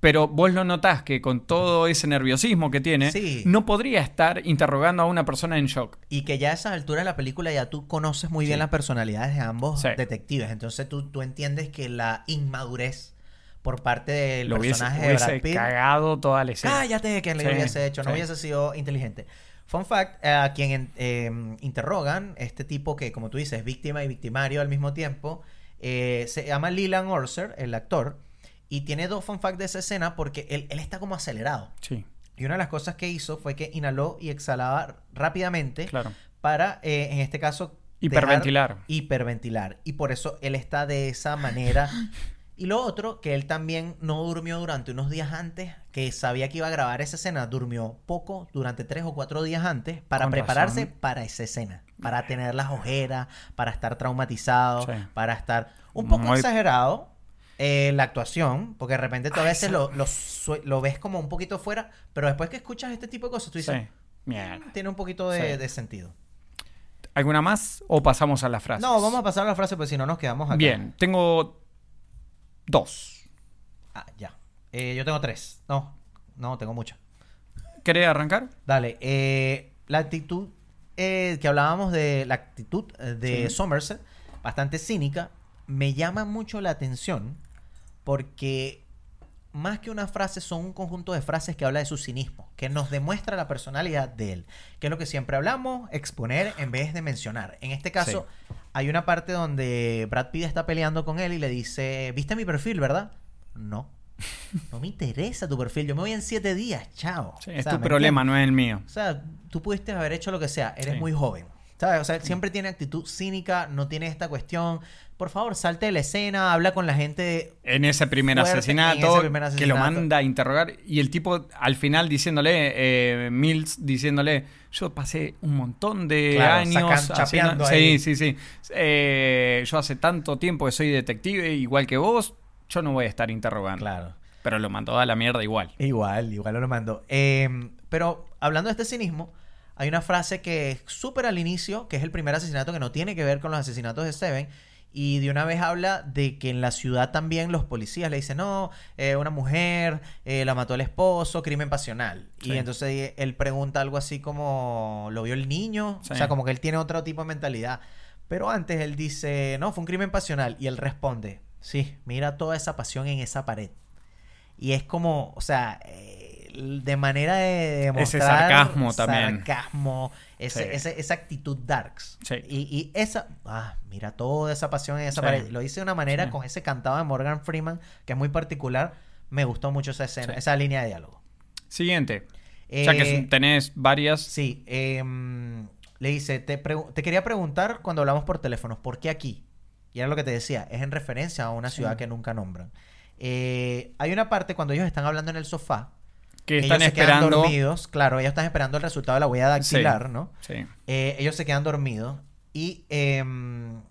[SPEAKER 10] Pero vos lo notás que con todo ese nerviosismo que tiene,
[SPEAKER 9] Sí.
[SPEAKER 10] no podría estar interrogando a una persona en shock.
[SPEAKER 9] Y que ya a esas alturas de la película ya tú conoces muy bien las personalidades de ambos
[SPEAKER 10] Sí.
[SPEAKER 9] detectives. Entonces tú, tú entiendes que la inmadurez por parte del
[SPEAKER 10] Lo hubiese,
[SPEAKER 9] personaje
[SPEAKER 10] hubiese
[SPEAKER 9] de Brad Pitt.
[SPEAKER 10] cagado toda la escena.
[SPEAKER 9] Cállate, que le
[SPEAKER 10] Sí,
[SPEAKER 9] hubiese hecho, no
[SPEAKER 10] sí.
[SPEAKER 9] hubiese sido inteligente. Fun fact, eh, a quien en- eh, interrogan, este tipo que, como tú dices, es víctima y victimario al mismo tiempo, eh, se llama Leland Orser, el actor, y tiene dos fun facts de esa escena porque él, él está como acelerado.
[SPEAKER 10] Sí,
[SPEAKER 9] Y una de las cosas que hizo fue que inhaló y exhalaba rápidamente
[SPEAKER 10] claro.
[SPEAKER 9] para, eh, en este caso... dejar-
[SPEAKER 10] Hiperventilar.
[SPEAKER 9] Hiperventilar. Y por eso él está de esa manera. Y lo otro, que él también no durmió durante unos días antes, que sabía que iba a grabar esa escena, durmió poco, durante tres o cuatro días antes, para
[SPEAKER 10] Con
[SPEAKER 9] prepararse
[SPEAKER 10] razón.
[SPEAKER 9] para esa escena, para tener las ojeras, para estar traumatizado,
[SPEAKER 10] Sí.
[SPEAKER 9] para estar un poco
[SPEAKER 10] Muy-
[SPEAKER 9] exagerado eh, la actuación, porque de repente tú a veces lo, lo sue- lo ves como un poquito fuera, pero después que escuchas este tipo de cosas, tú
[SPEAKER 10] Sí.
[SPEAKER 9] dices,
[SPEAKER 10] Mierda.
[SPEAKER 9] tiene un poquito de,
[SPEAKER 10] Sí.
[SPEAKER 9] de sentido.
[SPEAKER 10] ¿Alguna más o pasamos a las frases?
[SPEAKER 9] No, vamos a pasar a la frase, porque si no nos quedamos acá.
[SPEAKER 10] Bien, tengo dos.
[SPEAKER 9] Ah, ya. Eh, yo tengo tres. No, no, tengo muchas.
[SPEAKER 10] ¿Querés arrancar?
[SPEAKER 9] Dale, eh, la actitud eh, que hablábamos de la actitud eh, de Somerset, bastante cínica, me llama mucho la atención porque más que una frase son un conjunto de frases que habla de su cinismo, que nos demuestra la personalidad de él, que es lo que siempre hablamos, exponer en vez de mencionar. En este caso, hay una parte donde Brad Pitt está peleando con él y le dice, ¿viste mi perfil, verdad? No. No me interesa tu perfil, yo me voy en siete días, chao.
[SPEAKER 10] Sí,
[SPEAKER 9] O
[SPEAKER 10] es
[SPEAKER 9] sea,
[SPEAKER 10] tu
[SPEAKER 9] ¿me
[SPEAKER 10] problema, no es el mío.
[SPEAKER 9] o sea, tú pudiste haber hecho lo que sea, eres
[SPEAKER 10] Sí.
[SPEAKER 9] muy joven. ¿Sabes? O sea, siempre tiene actitud cínica, no tiene esta cuestión. Por favor, salte de la escena, habla con la gente.
[SPEAKER 10] En ese primer
[SPEAKER 9] Fuerte,
[SPEAKER 10] asesinato,
[SPEAKER 9] en ese primer
[SPEAKER 10] que lo
[SPEAKER 9] asesinato.
[SPEAKER 10] manda a interrogar y el tipo al final diciéndole, eh, Mills diciéndole, yo pasé un montón de
[SPEAKER 9] Claro,
[SPEAKER 10] años
[SPEAKER 9] sacan- chapeando
[SPEAKER 10] sí,
[SPEAKER 9] ahí.
[SPEAKER 10] sí, sí. Eh, yo hace tanto tiempo que soy detective, igual que vos, yo no voy a estar interrogando.
[SPEAKER 9] Claro.
[SPEAKER 10] Pero lo mandó a la mierda igual.
[SPEAKER 9] Igual, igual lo mando. Eh, pero hablando de este cinismo, hay una frase que es súper al inicio, que es el primer asesinato que no tiene que ver con los asesinatos de Seven. Y de una vez habla de que en la ciudad también los policías le dicen, no, eh, una mujer, eh, la mató el esposo, crimen pasional.
[SPEAKER 10] Sí.
[SPEAKER 9] Y entonces él pregunta algo así como, ¿lo vio el niño?
[SPEAKER 10] Sí.
[SPEAKER 9] O sea, como que él tiene otro tipo de mentalidad. Pero antes él dice, no, fue un crimen pasional. Y él responde, sí, mira toda esa pasión en esa pared. Y es como, o sea, eh, de manera de demostrar...
[SPEAKER 10] Ese sarcasmo también.
[SPEAKER 9] Sarcasmo, ese-
[SPEAKER 10] Sí.
[SPEAKER 9] ese- esa actitud darks.
[SPEAKER 10] Sí.
[SPEAKER 9] Y, y esa... Ah, mira toda esa pasión en esa
[SPEAKER 10] Sí.
[SPEAKER 9] pared. Lo hice de una manera
[SPEAKER 10] Sí.
[SPEAKER 9] con ese cantado de Morgan Freeman, que es muy particular. Me gustó mucho esa escena,
[SPEAKER 10] Sí.
[SPEAKER 9] esa línea de diálogo.
[SPEAKER 10] Siguiente. ya que
[SPEAKER 9] Eh,
[SPEAKER 10] tenés varias.
[SPEAKER 9] Sí, em, le dice, te, pregu- te quería preguntar cuando hablamos por teléfonos, ¿por qué aquí? Y era lo que te decía, es en referencia a una ciudad que nunca nombran. Eh, hay una parte cuando ellos están hablando en el sofá,
[SPEAKER 10] que
[SPEAKER 9] ellos
[SPEAKER 10] están
[SPEAKER 9] se quedan
[SPEAKER 10] esperando.
[SPEAKER 9] dormidos, claro, ellos están esperando el resultado de la huella
[SPEAKER 10] Sí,
[SPEAKER 9] dactilar, ¿no?
[SPEAKER 10] sí.
[SPEAKER 9] Eh, ellos se quedan dormidos y em,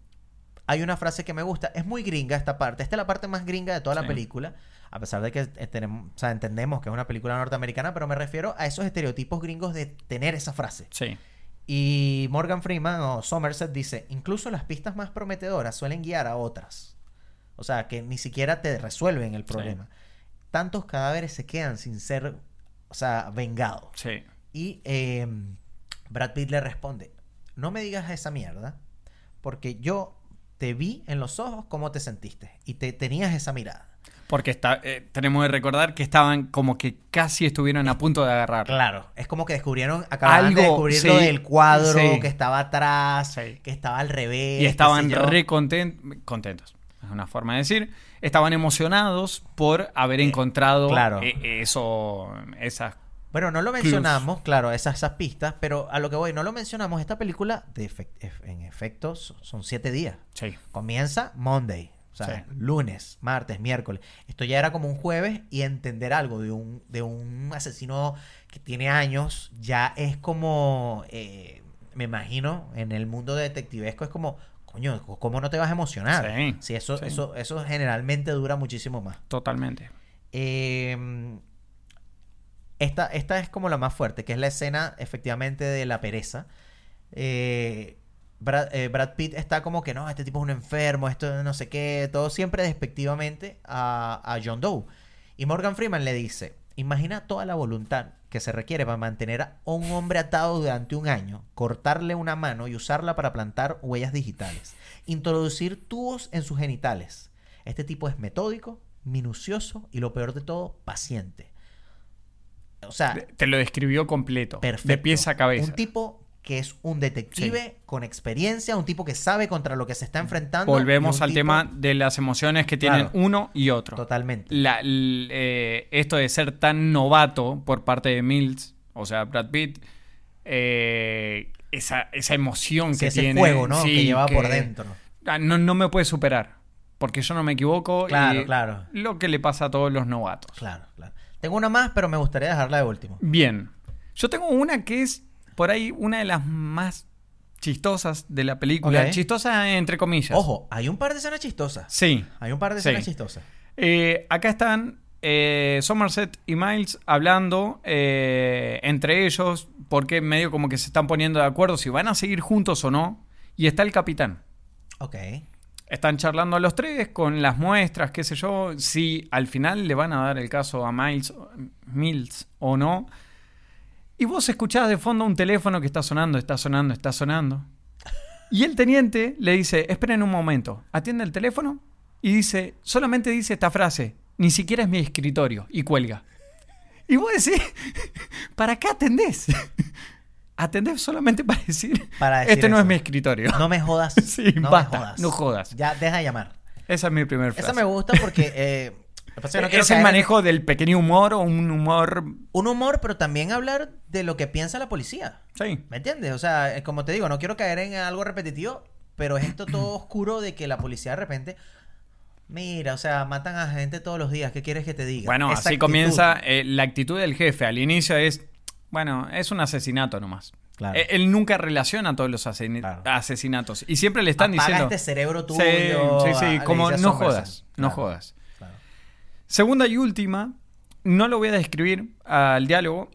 [SPEAKER 9] hay una frase que me gusta, es muy gringa esta parte, esta es la parte más gringa de toda la
[SPEAKER 10] Sí.
[SPEAKER 9] película, a pesar de que eh, tenemos, o sea, entendemos que es una película norteamericana, pero me refiero a esos estereotipos gringos de tener esa frase.
[SPEAKER 10] Sí.
[SPEAKER 9] Y Morgan Freeman o Somerset dice, incluso las pistas más prometedoras suelen guiar a otras. O sea, que ni siquiera te resuelven el problema. Tantos cadáveres se quedan sin ser, o sea, vengados.
[SPEAKER 10] Sí.
[SPEAKER 9] Y eh, Brad Pitt le responde, no me digas esa mierda, porque yo te vi en los ojos cómo te sentiste y te tenías esa mirada.
[SPEAKER 10] Porque está, eh, tenemos que recordar que estaban como que casi estuvieron a punto de agarrar.
[SPEAKER 9] Claro, es como que descubrieron, acababan de
[SPEAKER 10] Algo,
[SPEAKER 9] descubrir
[SPEAKER 10] sí,
[SPEAKER 9] lo del cuadro
[SPEAKER 10] sí.
[SPEAKER 9] que estaba atrás,
[SPEAKER 10] Sí.
[SPEAKER 9] que estaba al revés.
[SPEAKER 10] Y
[SPEAKER 9] qué
[SPEAKER 10] estaban
[SPEAKER 9] sé yo.
[SPEAKER 10] re conten- contentos. Es una forma de decir. Estaban emocionados por haber encontrado
[SPEAKER 9] Eh, claro.
[SPEAKER 10] eh, eso, esas.
[SPEAKER 9] Bueno, no lo mencionamos, claro, esas, esas pistas, pero a lo que voy, no lo mencionamos. Esta película, de efec- ef- en efecto, so- son siete días.
[SPEAKER 10] Sí.
[SPEAKER 9] Comienza Monday, o sea,
[SPEAKER 10] Sí.
[SPEAKER 9] lunes, martes, miércoles. Esto ya era como un jueves y entender algo de un, de un asesino que tiene años ya es como, eh, me imagino, en el mundo detectivesco es como, coño, ¿cómo no te vas a emocionar?
[SPEAKER 10] Sí,
[SPEAKER 9] Sí, eso,
[SPEAKER 10] sí.
[SPEAKER 9] Eso, eso generalmente dura muchísimo más.
[SPEAKER 10] Totalmente.
[SPEAKER 9] Eh, esta, esta es como la más fuerte, que es la escena efectivamente de la pereza. Eh, Brad, eh, Brad Pitt está como que no, este tipo es un enfermo, esto no sé qué, todo siempre despectivamente a, a John Doe. Y Morgan Freeman le dice, imagina toda la voluntad que se requiere para mantener a un hombre atado durante un año, cortarle una mano y usarla para plantar huellas digitales, introducir tubos en sus genitales. Este tipo es metódico, minucioso y lo peor de todo, paciente. O sea,
[SPEAKER 10] Te lo describió completo.
[SPEAKER 9] perfecto.
[SPEAKER 10] De pieza a cabeza.
[SPEAKER 9] Un tipo que es un detective con experiencia, un tipo que sabe contra lo que se está enfrentando. y
[SPEAKER 10] Volvemos
[SPEAKER 9] un
[SPEAKER 10] al
[SPEAKER 9] tipo-
[SPEAKER 10] tema de las emociones que tienen
[SPEAKER 9] Claro.
[SPEAKER 10] uno y otro.
[SPEAKER 9] Totalmente.
[SPEAKER 10] La- l- eh, esto de ser tan novato por parte de Mills, o sea, Brad Pitt, eh, esa, esa emoción
[SPEAKER 9] Sí,
[SPEAKER 10] que
[SPEAKER 9] ese
[SPEAKER 10] tiene.
[SPEAKER 9] fuego, ¿no?
[SPEAKER 10] sí,
[SPEAKER 9] que lleva por
[SPEAKER 10] que-
[SPEAKER 9] dentro.
[SPEAKER 10] Ah, No, no me puede superar, porque yo no me equivoco.
[SPEAKER 9] Claro,
[SPEAKER 10] y
[SPEAKER 9] claro.
[SPEAKER 10] Lo que le pasa a todos los novatos.
[SPEAKER 9] Claro, claro. Tengo una más, pero me gustaría dejarla de último.
[SPEAKER 10] Bien. Yo tengo una que es por ahí una de las más chistosas de la película.
[SPEAKER 9] Ok.
[SPEAKER 10] Chistosa entre comillas.
[SPEAKER 9] Ojo, hay un par de escenas chistosas.
[SPEAKER 10] Sí.
[SPEAKER 9] Hay un par de
[SPEAKER 10] Sí.
[SPEAKER 9] escenas chistosas.
[SPEAKER 10] Eh, acá están eh, Somerset y Miles hablando eh, entre ellos porque medio como que se están poniendo de acuerdo si van a seguir juntos o no. Y está el capitán.
[SPEAKER 9] Ok.
[SPEAKER 10] Están charlando a los tres con las muestras, qué sé yo, si al final le van a dar el caso a Miles, Mills o no. Y vos escuchás de fondo un teléfono que está sonando, está sonando, está sonando. Y el teniente le dice, esperen un momento, atiende el teléfono y dice, solamente dice esta frase, ni siquiera es mi escritorio, y cuelga. Y vos decís, ¿para qué atendés? Atendés solamente para decir,
[SPEAKER 9] Para decir
[SPEAKER 10] este no
[SPEAKER 9] eso.
[SPEAKER 10] es mi escritorio.
[SPEAKER 9] No me jodas.
[SPEAKER 10] Sí,
[SPEAKER 9] no
[SPEAKER 10] basta,
[SPEAKER 9] me jodas.
[SPEAKER 10] no jodas.
[SPEAKER 9] Ya, deja de llamar.
[SPEAKER 10] Esa es mi primera frase.
[SPEAKER 9] Esa me gusta porque... eh, lo que pasa es que no quiero
[SPEAKER 10] es el
[SPEAKER 9] caer en-
[SPEAKER 10] manejo del pequeño humor o un humor.
[SPEAKER 9] Un humor, pero también hablar de lo que piensa la policía.
[SPEAKER 10] Sí.
[SPEAKER 9] ¿Me entiendes? O sea, eh, como te digo, no quiero caer en algo repetitivo, pero es esto todo oscuro de que la policía de repente... Mira, o sea, matan a gente todos los días. ¿Qué quieres que te diga?
[SPEAKER 10] Bueno,
[SPEAKER 9] Esa
[SPEAKER 10] así
[SPEAKER 9] actitud.
[SPEAKER 10] comienza eh, la actitud del jefe. Al inicio es, bueno, es un asesinato nomás.
[SPEAKER 9] Claro.
[SPEAKER 10] Eh, Él nunca relaciona todos los asesini-
[SPEAKER 9] Claro.
[SPEAKER 10] asesinatos. Y siempre le están
[SPEAKER 9] Apaga
[SPEAKER 10] diciendo.
[SPEAKER 9] este cerebro
[SPEAKER 10] Sí,
[SPEAKER 9] tuyo.
[SPEAKER 10] Sí,
[SPEAKER 9] ah,
[SPEAKER 10] sí,
[SPEAKER 9] le
[SPEAKER 10] como
[SPEAKER 9] dice a
[SPEAKER 10] no
[SPEAKER 9] Somerset.
[SPEAKER 10] jodas, no
[SPEAKER 9] Claro,
[SPEAKER 10] jodas.
[SPEAKER 9] claro.
[SPEAKER 10] Segunda y última, no lo voy a describir al diálogo,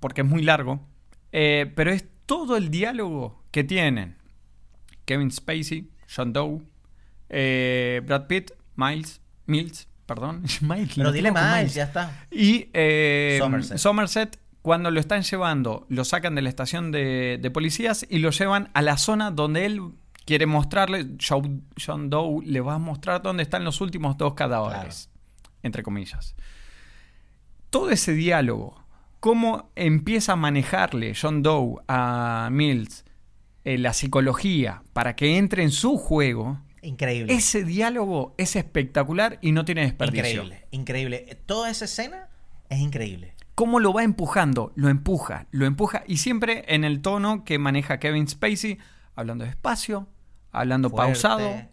[SPEAKER 10] porque es muy largo, eh, pero es todo el diálogo que tienen Kevin Spacey, John Doe, eh, Brad Pitt, Miles, Mills, perdón, Miles.
[SPEAKER 9] Pero
[SPEAKER 10] lo
[SPEAKER 9] dile
[SPEAKER 10] tengo con
[SPEAKER 9] más, ya está.
[SPEAKER 10] y eh,
[SPEAKER 9] Somerset.
[SPEAKER 10] Somerset. cuando lo están llevando, lo sacan de la estación de, de policías y lo llevan a la zona donde él quiere mostrarle, John, John Doe le va a mostrar dónde están los últimos dos cadáveres, entre comillas. Todo ese diálogo, cómo empieza a manejarle John Doe a Mills eh, la psicología para que entre en su juego,
[SPEAKER 9] Increíble.
[SPEAKER 10] ese diálogo es espectacular y no tiene desperdicio.
[SPEAKER 9] Increíble, increíble. Eh, Toda esa escena es increíble.
[SPEAKER 10] cómo lo va empujando, lo empuja, lo empuja y siempre en el tono que maneja Kevin Spacey, hablando despacio, hablando
[SPEAKER 9] Fuerte,
[SPEAKER 10] pausado.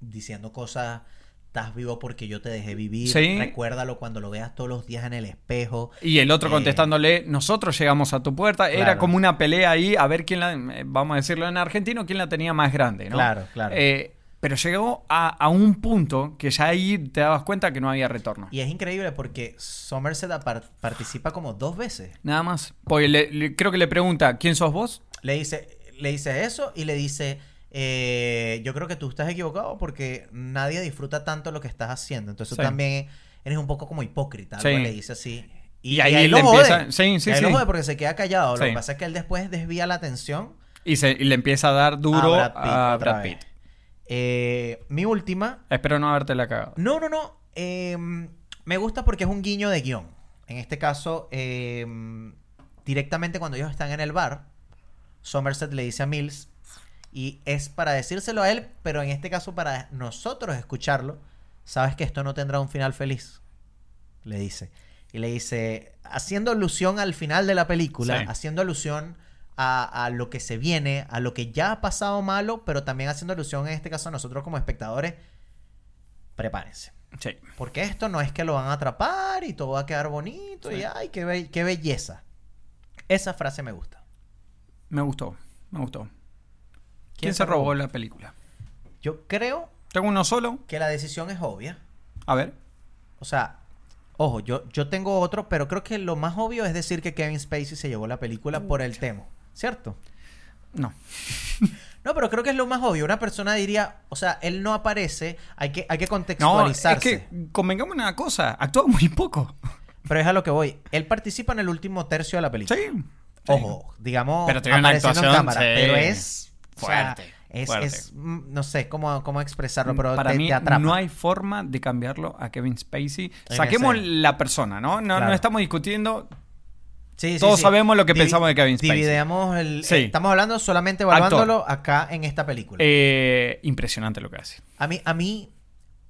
[SPEAKER 9] Diciendo cosas. Estás vivo porque yo te dejé vivir.
[SPEAKER 10] Sí.
[SPEAKER 9] Recuérdalo cuando lo veas todos los días en el espejo.
[SPEAKER 10] Y el otro
[SPEAKER 9] Eh,
[SPEAKER 10] contestándole, nosotros llegamos a tu puerta. Era
[SPEAKER 9] Claro.
[SPEAKER 10] como una pelea ahí, a ver quién la, eh, vamos a decirlo en argentino, quién la tenía más grande, ¿no?
[SPEAKER 9] Claro, claro.
[SPEAKER 10] Eh, pero llegó a, a un punto que ya ahí te dabas cuenta que no había retorno.
[SPEAKER 9] Y es increíble porque Somerset apar- participa como dos veces.
[SPEAKER 10] Nada más. Porque le- le- creo que le pregunta, ¿quién sos vos?
[SPEAKER 9] Le dice, le dice eso y le dice. eh, yo creo que tú estás equivocado porque nadie disfruta tanto lo que estás haciendo. Entonces tú
[SPEAKER 10] Sí.
[SPEAKER 9] también eres un poco como hipócrita.
[SPEAKER 10] Sí.
[SPEAKER 9] algo le dice así.
[SPEAKER 10] Y ahí
[SPEAKER 9] él lo
[SPEAKER 10] le
[SPEAKER 9] jode.
[SPEAKER 10] empieza- sí, sí,
[SPEAKER 9] Y ahí lo
[SPEAKER 10] sí.
[SPEAKER 9] jode porque se queda callado. Lo
[SPEAKER 10] Sí.
[SPEAKER 9] que pasa es que él después desvía la atención
[SPEAKER 10] Y, se- y le empieza a dar duro
[SPEAKER 9] a Brad Pitt.
[SPEAKER 10] a
[SPEAKER 9] otra
[SPEAKER 10] Brad
[SPEAKER 9] vez.
[SPEAKER 10] Pitt.
[SPEAKER 9] Eh, mi última.
[SPEAKER 10] Espero no haberte la cagado.
[SPEAKER 9] No, no, no. eh, me gusta porque es un guiño de guión. En este caso, eh, directamente cuando ellos están en el bar, Somerset le dice a Mills. Y es para decírselo a él, pero en este caso para nosotros escucharlo. Sabes que esto no tendrá un final feliz. Le dice. Y le dice, haciendo alusión al final de la película,
[SPEAKER 10] Sí.
[SPEAKER 9] haciendo alusión a, a lo que se viene, a lo que ya ha pasado malo, pero también haciendo alusión en este caso a nosotros como espectadores, prepárense.
[SPEAKER 10] Sí.
[SPEAKER 9] Porque esto no es que lo van a atrapar y todo va a quedar bonito y ay, qué, be- qué belleza. Esa frase me gusta.
[SPEAKER 10] Me gustó, me gustó. ¿Quién, se robó la película?
[SPEAKER 9] Yo creo
[SPEAKER 10] Tengo uno solo.
[SPEAKER 9] que la decisión es obvia.
[SPEAKER 10] A ver.
[SPEAKER 9] O sea, ojo, yo, yo tengo otro, pero creo que lo más obvio es decir que Kevin Spacey se llevó la película por el tema, ¿cierto?
[SPEAKER 10] No.
[SPEAKER 9] No, pero creo que es lo más obvio. Una persona diría, o sea, él no aparece, hay que, hay que
[SPEAKER 10] No, es
[SPEAKER 9] contextualizarse.
[SPEAKER 10] que convengamos una cosa. Actúa muy poco.
[SPEAKER 9] Pero es a lo que voy. Él participa en el último tercio de la película.
[SPEAKER 10] Sí.
[SPEAKER 9] Ojo, digamos,
[SPEAKER 10] Pero tiene una
[SPEAKER 9] apareciendo en
[SPEAKER 10] actuación,
[SPEAKER 9] cámara,
[SPEAKER 10] sí,
[SPEAKER 9] pero es o sea,
[SPEAKER 10] fuerte.
[SPEAKER 9] Es,
[SPEAKER 10] Fuerte.
[SPEAKER 9] es, mm, no sé cómo, cómo expresarlo, pero
[SPEAKER 10] Para
[SPEAKER 9] te,
[SPEAKER 10] mí
[SPEAKER 9] te atrapa.
[SPEAKER 10] no hay forma de cambiarlo a Kevin Spacey.
[SPEAKER 9] En
[SPEAKER 10] Saquemos
[SPEAKER 9] ese-
[SPEAKER 10] la persona, ¿no? No,
[SPEAKER 9] Claro.
[SPEAKER 10] no estamos discutiendo.
[SPEAKER 9] Sí, sí,
[SPEAKER 10] todos
[SPEAKER 9] sí.
[SPEAKER 10] sabemos lo que
[SPEAKER 9] Divi-
[SPEAKER 10] pensamos de Kevin Spacey.
[SPEAKER 9] Dividamos el...
[SPEAKER 10] Sí.
[SPEAKER 9] Estamos hablando solamente evaluándolo acá en esta película.
[SPEAKER 10] eh, impresionante lo que hace.
[SPEAKER 9] A mí, a mí,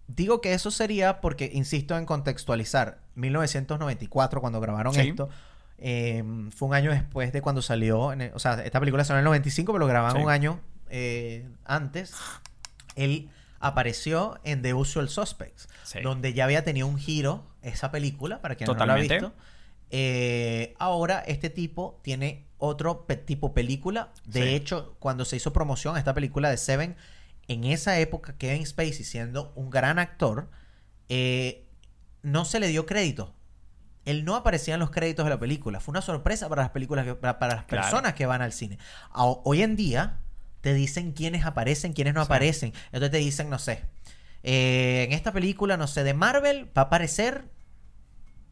[SPEAKER 9] digo que eso sería porque, insisto en contextualizar, 1994, cuando grabaron
[SPEAKER 10] Sí.
[SPEAKER 9] esto, eh, fue un año después de cuando salió, en el- o sea, esta película salió en el 95, pero lo grabaron
[SPEAKER 10] Sí.
[SPEAKER 9] un año eh, antes. Él apareció en The Usual Suspects,
[SPEAKER 10] Sí.
[SPEAKER 9] donde ya había tenido un giro esa película, para quien no la
[SPEAKER 10] Totalmente.
[SPEAKER 9] ha visto. Eh, ahora este tipo tiene otro pe- tipo película. De
[SPEAKER 10] Sí.
[SPEAKER 9] hecho, cuando se hizo promoción a esta película de Seven, en esa época Kevin Spacey siendo un gran actor, eh, no se le dio crédito. Él no aparecía en los créditos de la película. Fue una sorpresa para las películas, que- para, para las
[SPEAKER 10] Claro.
[SPEAKER 9] personas que van al cine. A- hoy en día te dicen quiénes aparecen, quiénes no aparecen. Entonces te dicen, no sé, eh, en esta película, no sé, de Marvel va a aparecer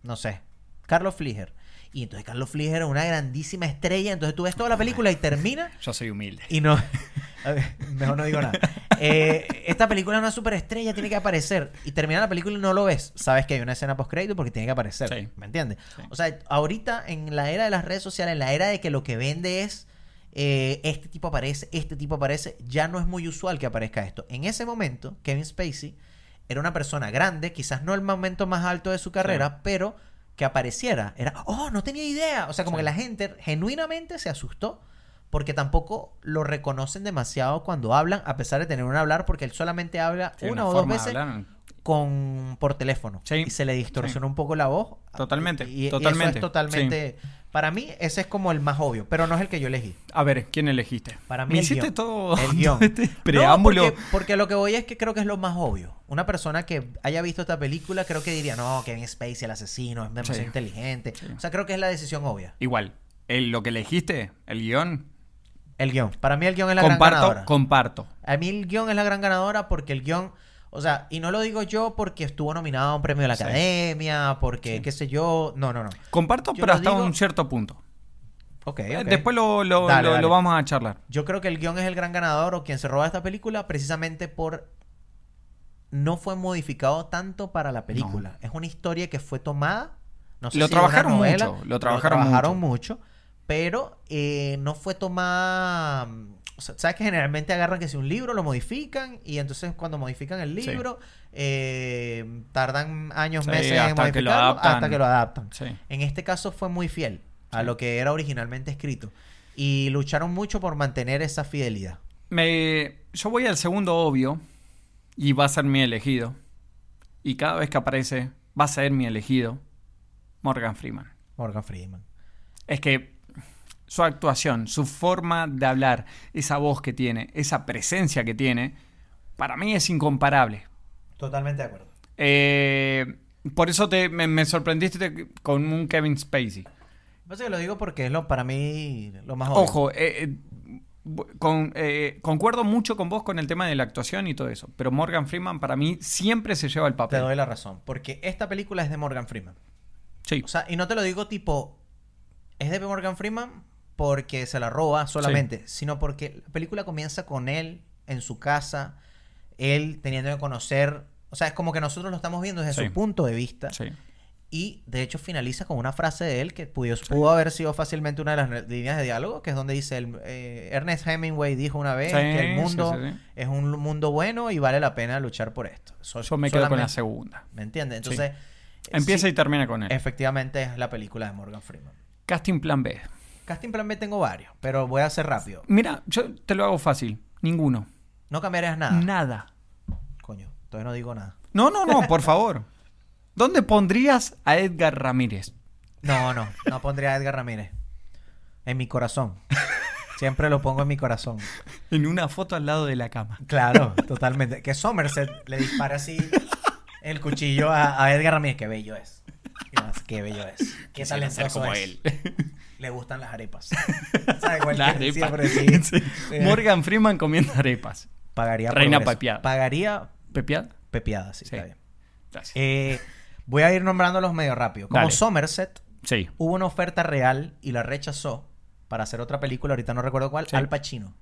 [SPEAKER 9] no sé, Carlos Fliger. Y entonces Carlos Fliger es una grandísima estrella. Entonces tú ves toda la película y termina
[SPEAKER 10] Yo soy humilde.
[SPEAKER 9] y no. A ver, Mejor no digo nada. Eh, esta película es una superestrella, tiene que aparecer. Y termina la película y no lo ves. Sabes que hay una escena post-crédito porque tiene que aparecer.
[SPEAKER 10] Sí.
[SPEAKER 9] ¿Me entiendes? O sea, ahorita en la era de las redes sociales, en la era de que lo que vende es eh, este tipo aparece, este tipo aparece, ya no es muy usual que aparezca esto. En ese momento, Kevin Spacey era una persona grande, quizás no el momento más alto de su carrera, pero que apareciera. Era, oh, no tenía idea. O sea, como que la gente genuinamente se asustó porque tampoco lo reconocen demasiado cuando hablan, a pesar de tener un hablar, porque él solamente habla
[SPEAKER 10] Tiene
[SPEAKER 9] una,
[SPEAKER 10] una
[SPEAKER 9] o dos
[SPEAKER 10] forma de
[SPEAKER 9] veces
[SPEAKER 10] hablar.
[SPEAKER 9] con por teléfono
[SPEAKER 10] Sí.
[SPEAKER 9] y se le distorsiona un poco la voz.
[SPEAKER 10] Totalmente,
[SPEAKER 9] Y, y eso
[SPEAKER 10] totalmente,
[SPEAKER 9] es totalmente. Para mí ese es como el más obvio, pero no es el que yo elegí.
[SPEAKER 10] A ver, ¿quién elegiste?
[SPEAKER 9] Para mí
[SPEAKER 10] Me
[SPEAKER 9] el
[SPEAKER 10] hiciste
[SPEAKER 9] guión.
[SPEAKER 10] todo
[SPEAKER 9] el guión.
[SPEAKER 10] todo este
[SPEAKER 9] No,
[SPEAKER 10] preámbulo.
[SPEAKER 9] porque, porque lo que voy es que creo que es lo más obvio. Una persona que haya visto esta película creo que diría, no, Kevin Spacey, el asesino, es demasiado
[SPEAKER 10] Sí.
[SPEAKER 9] inteligente. O sea, creo que es la decisión obvia.
[SPEAKER 10] Igual, el- lo que elegiste, el guión,
[SPEAKER 9] El guión. Para mí el guión es la gran ganadora.
[SPEAKER 10] comparto, comparto.
[SPEAKER 9] A mí el guión es la gran ganadora porque el guión, o sea, y no lo digo yo porque estuvo nominado a un premio de la
[SPEAKER 10] Sí.
[SPEAKER 9] academia, porque qué sé yo. No, no, no.
[SPEAKER 10] Comparto,
[SPEAKER 9] Yo
[SPEAKER 10] pero
[SPEAKER 9] lo
[SPEAKER 10] hasta
[SPEAKER 9] digo-
[SPEAKER 10] un cierto punto.
[SPEAKER 9] Ok,
[SPEAKER 10] Eh,
[SPEAKER 9] ok.
[SPEAKER 10] Después lo, lo-
[SPEAKER 9] Dale,
[SPEAKER 10] lo- lo
[SPEAKER 9] dale.
[SPEAKER 10] vamos a charlar.
[SPEAKER 9] Yo creo que el guión es el gran ganador o quien se roba esta película precisamente por... No fue modificado tanto para la película. Es una historia que fue tomada... No sé
[SPEAKER 10] Lo
[SPEAKER 9] si de una
[SPEAKER 10] trabajaron
[SPEAKER 9] novela,
[SPEAKER 10] mucho, lo trabajaron
[SPEAKER 9] mucho. Pero eh, no fue tomada... mm, o sea, ¿Sabes que generalmente agarran que si un libro lo modifican y entonces cuando modifican el
[SPEAKER 10] Sí.
[SPEAKER 9] libro eh, tardan años,
[SPEAKER 10] Sí,
[SPEAKER 9] meses en
[SPEAKER 10] hasta que lo
[SPEAKER 9] modificarlo hasta
[SPEAKER 10] adaptan.
[SPEAKER 9] que lo adaptan.
[SPEAKER 10] Sí.
[SPEAKER 9] En este caso fue muy fiel a lo que era originalmente escrito. Y lucharon mucho por mantener esa fidelidad.
[SPEAKER 10] Me, yo voy al segundo obvio y va a ser mi elegido. Y cada vez que aparece, va a ser mi elegido. Morgan Freeman.
[SPEAKER 9] Morgan Freeman.
[SPEAKER 10] Es que su actuación, su forma de hablar, esa voz que tiene, esa presencia que tiene, para mí es incomparable.
[SPEAKER 9] Totalmente de acuerdo.
[SPEAKER 10] Eh, por eso te, me, me sorprendiste con un Kevin Spacey.
[SPEAKER 9] Pasa que lo digo porque es lo, para mí lo más obvio.
[SPEAKER 10] Ojo, eh, eh, bu- con- eh, concuerdo mucho con vos con el tema de la actuación y todo eso, pero Morgan Freeman para mí siempre se lleva el
[SPEAKER 9] Te
[SPEAKER 10] papel.
[SPEAKER 9] doy la razón. Porque esta película es de Morgan Freeman.
[SPEAKER 10] Sí.
[SPEAKER 9] O sea, y no te lo digo tipo. Es de Morgan Freeman porque se la roba solamente, sino porque la película comienza con él en su casa, él teniendo que conocer. O sea, es como que nosotros lo estamos viendo desde
[SPEAKER 10] Sí.
[SPEAKER 9] su punto de vista.
[SPEAKER 10] sí.
[SPEAKER 9] Y de hecho finaliza con una frase de él que pudo, pudo haber sido fácilmente una de las ne- líneas de diálogo, que es donde dice, el, eh, Ernest Hemingway dijo una vez
[SPEAKER 10] Sí,
[SPEAKER 9] que el
[SPEAKER 10] sí,
[SPEAKER 9] mundo
[SPEAKER 10] sí, sí.
[SPEAKER 9] es un lu- mundo bueno y vale la pena luchar por esto. So-
[SPEAKER 10] Yo me quedo con la
[SPEAKER 9] solamente-
[SPEAKER 10] segunda.
[SPEAKER 9] ¿Me entiendes? Entonces, eh,
[SPEAKER 10] Empieza
[SPEAKER 9] sí,
[SPEAKER 10] y termina con él.
[SPEAKER 9] efectivamente es la película de Morgan Freeman.
[SPEAKER 10] Casting plan B.
[SPEAKER 9] Casting plan B tengo varios, pero voy a hacer rápido.
[SPEAKER 10] Mira, yo te lo hago fácil. Ninguno.
[SPEAKER 9] No cambiarás nada.
[SPEAKER 10] Nada.
[SPEAKER 9] Coño, todavía no digo nada.
[SPEAKER 10] No, no, no, por favor. ¿Dónde pondrías a Edgar Ramírez?
[SPEAKER 9] No, no, no pondría a Edgar Ramírez. En mi corazón. Siempre lo pongo en mi corazón.
[SPEAKER 10] En una foto al lado de la cama.
[SPEAKER 9] Claro, totalmente. Que Somerset le dispara así el cuchillo a, a Edgar Ramírez. Qué bello es. Dios, Qué bello es. Qué talentoso es. Le gustan las arepas. ¿Sabe cuál
[SPEAKER 10] La
[SPEAKER 9] que
[SPEAKER 10] arepa.
[SPEAKER 9] siempre sí.
[SPEAKER 10] Sí.
[SPEAKER 9] Sí.
[SPEAKER 10] Morgan Freeman comiendo arepas.
[SPEAKER 9] Pagaría por
[SPEAKER 10] Reina
[SPEAKER 9] ver eso.
[SPEAKER 10] pepiada.
[SPEAKER 9] Pagaría
[SPEAKER 10] ¿Pepiada?
[SPEAKER 9] pepiada, sí,
[SPEAKER 10] Sí.
[SPEAKER 9] está bien.
[SPEAKER 10] Gracias.
[SPEAKER 9] Eh, voy a ir nombrándolos medio rápido. Como
[SPEAKER 10] Dale.
[SPEAKER 9] Somerset
[SPEAKER 10] sí.
[SPEAKER 9] hubo una oferta real y la rechazó para hacer otra película, ahorita no recuerdo cuál, Al Pacino.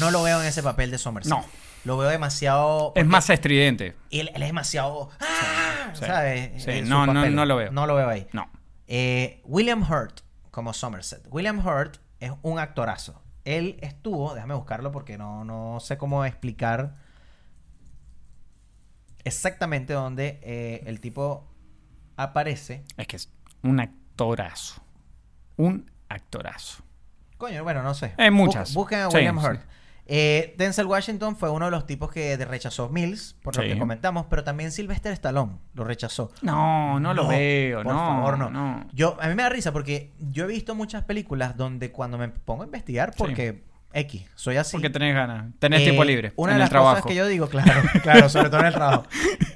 [SPEAKER 9] No lo veo en ese papel de Somerset.
[SPEAKER 10] No.
[SPEAKER 9] Lo veo demasiado.
[SPEAKER 10] Es más estridente.
[SPEAKER 9] Él, él es demasiado. ¡Ah!
[SPEAKER 10] sí,
[SPEAKER 9] ¿Sabes?
[SPEAKER 10] sí.
[SPEAKER 9] Es su
[SPEAKER 10] No, no,
[SPEAKER 9] papel.
[SPEAKER 10] no lo veo.
[SPEAKER 9] No lo veo ahí.
[SPEAKER 10] No.
[SPEAKER 9] Eh, William Hurt como Somerset. William Hurt es un actorazo. Él estuvo, déjame buscarlo porque no, no sé cómo explicar exactamente dónde eh, el tipo aparece.
[SPEAKER 10] Es que es un actorazo. Un actorazo.
[SPEAKER 9] Coño, bueno, no sé.
[SPEAKER 10] Hay Eh, muchas.
[SPEAKER 9] Bus- busquen a
[SPEAKER 10] Sí,
[SPEAKER 9] William
[SPEAKER 10] sí.
[SPEAKER 9] Hurt. Eh, Denzel Washington fue uno de los tipos que de- rechazó Mills, por lo
[SPEAKER 10] Sí.
[SPEAKER 9] que comentamos, pero también Sylvester Stallone lo rechazó.
[SPEAKER 10] No, no lo veo.
[SPEAKER 9] Por
[SPEAKER 10] no,
[SPEAKER 9] favor, no.
[SPEAKER 10] no.
[SPEAKER 9] Yo, a mí me da risa porque yo he visto muchas películas donde cuando me pongo a investigar, porque X, soy así.
[SPEAKER 10] Porque tenés ganas. Tenés
[SPEAKER 9] Eh,
[SPEAKER 10] tiempo libre.
[SPEAKER 9] Una
[SPEAKER 10] en
[SPEAKER 9] de las
[SPEAKER 10] el trabajo.
[SPEAKER 9] cosas que yo digo, claro, claro, sobre todo en el trabajo.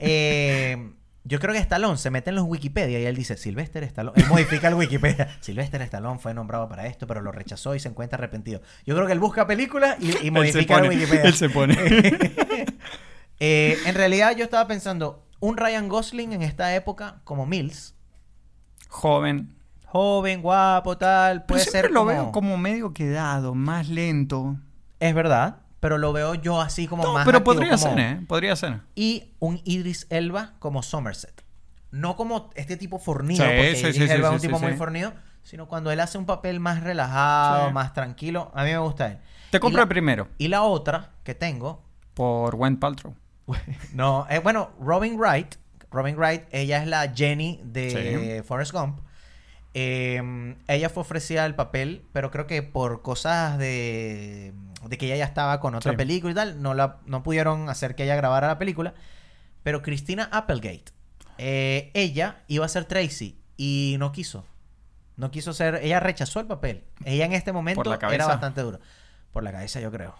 [SPEAKER 9] Eh, yo creo que Stallone se mete en los Wikipedia y él dice, Sylvester Stallone, él modifica el Wikipedia. Sylvester Stallone fue nombrado para esto, pero lo rechazó y se encuentra arrepentido. Yo creo que él busca películas y, y
[SPEAKER 10] Él se
[SPEAKER 9] modifica el
[SPEAKER 10] pone.
[SPEAKER 9] Wikipedia.
[SPEAKER 10] Él se pone.
[SPEAKER 9] Eh, en realidad yo estaba pensando, un Ryan Gosling en esta época como Mills,
[SPEAKER 10] Joven.
[SPEAKER 9] joven, guapo, tal,
[SPEAKER 10] Pero
[SPEAKER 9] puede
[SPEAKER 10] siempre
[SPEAKER 9] ser
[SPEAKER 10] lo
[SPEAKER 9] como-
[SPEAKER 10] veo como medio quedado, más lento.
[SPEAKER 9] Es verdad, pero lo veo yo así como
[SPEAKER 10] No,
[SPEAKER 9] más
[SPEAKER 10] pero
[SPEAKER 9] activo,
[SPEAKER 10] podría
[SPEAKER 9] como-
[SPEAKER 10] ser, ¿eh? Podría ser.
[SPEAKER 9] y un Idris Elba como Somerset. No como este tipo fornido,
[SPEAKER 10] Sí,
[SPEAKER 9] porque
[SPEAKER 10] sí,
[SPEAKER 9] Idris
[SPEAKER 10] sí, sí,
[SPEAKER 9] Elba es
[SPEAKER 10] sí,
[SPEAKER 9] un tipo
[SPEAKER 10] sí,
[SPEAKER 9] muy
[SPEAKER 10] sí.
[SPEAKER 9] fornido, sino cuando él hace un papel más relajado,
[SPEAKER 10] Sí.
[SPEAKER 9] más tranquilo. A mí me gusta él.
[SPEAKER 10] Te
[SPEAKER 9] Y
[SPEAKER 10] compro
[SPEAKER 9] la-
[SPEAKER 10] el primero.
[SPEAKER 9] Y la otra que tengo,
[SPEAKER 10] Por Gwen Paltrow.
[SPEAKER 9] no, eh, bueno, Robin Wright. Robin Wright, ella es la Jenny de Forrest Gump. Eh, ella fue ofrecida el papel, pero creo que por cosas de, de que ella ya estaba con otra
[SPEAKER 10] Sí.
[SPEAKER 9] película y tal, no, la, no pudieron hacer que ella grabara la película. Pero Christina Applegate, eh, ella iba a ser Tracy y no quiso. No quiso ser, ella rechazó el papel. Ella en este momento
[SPEAKER 10] Por la
[SPEAKER 9] era
[SPEAKER 10] cabeza.
[SPEAKER 9] bastante dura. Por la cabeza, yo creo.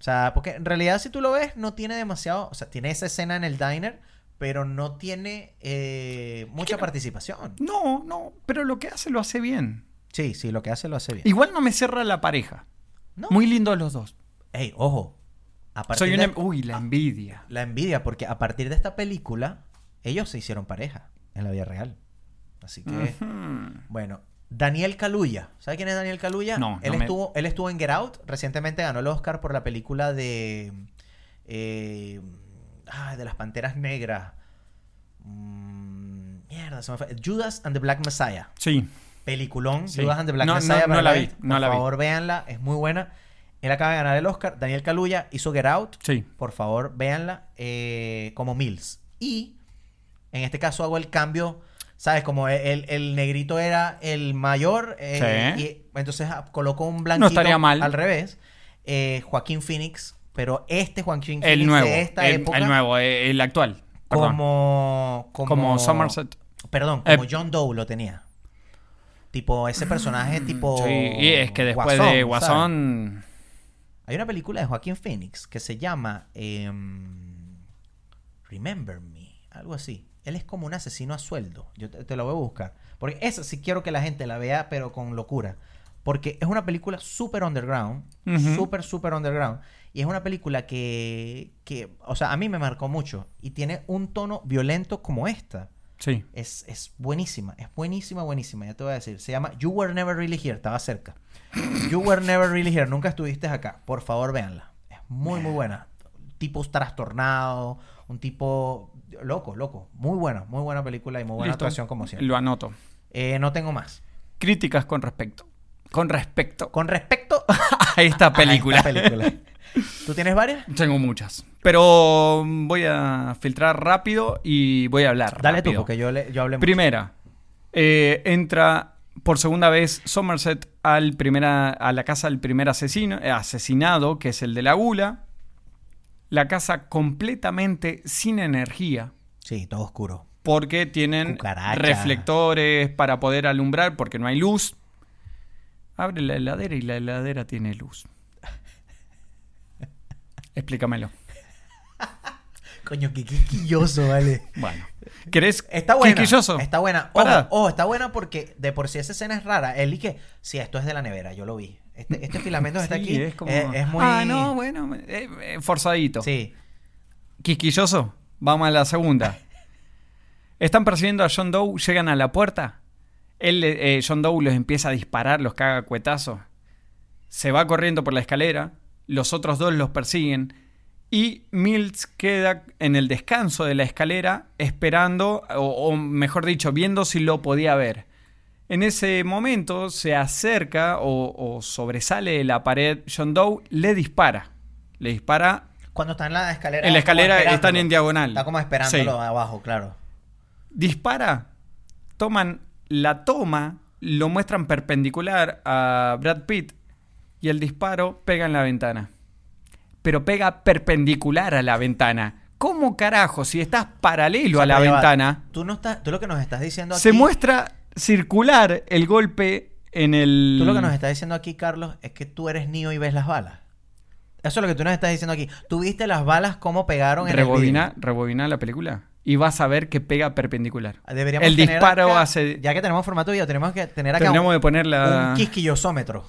[SPEAKER 9] O sea, porque en realidad si tú lo ves, no tiene demasiado, o sea, tiene esa escena en el diner, pero no tiene eh, mucha participación.
[SPEAKER 10] No, no. Pero lo que hace, lo hace bien.
[SPEAKER 9] Sí, sí, lo que hace lo hace bien.
[SPEAKER 10] Igual no me cierra la pareja.
[SPEAKER 9] No.
[SPEAKER 10] Muy lindos los dos.
[SPEAKER 9] Ey, ojo. A partir
[SPEAKER 10] Soy una... em-
[SPEAKER 9] de-
[SPEAKER 10] Uy, la envidia.
[SPEAKER 9] La envidia, porque a partir de esta película, ellos se hicieron pareja en la vida real. Así que, bueno. Daniel Kaluuya. ¿Sabe quién es Daniel Kaluuya?
[SPEAKER 10] No,
[SPEAKER 9] él
[SPEAKER 10] no me-
[SPEAKER 9] estuvo Él estuvo en Get Out. Recientemente ganó el Oscar por la película de... eh, ah, de las Panteras Negras. Mm, mierda, se me fue. Judas and the Black Messiah.
[SPEAKER 10] Sí.
[SPEAKER 9] Peliculón.
[SPEAKER 10] Sí.
[SPEAKER 9] Judas and the Black
[SPEAKER 10] No, no,
[SPEAKER 9] Messiah.
[SPEAKER 10] no
[SPEAKER 9] para
[SPEAKER 10] la
[SPEAKER 9] ver.
[SPEAKER 10] vi, no
[SPEAKER 9] Por
[SPEAKER 10] la vi.
[SPEAKER 9] favor, véanla. Es muy buena. Él acaba de ganar el Oscar. Daniel Kaluuya hizo Get Out.
[SPEAKER 10] Sí.
[SPEAKER 9] Por favor, véanla eh, como Mills. Y en este caso hago el cambio, ¿sabes? Como el, el negrito era el mayor, eh,
[SPEAKER 10] Sí.
[SPEAKER 9] y entonces ah, colocó un blanquito
[SPEAKER 10] estaría mal.
[SPEAKER 9] al revés. Eh, Joaquín Phoenix, pero este Joaquín Phoenix
[SPEAKER 10] El nuevo.
[SPEAKER 9] de esta
[SPEAKER 10] el,
[SPEAKER 9] época,
[SPEAKER 10] el nuevo, eh, el actual. Perdón.
[SPEAKER 9] Como, como,
[SPEAKER 10] Como Somerset.
[SPEAKER 9] Perdón, como
[SPEAKER 10] Eh.
[SPEAKER 9] John Doe lo tenía. Tipo, ese personaje tipo...
[SPEAKER 10] Sí, y es que después de
[SPEAKER 9] ¿sabes?
[SPEAKER 10] Guasón.
[SPEAKER 9] Hay una película de Joaquín Phoenix que se llama eh, Remember Me, algo así. Él es como un asesino a sueldo. Yo te, te lo voy a buscar. Porque esa sí quiero que la gente la vea, pero con locura. Porque es una película súper underground.
[SPEAKER 10] Ujú.
[SPEAKER 9] Súper, súper underground. Y es una película que, que, o sea, a mí me marcó mucho. Y tiene un tono violento como esta.
[SPEAKER 10] Sí.
[SPEAKER 9] Es, es buenísima, es buenísima, buenísima. Ya te voy a decir. Se llama You Were Never Really Here. Estaba cerca. You Were Never Really Here. Nunca estuviste acá. Por favor, véanla. Es muy, muy buena. Tipo trastornado, un tipo loco, loco. Muy buena, muy buena película y muy buena
[SPEAKER 10] Listo.
[SPEAKER 9] actuación como siempre.
[SPEAKER 10] Lo anoto.
[SPEAKER 9] Eh, no tengo más.
[SPEAKER 10] Críticas con respecto. Con respecto
[SPEAKER 9] Con respecto
[SPEAKER 10] a esta película.
[SPEAKER 9] a esta película. ¿Tú tienes varias?
[SPEAKER 10] Tengo muchas. Pero voy a filtrar rápido y voy a hablar.
[SPEAKER 9] Dale tú,
[SPEAKER 10] rápido.
[SPEAKER 9] porque yo, le, yo hablé mucho.
[SPEAKER 10] Primera, eh, entra por segunda vez Somerset al primera, a la casa del primer asesino, eh, asesinado, que es el de la gula. La casa completamente sin energía,
[SPEAKER 9] Sí, todo oscuro.
[SPEAKER 10] porque tienen
[SPEAKER 9] Cucarachas.
[SPEAKER 10] reflectores para poder alumbrar, porque no hay luz. Abre la heladera y la heladera tiene luz. Explícamelo.
[SPEAKER 9] Coño, qué quisquilloso, vale.
[SPEAKER 10] Bueno. ¿Querés
[SPEAKER 9] Está buena.
[SPEAKER 10] quisquilloso?
[SPEAKER 9] Está buena. Ojo,
[SPEAKER 10] Pará.
[SPEAKER 9] ojo, está buena porque de por sí esa escena es rara. Él y que, si esto es de la nevera, yo lo vi. Este, este filamento que está
[SPEAKER 10] Sí,
[SPEAKER 9] aquí.
[SPEAKER 10] Es, como,
[SPEAKER 9] eh, es muy.
[SPEAKER 10] Ah, no, bueno, eh, eh, forzadito.
[SPEAKER 9] Sí.
[SPEAKER 10] Quisquilloso, vamos a la segunda. Están persiguiendo a John Doe, llegan a la puerta. Él, eh, John Doe los empieza a disparar, los caga a cuetazos. Se va corriendo por la escalera. los otros dos los persiguen y Mills queda en el descanso de la escalera esperando, o, o mejor dicho, viendo si lo podía ver. En ese momento se acerca o, o sobresale de la pared John Doe, le dispara. Le dispara
[SPEAKER 9] Cuando está en la escalera.
[SPEAKER 10] En
[SPEAKER 9] como
[SPEAKER 10] la escalera están
[SPEAKER 9] esperándolo.
[SPEAKER 10] en diagonal.
[SPEAKER 9] Está como esperándolo
[SPEAKER 10] Sí.
[SPEAKER 9] abajo, claro.
[SPEAKER 10] dispara, toman la toma, lo muestran perpendicular a Brad Pitt y el disparo pega en la ventana. Pero pega perpendicular a la ventana. ¿Cómo carajo si estás paralelo
[SPEAKER 9] O sea,
[SPEAKER 10] a la
[SPEAKER 9] pero ya va,
[SPEAKER 10] ventana?
[SPEAKER 9] Tú, no estás, tú lo que nos estás diciendo aquí.
[SPEAKER 10] Se muestra circular el golpe en el...
[SPEAKER 9] Tú lo que nos estás diciendo aquí, Carlos, es que tú eres Neo y ves las balas. Eso es lo que tú nos estás diciendo aquí. Tú viste las balas cómo pegaron en
[SPEAKER 10] Rebobina,
[SPEAKER 9] el
[SPEAKER 10] rebobina la película y vas a ver que pega perpendicular.
[SPEAKER 9] vidrio. Deberíamos
[SPEAKER 10] el
[SPEAKER 9] tener
[SPEAKER 10] disparo
[SPEAKER 9] acá-
[SPEAKER 10] hace...
[SPEAKER 9] Ya que tenemos formato video, tenemos que tener acá
[SPEAKER 10] Tenemos
[SPEAKER 9] un,
[SPEAKER 10] de poner la...
[SPEAKER 9] un quisquillosómetro.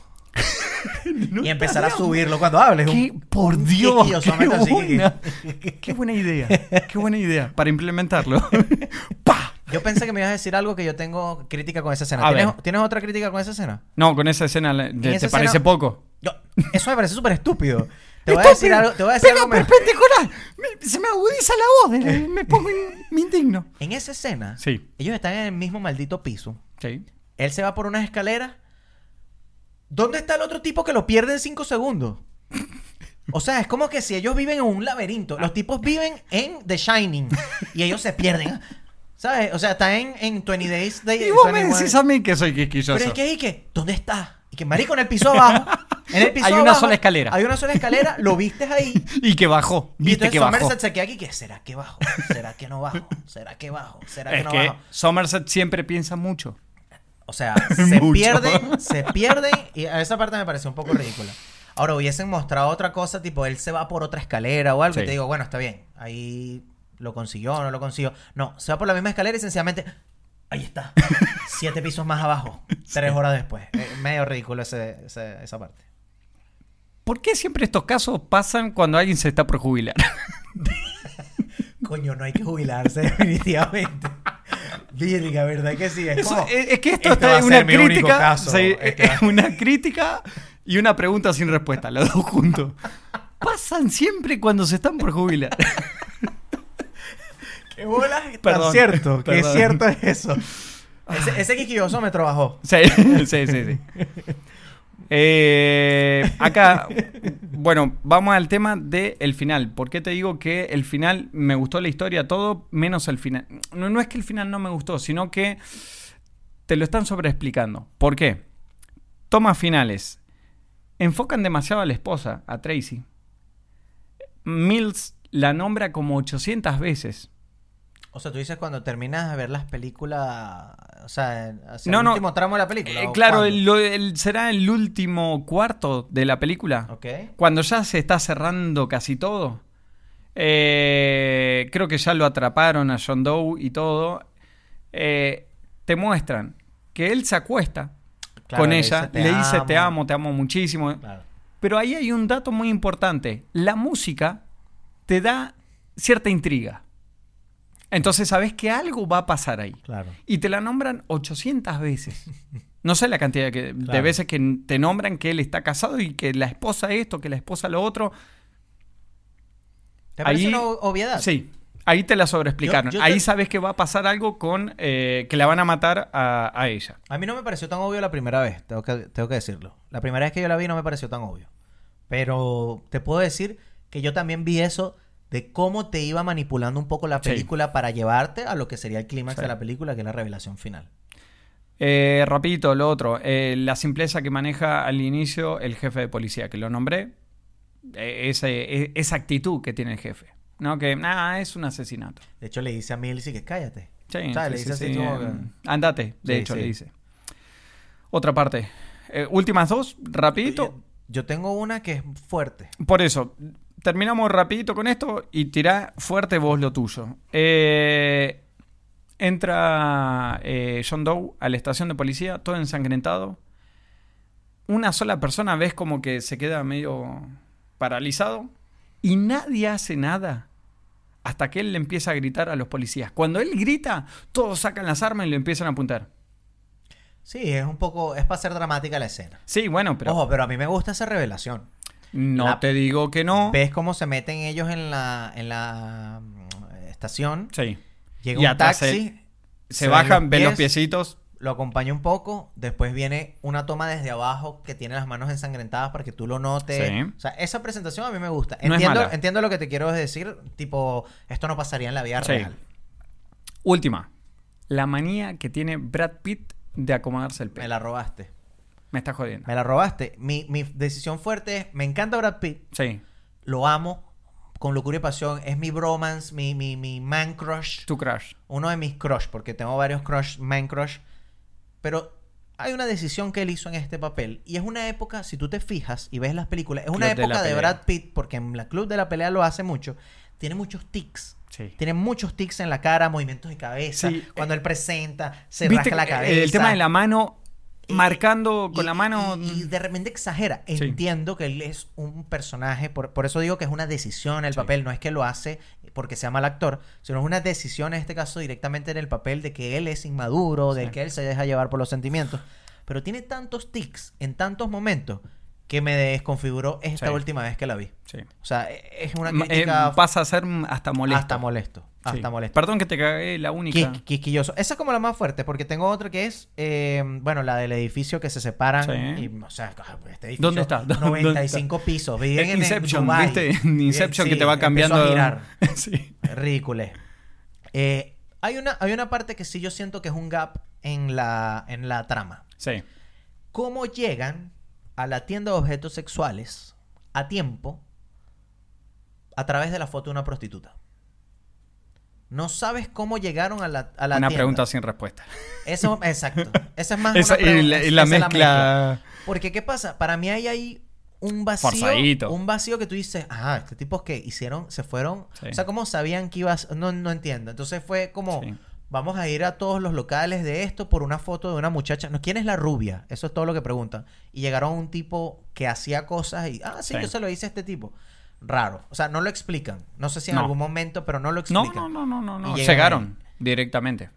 [SPEAKER 9] y empezar a subirlo cuando hables. un-
[SPEAKER 10] ¡Qué- por
[SPEAKER 9] un
[SPEAKER 10] Dios, qué
[SPEAKER 9] quisquillosómetro así que-
[SPEAKER 10] buena, qué buena idea, qué buena idea para implementarlo. ¡Pah!
[SPEAKER 9] Yo pensé que me ibas a decir algo que yo tengo crítica con esa escena.
[SPEAKER 10] A
[SPEAKER 9] ¿Tienes,
[SPEAKER 10] ver.
[SPEAKER 9] tienes otra crítica con esa escena?
[SPEAKER 10] No, con esa escena la- te,
[SPEAKER 9] esa
[SPEAKER 10] te parece
[SPEAKER 9] escena-
[SPEAKER 10] poco.
[SPEAKER 9] Yo- eso me parece súper estúpido. Te voy a decir
[SPEAKER 10] Estúpido.
[SPEAKER 9] algo. Te voy a decir
[SPEAKER 10] Pega
[SPEAKER 9] algo mejor.
[SPEAKER 10] perpendicular. Me- se me agudiza la voz, de- me pongo in- me indigno.
[SPEAKER 9] En esa escena,
[SPEAKER 10] Sí.
[SPEAKER 9] ellos están en el mismo maldito piso.
[SPEAKER 10] Sí.
[SPEAKER 9] Él se va por unas escaleras. ¿Dónde está el otro tipo que lo pierde en 5 segundos? O sea, es como que si ellos viven en un laberinto. Los tipos viven en The Shining y ellos se pierden. ¿Sabes? O sea, está en, en 20 Days. de-
[SPEAKER 10] Y vos me
[SPEAKER 9] 21.
[SPEAKER 10] decís a mí que soy quisquilloso.
[SPEAKER 9] Pero es que ahí que, ¿dónde está? Y que marico en el piso abajo. En el piso
[SPEAKER 10] Hay una
[SPEAKER 9] abajo,
[SPEAKER 10] sola escalera.
[SPEAKER 9] Hay una sola escalera, lo viste ahí.
[SPEAKER 10] Y que bajó,
[SPEAKER 9] Y
[SPEAKER 10] viste
[SPEAKER 9] entonces
[SPEAKER 10] que bajó.
[SPEAKER 9] Somerset se queda aquí que, ¿será que bajo? ¿Será que no bajo? ¿Será que bajo? ¿Será que
[SPEAKER 10] Es
[SPEAKER 9] no
[SPEAKER 10] que
[SPEAKER 9] bajo?
[SPEAKER 10] Somerset siempre piensa mucho.
[SPEAKER 9] O sea, se
[SPEAKER 10] Mucho.
[SPEAKER 9] pierden, se pierden y a esa parte me pareció un poco ridícula. Ahora hubiesen mostrado otra cosa, tipo él se va por otra escalera o algo y
[SPEAKER 10] Sí.
[SPEAKER 9] te digo, bueno, está bien, ahí lo consiguió o no lo consiguió. No, se va por la misma escalera y sencillamente, ahí está, siete pisos más abajo, tres horas después. Eh, medio ridículo ese- ese- esa parte.
[SPEAKER 10] ¿Por qué siempre estos casos pasan cuando alguien se está por jubilar?
[SPEAKER 9] Coño, no hay que jubilarse definitivamente. Virga, ¿verdad que sí? Es,
[SPEAKER 10] Eso-
[SPEAKER 9] como,
[SPEAKER 10] es, es que
[SPEAKER 9] este
[SPEAKER 10] esto está
[SPEAKER 9] va a
[SPEAKER 10] en
[SPEAKER 9] ser
[SPEAKER 10] una
[SPEAKER 9] mi único
[SPEAKER 10] crítica.
[SPEAKER 9] caso,
[SPEAKER 10] sí, eh,
[SPEAKER 9] este
[SPEAKER 10] es
[SPEAKER 9] va-
[SPEAKER 10] una crítica y una pregunta sin respuesta, los dos juntos. Pasan siempre cuando se están por jubilar.
[SPEAKER 9] ¿Qué bolas? Tan
[SPEAKER 10] Perdón,
[SPEAKER 9] cierto, qué
[SPEAKER 10] perdón.
[SPEAKER 9] cierto es eso. Ese, ese quisquilloso me trabajó.
[SPEAKER 10] Sí, sí, sí. sí. Eh, acá, bueno, vamos al tema del final. ¿Por qué te digo que el final me gustó la historia, todo menos el final? No, no es que el final no me gustó, sino que te lo están sobreexplicando. ¿Por qué? Tomas finales. Enfocan demasiado a la esposa, a Tracy. Mills la nombra como 800 veces.
[SPEAKER 9] O sea, tú dices cuando terminas de ver las películas, o sea, hacia
[SPEAKER 10] No,
[SPEAKER 9] el
[SPEAKER 10] no.
[SPEAKER 9] último tramo de la película.
[SPEAKER 10] Eh,
[SPEAKER 9] ¿o
[SPEAKER 10] claro,
[SPEAKER 9] cuándo?
[SPEAKER 10] el- lo- el- será el último cuarto de la película.
[SPEAKER 9] Ok.
[SPEAKER 10] Cuando ya se está cerrando casi todo. eh, creo que ya lo atraparon a John Doe y todo. eh, te muestran que él se acuesta
[SPEAKER 9] Claro,
[SPEAKER 10] con
[SPEAKER 9] le
[SPEAKER 10] ella,
[SPEAKER 9] dice, "Te
[SPEAKER 10] le dice te
[SPEAKER 9] amo".
[SPEAKER 10] amo, te amo muchísimo.
[SPEAKER 9] Claro.
[SPEAKER 10] Pero ahí hay un dato muy importante. La música te da cierta intriga. Entonces sabes que algo va a pasar ahí.
[SPEAKER 9] Claro.
[SPEAKER 10] Y te la nombran 800 veces. No sé la cantidad que- de
[SPEAKER 9] Claro.
[SPEAKER 10] veces que te nombran que él está casado y que la esposa esto, que la esposa lo otro.
[SPEAKER 9] ¿Te parece
[SPEAKER 10] Ahí-
[SPEAKER 9] una obviedad?
[SPEAKER 10] Sí, ahí te la sobreexplicaron.
[SPEAKER 9] Yo- yo te-
[SPEAKER 10] ahí sabes que va a pasar algo con eh, que la van a matar a, a ella.
[SPEAKER 9] A mí no me pareció tan obvio la primera vez, tengo que, tengo que decirlo. La primera vez que yo la vi no me pareció tan obvio. Pero te puedo decir que yo también vi eso de cómo te iba manipulando un poco la
[SPEAKER 10] Sí.
[SPEAKER 9] película para llevarte a lo que sería el clímax
[SPEAKER 10] Sí.
[SPEAKER 9] de la película, que es la revelación final.
[SPEAKER 10] Eh, rapidito, lo otro. eh, la simpleza que maneja al inicio el jefe de policía, que lo nombré. eh, ese- e- esa actitud que tiene el jefe. No, que nada, es un asesinato.
[SPEAKER 9] De hecho, le dice a Mills y que cállate.
[SPEAKER 10] Sí,
[SPEAKER 9] O sea, le
[SPEAKER 10] sí,
[SPEAKER 9] dice
[SPEAKER 10] sí,
[SPEAKER 9] así
[SPEAKER 10] sí,
[SPEAKER 9] como
[SPEAKER 10] eh,
[SPEAKER 9] que-
[SPEAKER 10] Andate, de
[SPEAKER 9] Sí,
[SPEAKER 10] hecho,
[SPEAKER 9] sí.
[SPEAKER 10] le dice. Otra parte. Eh, últimas dos, rapidito.
[SPEAKER 9] Yo, yo tengo una que es fuerte.
[SPEAKER 10] Por eso, terminamos rapidito con esto y tirá fuerte vos lo tuyo. Eh, entra eh, John Doe a la estación de policía, todo ensangrentado. Una sola persona ves como que se queda medio paralizado y nadie hace nada hasta que él le empieza a gritar a los policías. Cuando él grita, todos sacan las armas y lo empiezan a apuntar.
[SPEAKER 9] Sí, es un poco. Es para ser dramática la escena.
[SPEAKER 10] Sí, bueno, pero...
[SPEAKER 9] Ojo, pero a mí me gusta esa revelación.
[SPEAKER 10] No
[SPEAKER 9] La-
[SPEAKER 10] te digo que no.
[SPEAKER 9] Ves cómo se meten ellos en la, en la mm, estación.
[SPEAKER 10] Sí.
[SPEAKER 9] Llega
[SPEAKER 10] Y
[SPEAKER 9] un
[SPEAKER 10] atrás
[SPEAKER 9] taxi.
[SPEAKER 10] Se,
[SPEAKER 9] ven
[SPEAKER 10] bajan, ven los
[SPEAKER 9] pies,
[SPEAKER 10] piecitos.
[SPEAKER 9] Lo acompaña un poco. Después viene una toma desde abajo que tiene las manos ensangrentadas para que tú lo notes.
[SPEAKER 10] Sí.
[SPEAKER 9] O sea, esa presentación a mí me gusta.
[SPEAKER 10] No es
[SPEAKER 9] Entiendo,
[SPEAKER 10] mala.
[SPEAKER 9] entiendo lo que te quiero decir. Tipo, esto no pasaría en la vida
[SPEAKER 10] Sí.
[SPEAKER 9] real.
[SPEAKER 10] Última. La manía que tiene Brad Pitt de acomodarse el
[SPEAKER 9] Me
[SPEAKER 10] pelo.
[SPEAKER 9] la robaste.
[SPEAKER 10] Me está jodiendo.
[SPEAKER 9] Me la robaste. Mi, mi decisión fuerte es, me encanta Brad Pitt.
[SPEAKER 10] Sí.
[SPEAKER 9] Lo amo con locura y pasión. Es mi bromance, mi, mi, mi man crush.
[SPEAKER 10] Tu crush.
[SPEAKER 9] uno de mis crush, porque tengo varios crush, man crush, pero hay una decisión que él hizo en este papel y es una época, si tú te fijas y ves las películas, es una
[SPEAKER 10] Club de la
[SPEAKER 9] época de,
[SPEAKER 10] Pelea.
[SPEAKER 9] Brad Pitt, porque en la Club de la Pelea lo hace mucho, tiene muchos tics.
[SPEAKER 10] Sí.
[SPEAKER 9] Tiene muchos tics en la cara, movimientos de cabeza.
[SPEAKER 10] Sí, eh,
[SPEAKER 9] Cuando él presenta, se
[SPEAKER 10] ¿Viste
[SPEAKER 9] rasca la
[SPEAKER 10] que eh,
[SPEAKER 9] cabeza.
[SPEAKER 10] El tema de la mano,
[SPEAKER 9] Y-
[SPEAKER 10] marcando con
[SPEAKER 9] y-
[SPEAKER 10] la mano. mm,
[SPEAKER 9] Y, y de repente exagera.
[SPEAKER 10] Sí.
[SPEAKER 9] Entiendo que él es un personaje, por, por eso digo que es una decisión el papel, no es que lo hace porque sea mal actor, sino es una decisión en este caso directamente en el papel de que él es inmaduro, de
[SPEAKER 10] Sí.
[SPEAKER 9] que él se deja llevar por los sentimientos. Pero tiene tantos tics en tantos momentos que me desconfiguró esta
[SPEAKER 10] Sí.
[SPEAKER 9] última vez que la vi.
[SPEAKER 10] Sí.
[SPEAKER 9] O sea, e- es una
[SPEAKER 10] Ma- eh,
[SPEAKER 9] crítica
[SPEAKER 10] pasa a ser hasta molesto.
[SPEAKER 9] hasta molesto.
[SPEAKER 10] Sí.
[SPEAKER 9] Hasta molesto.
[SPEAKER 10] Perdón que te cagué la única.
[SPEAKER 9] Quis- quisquilloso. Esa es como la más fuerte, porque tengo otra que es, eh, bueno, la del edificio que se separan.
[SPEAKER 10] Sí.
[SPEAKER 9] y, o sea, este edificio,
[SPEAKER 10] ¿Dónde está? ¿Dó-
[SPEAKER 9] 95 pisos. Viven en- en
[SPEAKER 10] Inception,
[SPEAKER 9] Dubái. Eh,
[SPEAKER 10] ¿viste? En Inception
[SPEAKER 9] Sí,
[SPEAKER 10] que te va
[SPEAKER 9] empezó
[SPEAKER 10] cambiando.
[SPEAKER 9] a girar.
[SPEAKER 10] sí.
[SPEAKER 9] Ridículo. Eh, hay, una, hay una parte que sí yo siento que es un gap en la, en la trama.
[SPEAKER 10] Sí.
[SPEAKER 9] ¿Cómo llegan a la tienda de objetos sexuales a tiempo a través de la foto de una prostituta? No sabes cómo llegaron a la, a la
[SPEAKER 10] Una
[SPEAKER 9] tienda.
[SPEAKER 10] pregunta sin respuesta.
[SPEAKER 9] Eso, exacto. Esa es más
[SPEAKER 10] Esa-
[SPEAKER 9] una pregunta,
[SPEAKER 10] y la, y
[SPEAKER 9] esa
[SPEAKER 10] la
[SPEAKER 9] es
[SPEAKER 10] mezcla.
[SPEAKER 9] Porque, ¿qué pasa? Para mí hay ahí un vacío.
[SPEAKER 10] Forzadito.
[SPEAKER 9] Un vacío que tú dices, ah, este tipo que hicieron, se fueron.
[SPEAKER 10] Sí.
[SPEAKER 9] O sea, ¿cómo sabían que ibas? No, no entiendo. Entonces fue como,
[SPEAKER 10] Sí.
[SPEAKER 9] vamos a ir a todos los locales de esto por una foto de una muchacha. No, ¿Quién es la rubia? Eso es todo lo que preguntan. Y llegaron a un tipo que hacía cosas y, ah, sí,
[SPEAKER 10] Sí.
[SPEAKER 9] yo se lo hice a este tipo. Raro. O sea, no lo explican. No sé si en
[SPEAKER 10] No.
[SPEAKER 9] algún momento, pero no lo
[SPEAKER 10] No,
[SPEAKER 9] explican.
[SPEAKER 10] no, no, no, no. no.
[SPEAKER 9] Y llegan
[SPEAKER 10] Llegaron directamente.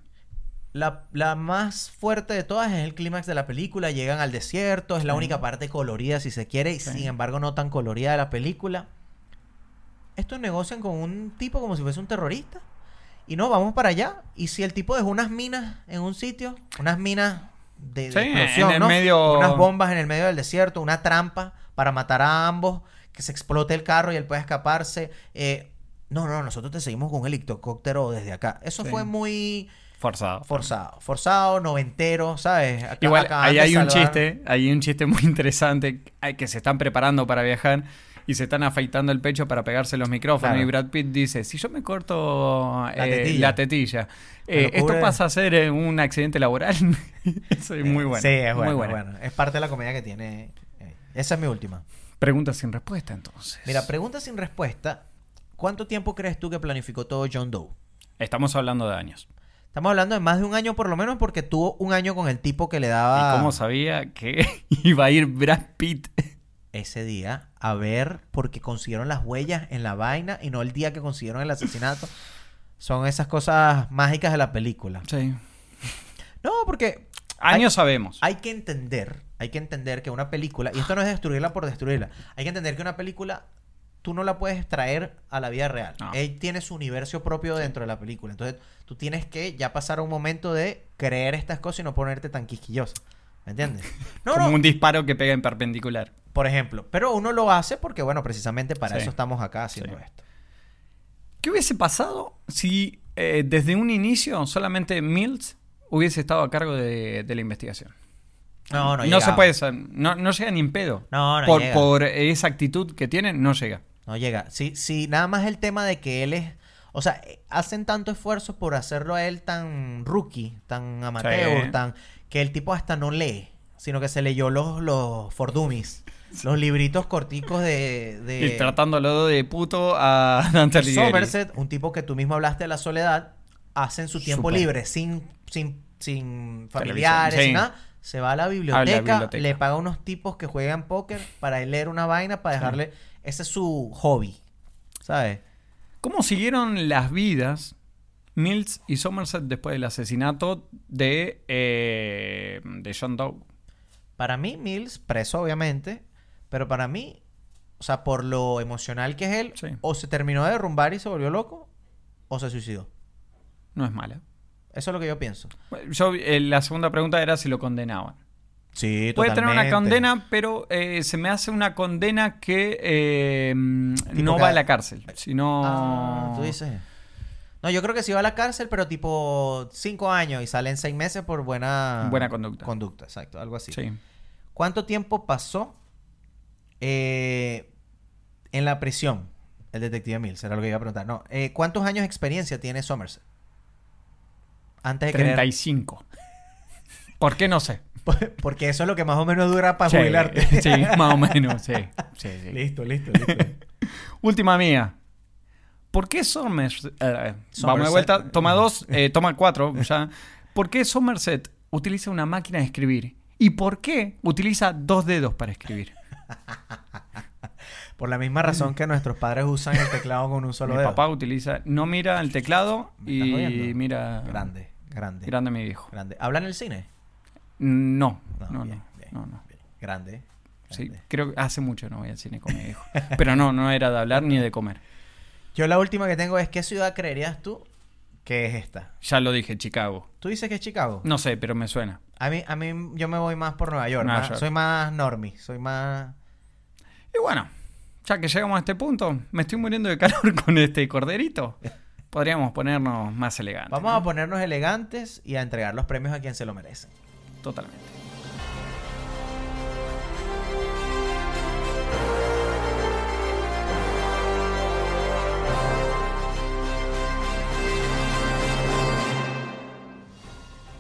[SPEAKER 9] La, la más fuerte de todas es el clímax de la película. Llegan al desierto, es la única parte colorida si se quiere, y sin embargo no tan colorida de la película. Estos negocian con un tipo como si fuese un terrorista. Y no, vamos para allá. Y si el tipo dejó unas minas en un sitio, unas minas de, de
[SPEAKER 10] Sí,
[SPEAKER 9] explosión,
[SPEAKER 10] en el
[SPEAKER 9] ¿no?
[SPEAKER 10] medio-
[SPEAKER 9] Unas bombas en el medio del desierto, una trampa para matar a ambos, que se explote el carro y él pueda escaparse. Eh, no, no, nosotros te seguimos con un helicóptero desde acá. Eso fue muy...
[SPEAKER 10] Forzado.
[SPEAKER 9] Forzado, forzado, noventero, ¿sabes? Acá-
[SPEAKER 10] Igual,
[SPEAKER 9] acaban
[SPEAKER 10] ahí
[SPEAKER 9] de
[SPEAKER 10] hay un
[SPEAKER 9] salvar-
[SPEAKER 10] chiste, ahí hay un chiste muy interesante ay, que se están preparando para viajar y se están afeitando el pecho para pegarse los micrófonos.
[SPEAKER 9] Claro.
[SPEAKER 10] Y Brad Pitt dice, si yo me corto eh, la tetilla,
[SPEAKER 9] tetilla.
[SPEAKER 10] eh,
[SPEAKER 9] Me lo
[SPEAKER 10] ¿esto
[SPEAKER 9] cubre".
[SPEAKER 10] pasa a ser eh, un accidente laboral? Eso es muy bueno.
[SPEAKER 9] Sí, es bueno,
[SPEAKER 10] muy bueno.
[SPEAKER 9] bueno. Es parte de la comedia que tiene. eh, Esa es mi última.
[SPEAKER 10] Pregunta sin respuesta, entonces.
[SPEAKER 9] Mira, pregunta sin respuesta. ¿Cuánto tiempo crees tú que planificó todo John Doe?
[SPEAKER 10] Estamos hablando de años.
[SPEAKER 9] Estamos hablando de más de un año por lo menos porque tuvo un año con el tipo que le daba
[SPEAKER 10] ¿Y cómo sabía que iba a ir Brad Pitt?
[SPEAKER 9] ese día a ver porque consiguieron las huellas en la vaina y no el día que consiguieron el asesinato. Son esas cosas mágicas de la película.
[SPEAKER 10] Sí.
[SPEAKER 9] No, porque
[SPEAKER 10] Años sabemos.
[SPEAKER 9] Hay que entender, hay que entender que una película, y esto no es destruirla por destruirla, hay que entender que una película tú no la puedes traer a la vida real.
[SPEAKER 10] No.
[SPEAKER 9] Él tiene su universo propio dentro de la película. Entonces tú tienes que ya pasar a un momento de creer estas cosas y no ponerte tan quisquilloso. ¿Me entiendes? No,
[SPEAKER 10] Como
[SPEAKER 9] no.
[SPEAKER 10] un disparo que pega en perpendicular.
[SPEAKER 9] Por ejemplo. Pero uno lo hace porque, bueno, precisamente para
[SPEAKER 10] Sí.
[SPEAKER 9] eso estamos acá haciendo
[SPEAKER 10] Sí.
[SPEAKER 9] esto.
[SPEAKER 10] ¿Qué hubiese pasado si eh, desde un inicio solamente Mills hubiese estado a cargo de, de la investigación?
[SPEAKER 9] No, no,
[SPEAKER 10] No se
[SPEAKER 9] llegaba.
[SPEAKER 10] puede, sa- no, no llega ni en pedo.
[SPEAKER 9] No, no
[SPEAKER 10] por,
[SPEAKER 9] llega.
[SPEAKER 10] por esa actitud que tienen, no llega.
[SPEAKER 9] No llega. Sí, sí, nada más el tema de que él es. O sea, eh, hacen tanto esfuerzo por hacerlo a él tan rookie, tan amateur,
[SPEAKER 10] Sí.
[SPEAKER 9] tan. que el tipo hasta no lee, sino que se leyó los, los Fordumis, los libritos corticos de. de
[SPEAKER 10] y tratándolo de puto a
[SPEAKER 9] de
[SPEAKER 10] Dante Alighieri.
[SPEAKER 9] Somerset, un tipo que tú mismo hablaste de la soledad, hacen su tiempo
[SPEAKER 10] Súper.
[SPEAKER 9] libre, sin, sin, sin
[SPEAKER 10] Televisión,
[SPEAKER 9] familiares,
[SPEAKER 10] sí.
[SPEAKER 9] sin nada. Se va a la biblioteca,
[SPEAKER 10] biblioteca.
[SPEAKER 9] le paga a unos tipos que juegan póker para él leer una vaina, para dejarle. Ese es su hobby, ¿sabes?
[SPEAKER 10] ¿Cómo siguieron las vidas Mills y Somerset después del asesinato de, eh, de John Doe?
[SPEAKER 9] Para mí, Mills, preso obviamente, pero para mí, O sea, por lo emocional que es él,
[SPEAKER 10] Sí.
[SPEAKER 9] o se terminó de derrumbar y se volvió loco, o se suicidó.
[SPEAKER 10] No es mala.
[SPEAKER 9] Eso es lo que yo pienso.
[SPEAKER 10] Yo, eh, la segunda pregunta era si lo condenaban.
[SPEAKER 9] Sí,
[SPEAKER 10] Puede tener una
[SPEAKER 9] totalmente.
[SPEAKER 10] condena, pero eh, se me hace una condena que eh, no
[SPEAKER 9] ca-
[SPEAKER 10] va a la cárcel, sino...
[SPEAKER 9] Ah, tú dices. No, yo creo que sí va a la cárcel, pero tipo cinco años y salen seis meses por buena...
[SPEAKER 10] Buena conducta.
[SPEAKER 9] Conducta, exacto, algo así.
[SPEAKER 10] Sí.
[SPEAKER 9] ¿Cuánto tiempo pasó eh, en la prisión? El detective Mills, será lo que iba a preguntar. No, eh, ¿cuántos años de experiencia tiene Somerset? Antes de creer-
[SPEAKER 10] 35. ¿Por qué no sé?
[SPEAKER 9] Porque eso es lo que más o menos dura para
[SPEAKER 10] Sí,
[SPEAKER 9] jubilarte.
[SPEAKER 10] Sí, más o menos, sí. sí, sí.
[SPEAKER 9] listo, listo, listo.
[SPEAKER 10] Última mía. ¿Por qué Somerset? eh, vamos
[SPEAKER 9] Somerset.
[SPEAKER 10] de vuelta. Toma dos, eh, toma cuatro. ya. ¿Por qué Somerset utiliza una máquina de escribir? ¿Y por qué utiliza dos dedos para escribir?
[SPEAKER 9] Por la misma razón que nuestros padres usan el teclado con un solo
[SPEAKER 10] Mi
[SPEAKER 9] dedo.
[SPEAKER 10] papá utiliza, no mira el teclado
[SPEAKER 9] ¿Me estás
[SPEAKER 10] y
[SPEAKER 9] jodiendo?
[SPEAKER 10] mira.
[SPEAKER 9] Grande, grande.
[SPEAKER 10] Grande mi viejo.
[SPEAKER 9] Grande. ¿Habla en el cine?
[SPEAKER 10] No, no, no.
[SPEAKER 9] bien, bien,
[SPEAKER 10] no, no.
[SPEAKER 9] bien. Grande.
[SPEAKER 10] Sí,
[SPEAKER 9] grande.
[SPEAKER 10] creo que hace mucho no voy al cine con mi viejo. Pero no, no era de hablar ni de comer.
[SPEAKER 9] Yo la última que tengo es ¿qué ciudad creerías tú que es esta?
[SPEAKER 10] Ya lo dije, Chicago.
[SPEAKER 9] ¿Tú dices que es Chicago?
[SPEAKER 10] No sé, pero me suena.
[SPEAKER 9] A mí, a mí yo me voy más por Nueva York.
[SPEAKER 10] Nueva
[SPEAKER 9] más-
[SPEAKER 10] York.
[SPEAKER 9] Soy más normie. Soy más...
[SPEAKER 10] Y bueno, ya que llegamos a este punto, me estoy muriendo de calor con este corderito. Podríamos ponernos más elegantes.
[SPEAKER 9] Vamos
[SPEAKER 10] ¿no?
[SPEAKER 9] a ponernos elegantes y a entregar los premios a quien se lo merece.
[SPEAKER 10] Totalmente.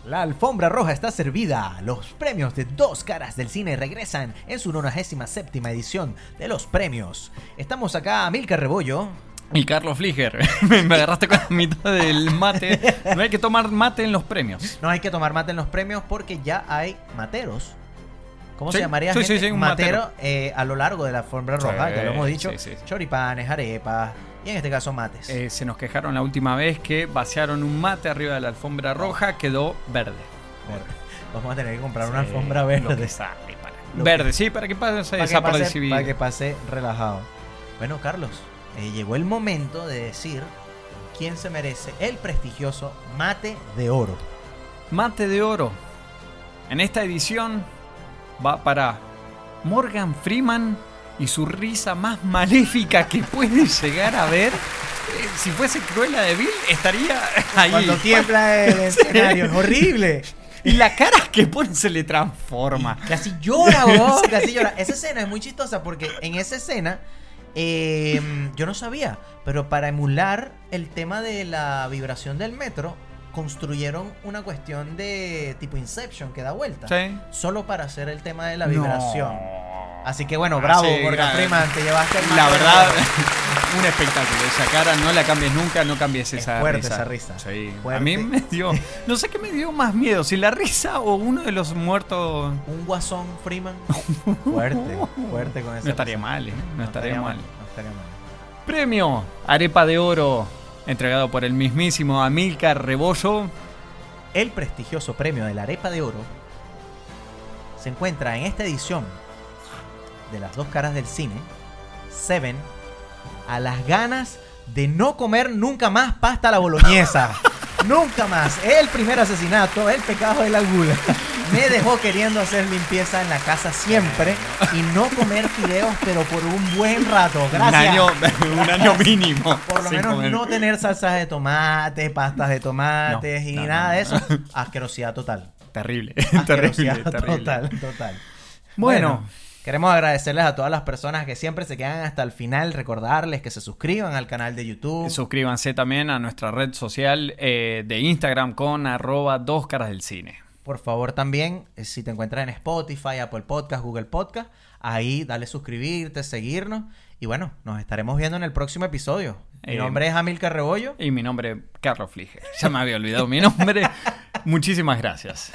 [SPEAKER 9] La alfombra roja está servida. Los premios de Dos Caras del Cine regresan en su 97 edición de los premios. Estamos acá, Milka Rebollo.
[SPEAKER 10] Y Carlos Fliger, me me agarraste con la mitad del mate. No hay que tomar mate en los premios.
[SPEAKER 9] No hay que tomar mate en los premios porque ya hay materos. ¿Cómo
[SPEAKER 10] Sí,
[SPEAKER 9] se llamaría?
[SPEAKER 10] sí,
[SPEAKER 9] gente?
[SPEAKER 10] sí, sí, un
[SPEAKER 9] matero
[SPEAKER 10] matero.
[SPEAKER 9] eh, a lo largo de la alfombra
[SPEAKER 10] Sí,
[SPEAKER 9] roja, ya lo hemos dicho.
[SPEAKER 10] sí, sí, sí.
[SPEAKER 9] Choripanes, arepas y en este caso mates.
[SPEAKER 10] Eh, se nos quejaron la última vez que vaciaron un mate arriba de la alfombra roja, quedó verde.
[SPEAKER 9] Bueno, vamos a tener que comprar una alfombra verde.
[SPEAKER 10] Lo que sale, para-
[SPEAKER 9] Lo
[SPEAKER 10] Verde, sí, para que pase
[SPEAKER 9] para, que pase,
[SPEAKER 10] desapercibido.
[SPEAKER 9] para que pase relajado. Bueno, Carlos, eh, llegó el momento de decir quién se merece el prestigioso mate de oro.
[SPEAKER 10] Mate de Oro. En esta edición va para Morgan Freeman y su risa más maléfica que puede llegar a ver. Eh, Si fuese Cruella de Bill, estaría ahí.
[SPEAKER 9] Cuando tiembla el escenario, es horrible.
[SPEAKER 10] Y la cara que pone se le transforma.
[SPEAKER 9] Casi llora, weón. Casi llora. Esa escena es muy chistosa porque en esa escena, eh, yo no sabía, pero para emular el tema de la vibración del metro, construyeron una cuestión de tipo Inception que da vuelta.
[SPEAKER 10] Sí.
[SPEAKER 9] Solo para hacer el tema de la
[SPEAKER 10] No.
[SPEAKER 9] vibración. Así que bueno, bravo,
[SPEAKER 10] Así,
[SPEAKER 9] Morgan
[SPEAKER 10] Ah, claro.
[SPEAKER 9] Freeman, te llevaste el
[SPEAKER 10] La
[SPEAKER 9] mate.
[SPEAKER 10] verdad, un espectáculo. Esa cara no la cambies nunca, no cambies esa
[SPEAKER 9] fuerte
[SPEAKER 10] risa.
[SPEAKER 9] esa risa.
[SPEAKER 10] Sí. A
[SPEAKER 9] Fuerte.
[SPEAKER 10] mí me dio. No sé qué me dio más miedo, si la risa o uno de los muertos.
[SPEAKER 9] Un guasón Freeman. Fuerte, fuerte con esa
[SPEAKER 10] No estaría
[SPEAKER 9] risa.
[SPEAKER 10] mal, ¿eh? No, estaría, mal.
[SPEAKER 9] No estaría mal.
[SPEAKER 10] Premio Arepa de Oro, entregado por el mismísimo Amilcar Rebollo.
[SPEAKER 9] El prestigioso premio de la Arepa de Oro se encuentra en esta edición de las dos caras del cine, Seven, a las ganas de no comer nunca más pasta a la boloñesa. nunca más. El primer asesinato, el pecado de la gula. Me dejó queriendo hacer limpieza en la casa siempre y no comer fideos, pero por un buen rato. Gracias.
[SPEAKER 10] Un año, un año mínimo.
[SPEAKER 9] Por lo
[SPEAKER 10] sin
[SPEAKER 9] menos
[SPEAKER 10] comer.
[SPEAKER 9] no tener salsas de tomate, pastas de tomates
[SPEAKER 10] No,
[SPEAKER 9] y
[SPEAKER 10] no, no,
[SPEAKER 9] nada
[SPEAKER 10] no,
[SPEAKER 9] de eso. Asquerosidad total.
[SPEAKER 10] Terrible, terrible,
[SPEAKER 9] Asquerosidad
[SPEAKER 10] terrible.
[SPEAKER 9] total, total.
[SPEAKER 10] Bueno.
[SPEAKER 9] Queremos agradecerles a todas las personas que siempre se quedan hasta el final, recordarles que se suscriban al canal de YouTube.
[SPEAKER 10] Suscríbanse también a nuestra red social eh, de Instagram con arroba dos caras del cine.
[SPEAKER 9] Por favor también, eh, si te encuentras en Spotify, Apple Podcast, Google Podcast, ahí dale suscribirte, seguirnos. Y bueno, nos estaremos viendo en el próximo episodio. Mi
[SPEAKER 10] Eh,
[SPEAKER 9] nombre es Amilcar Rebollo.
[SPEAKER 10] Y mi nombre, Carlos Flige. Ya me había olvidado mi nombre. Muchísimas gracias.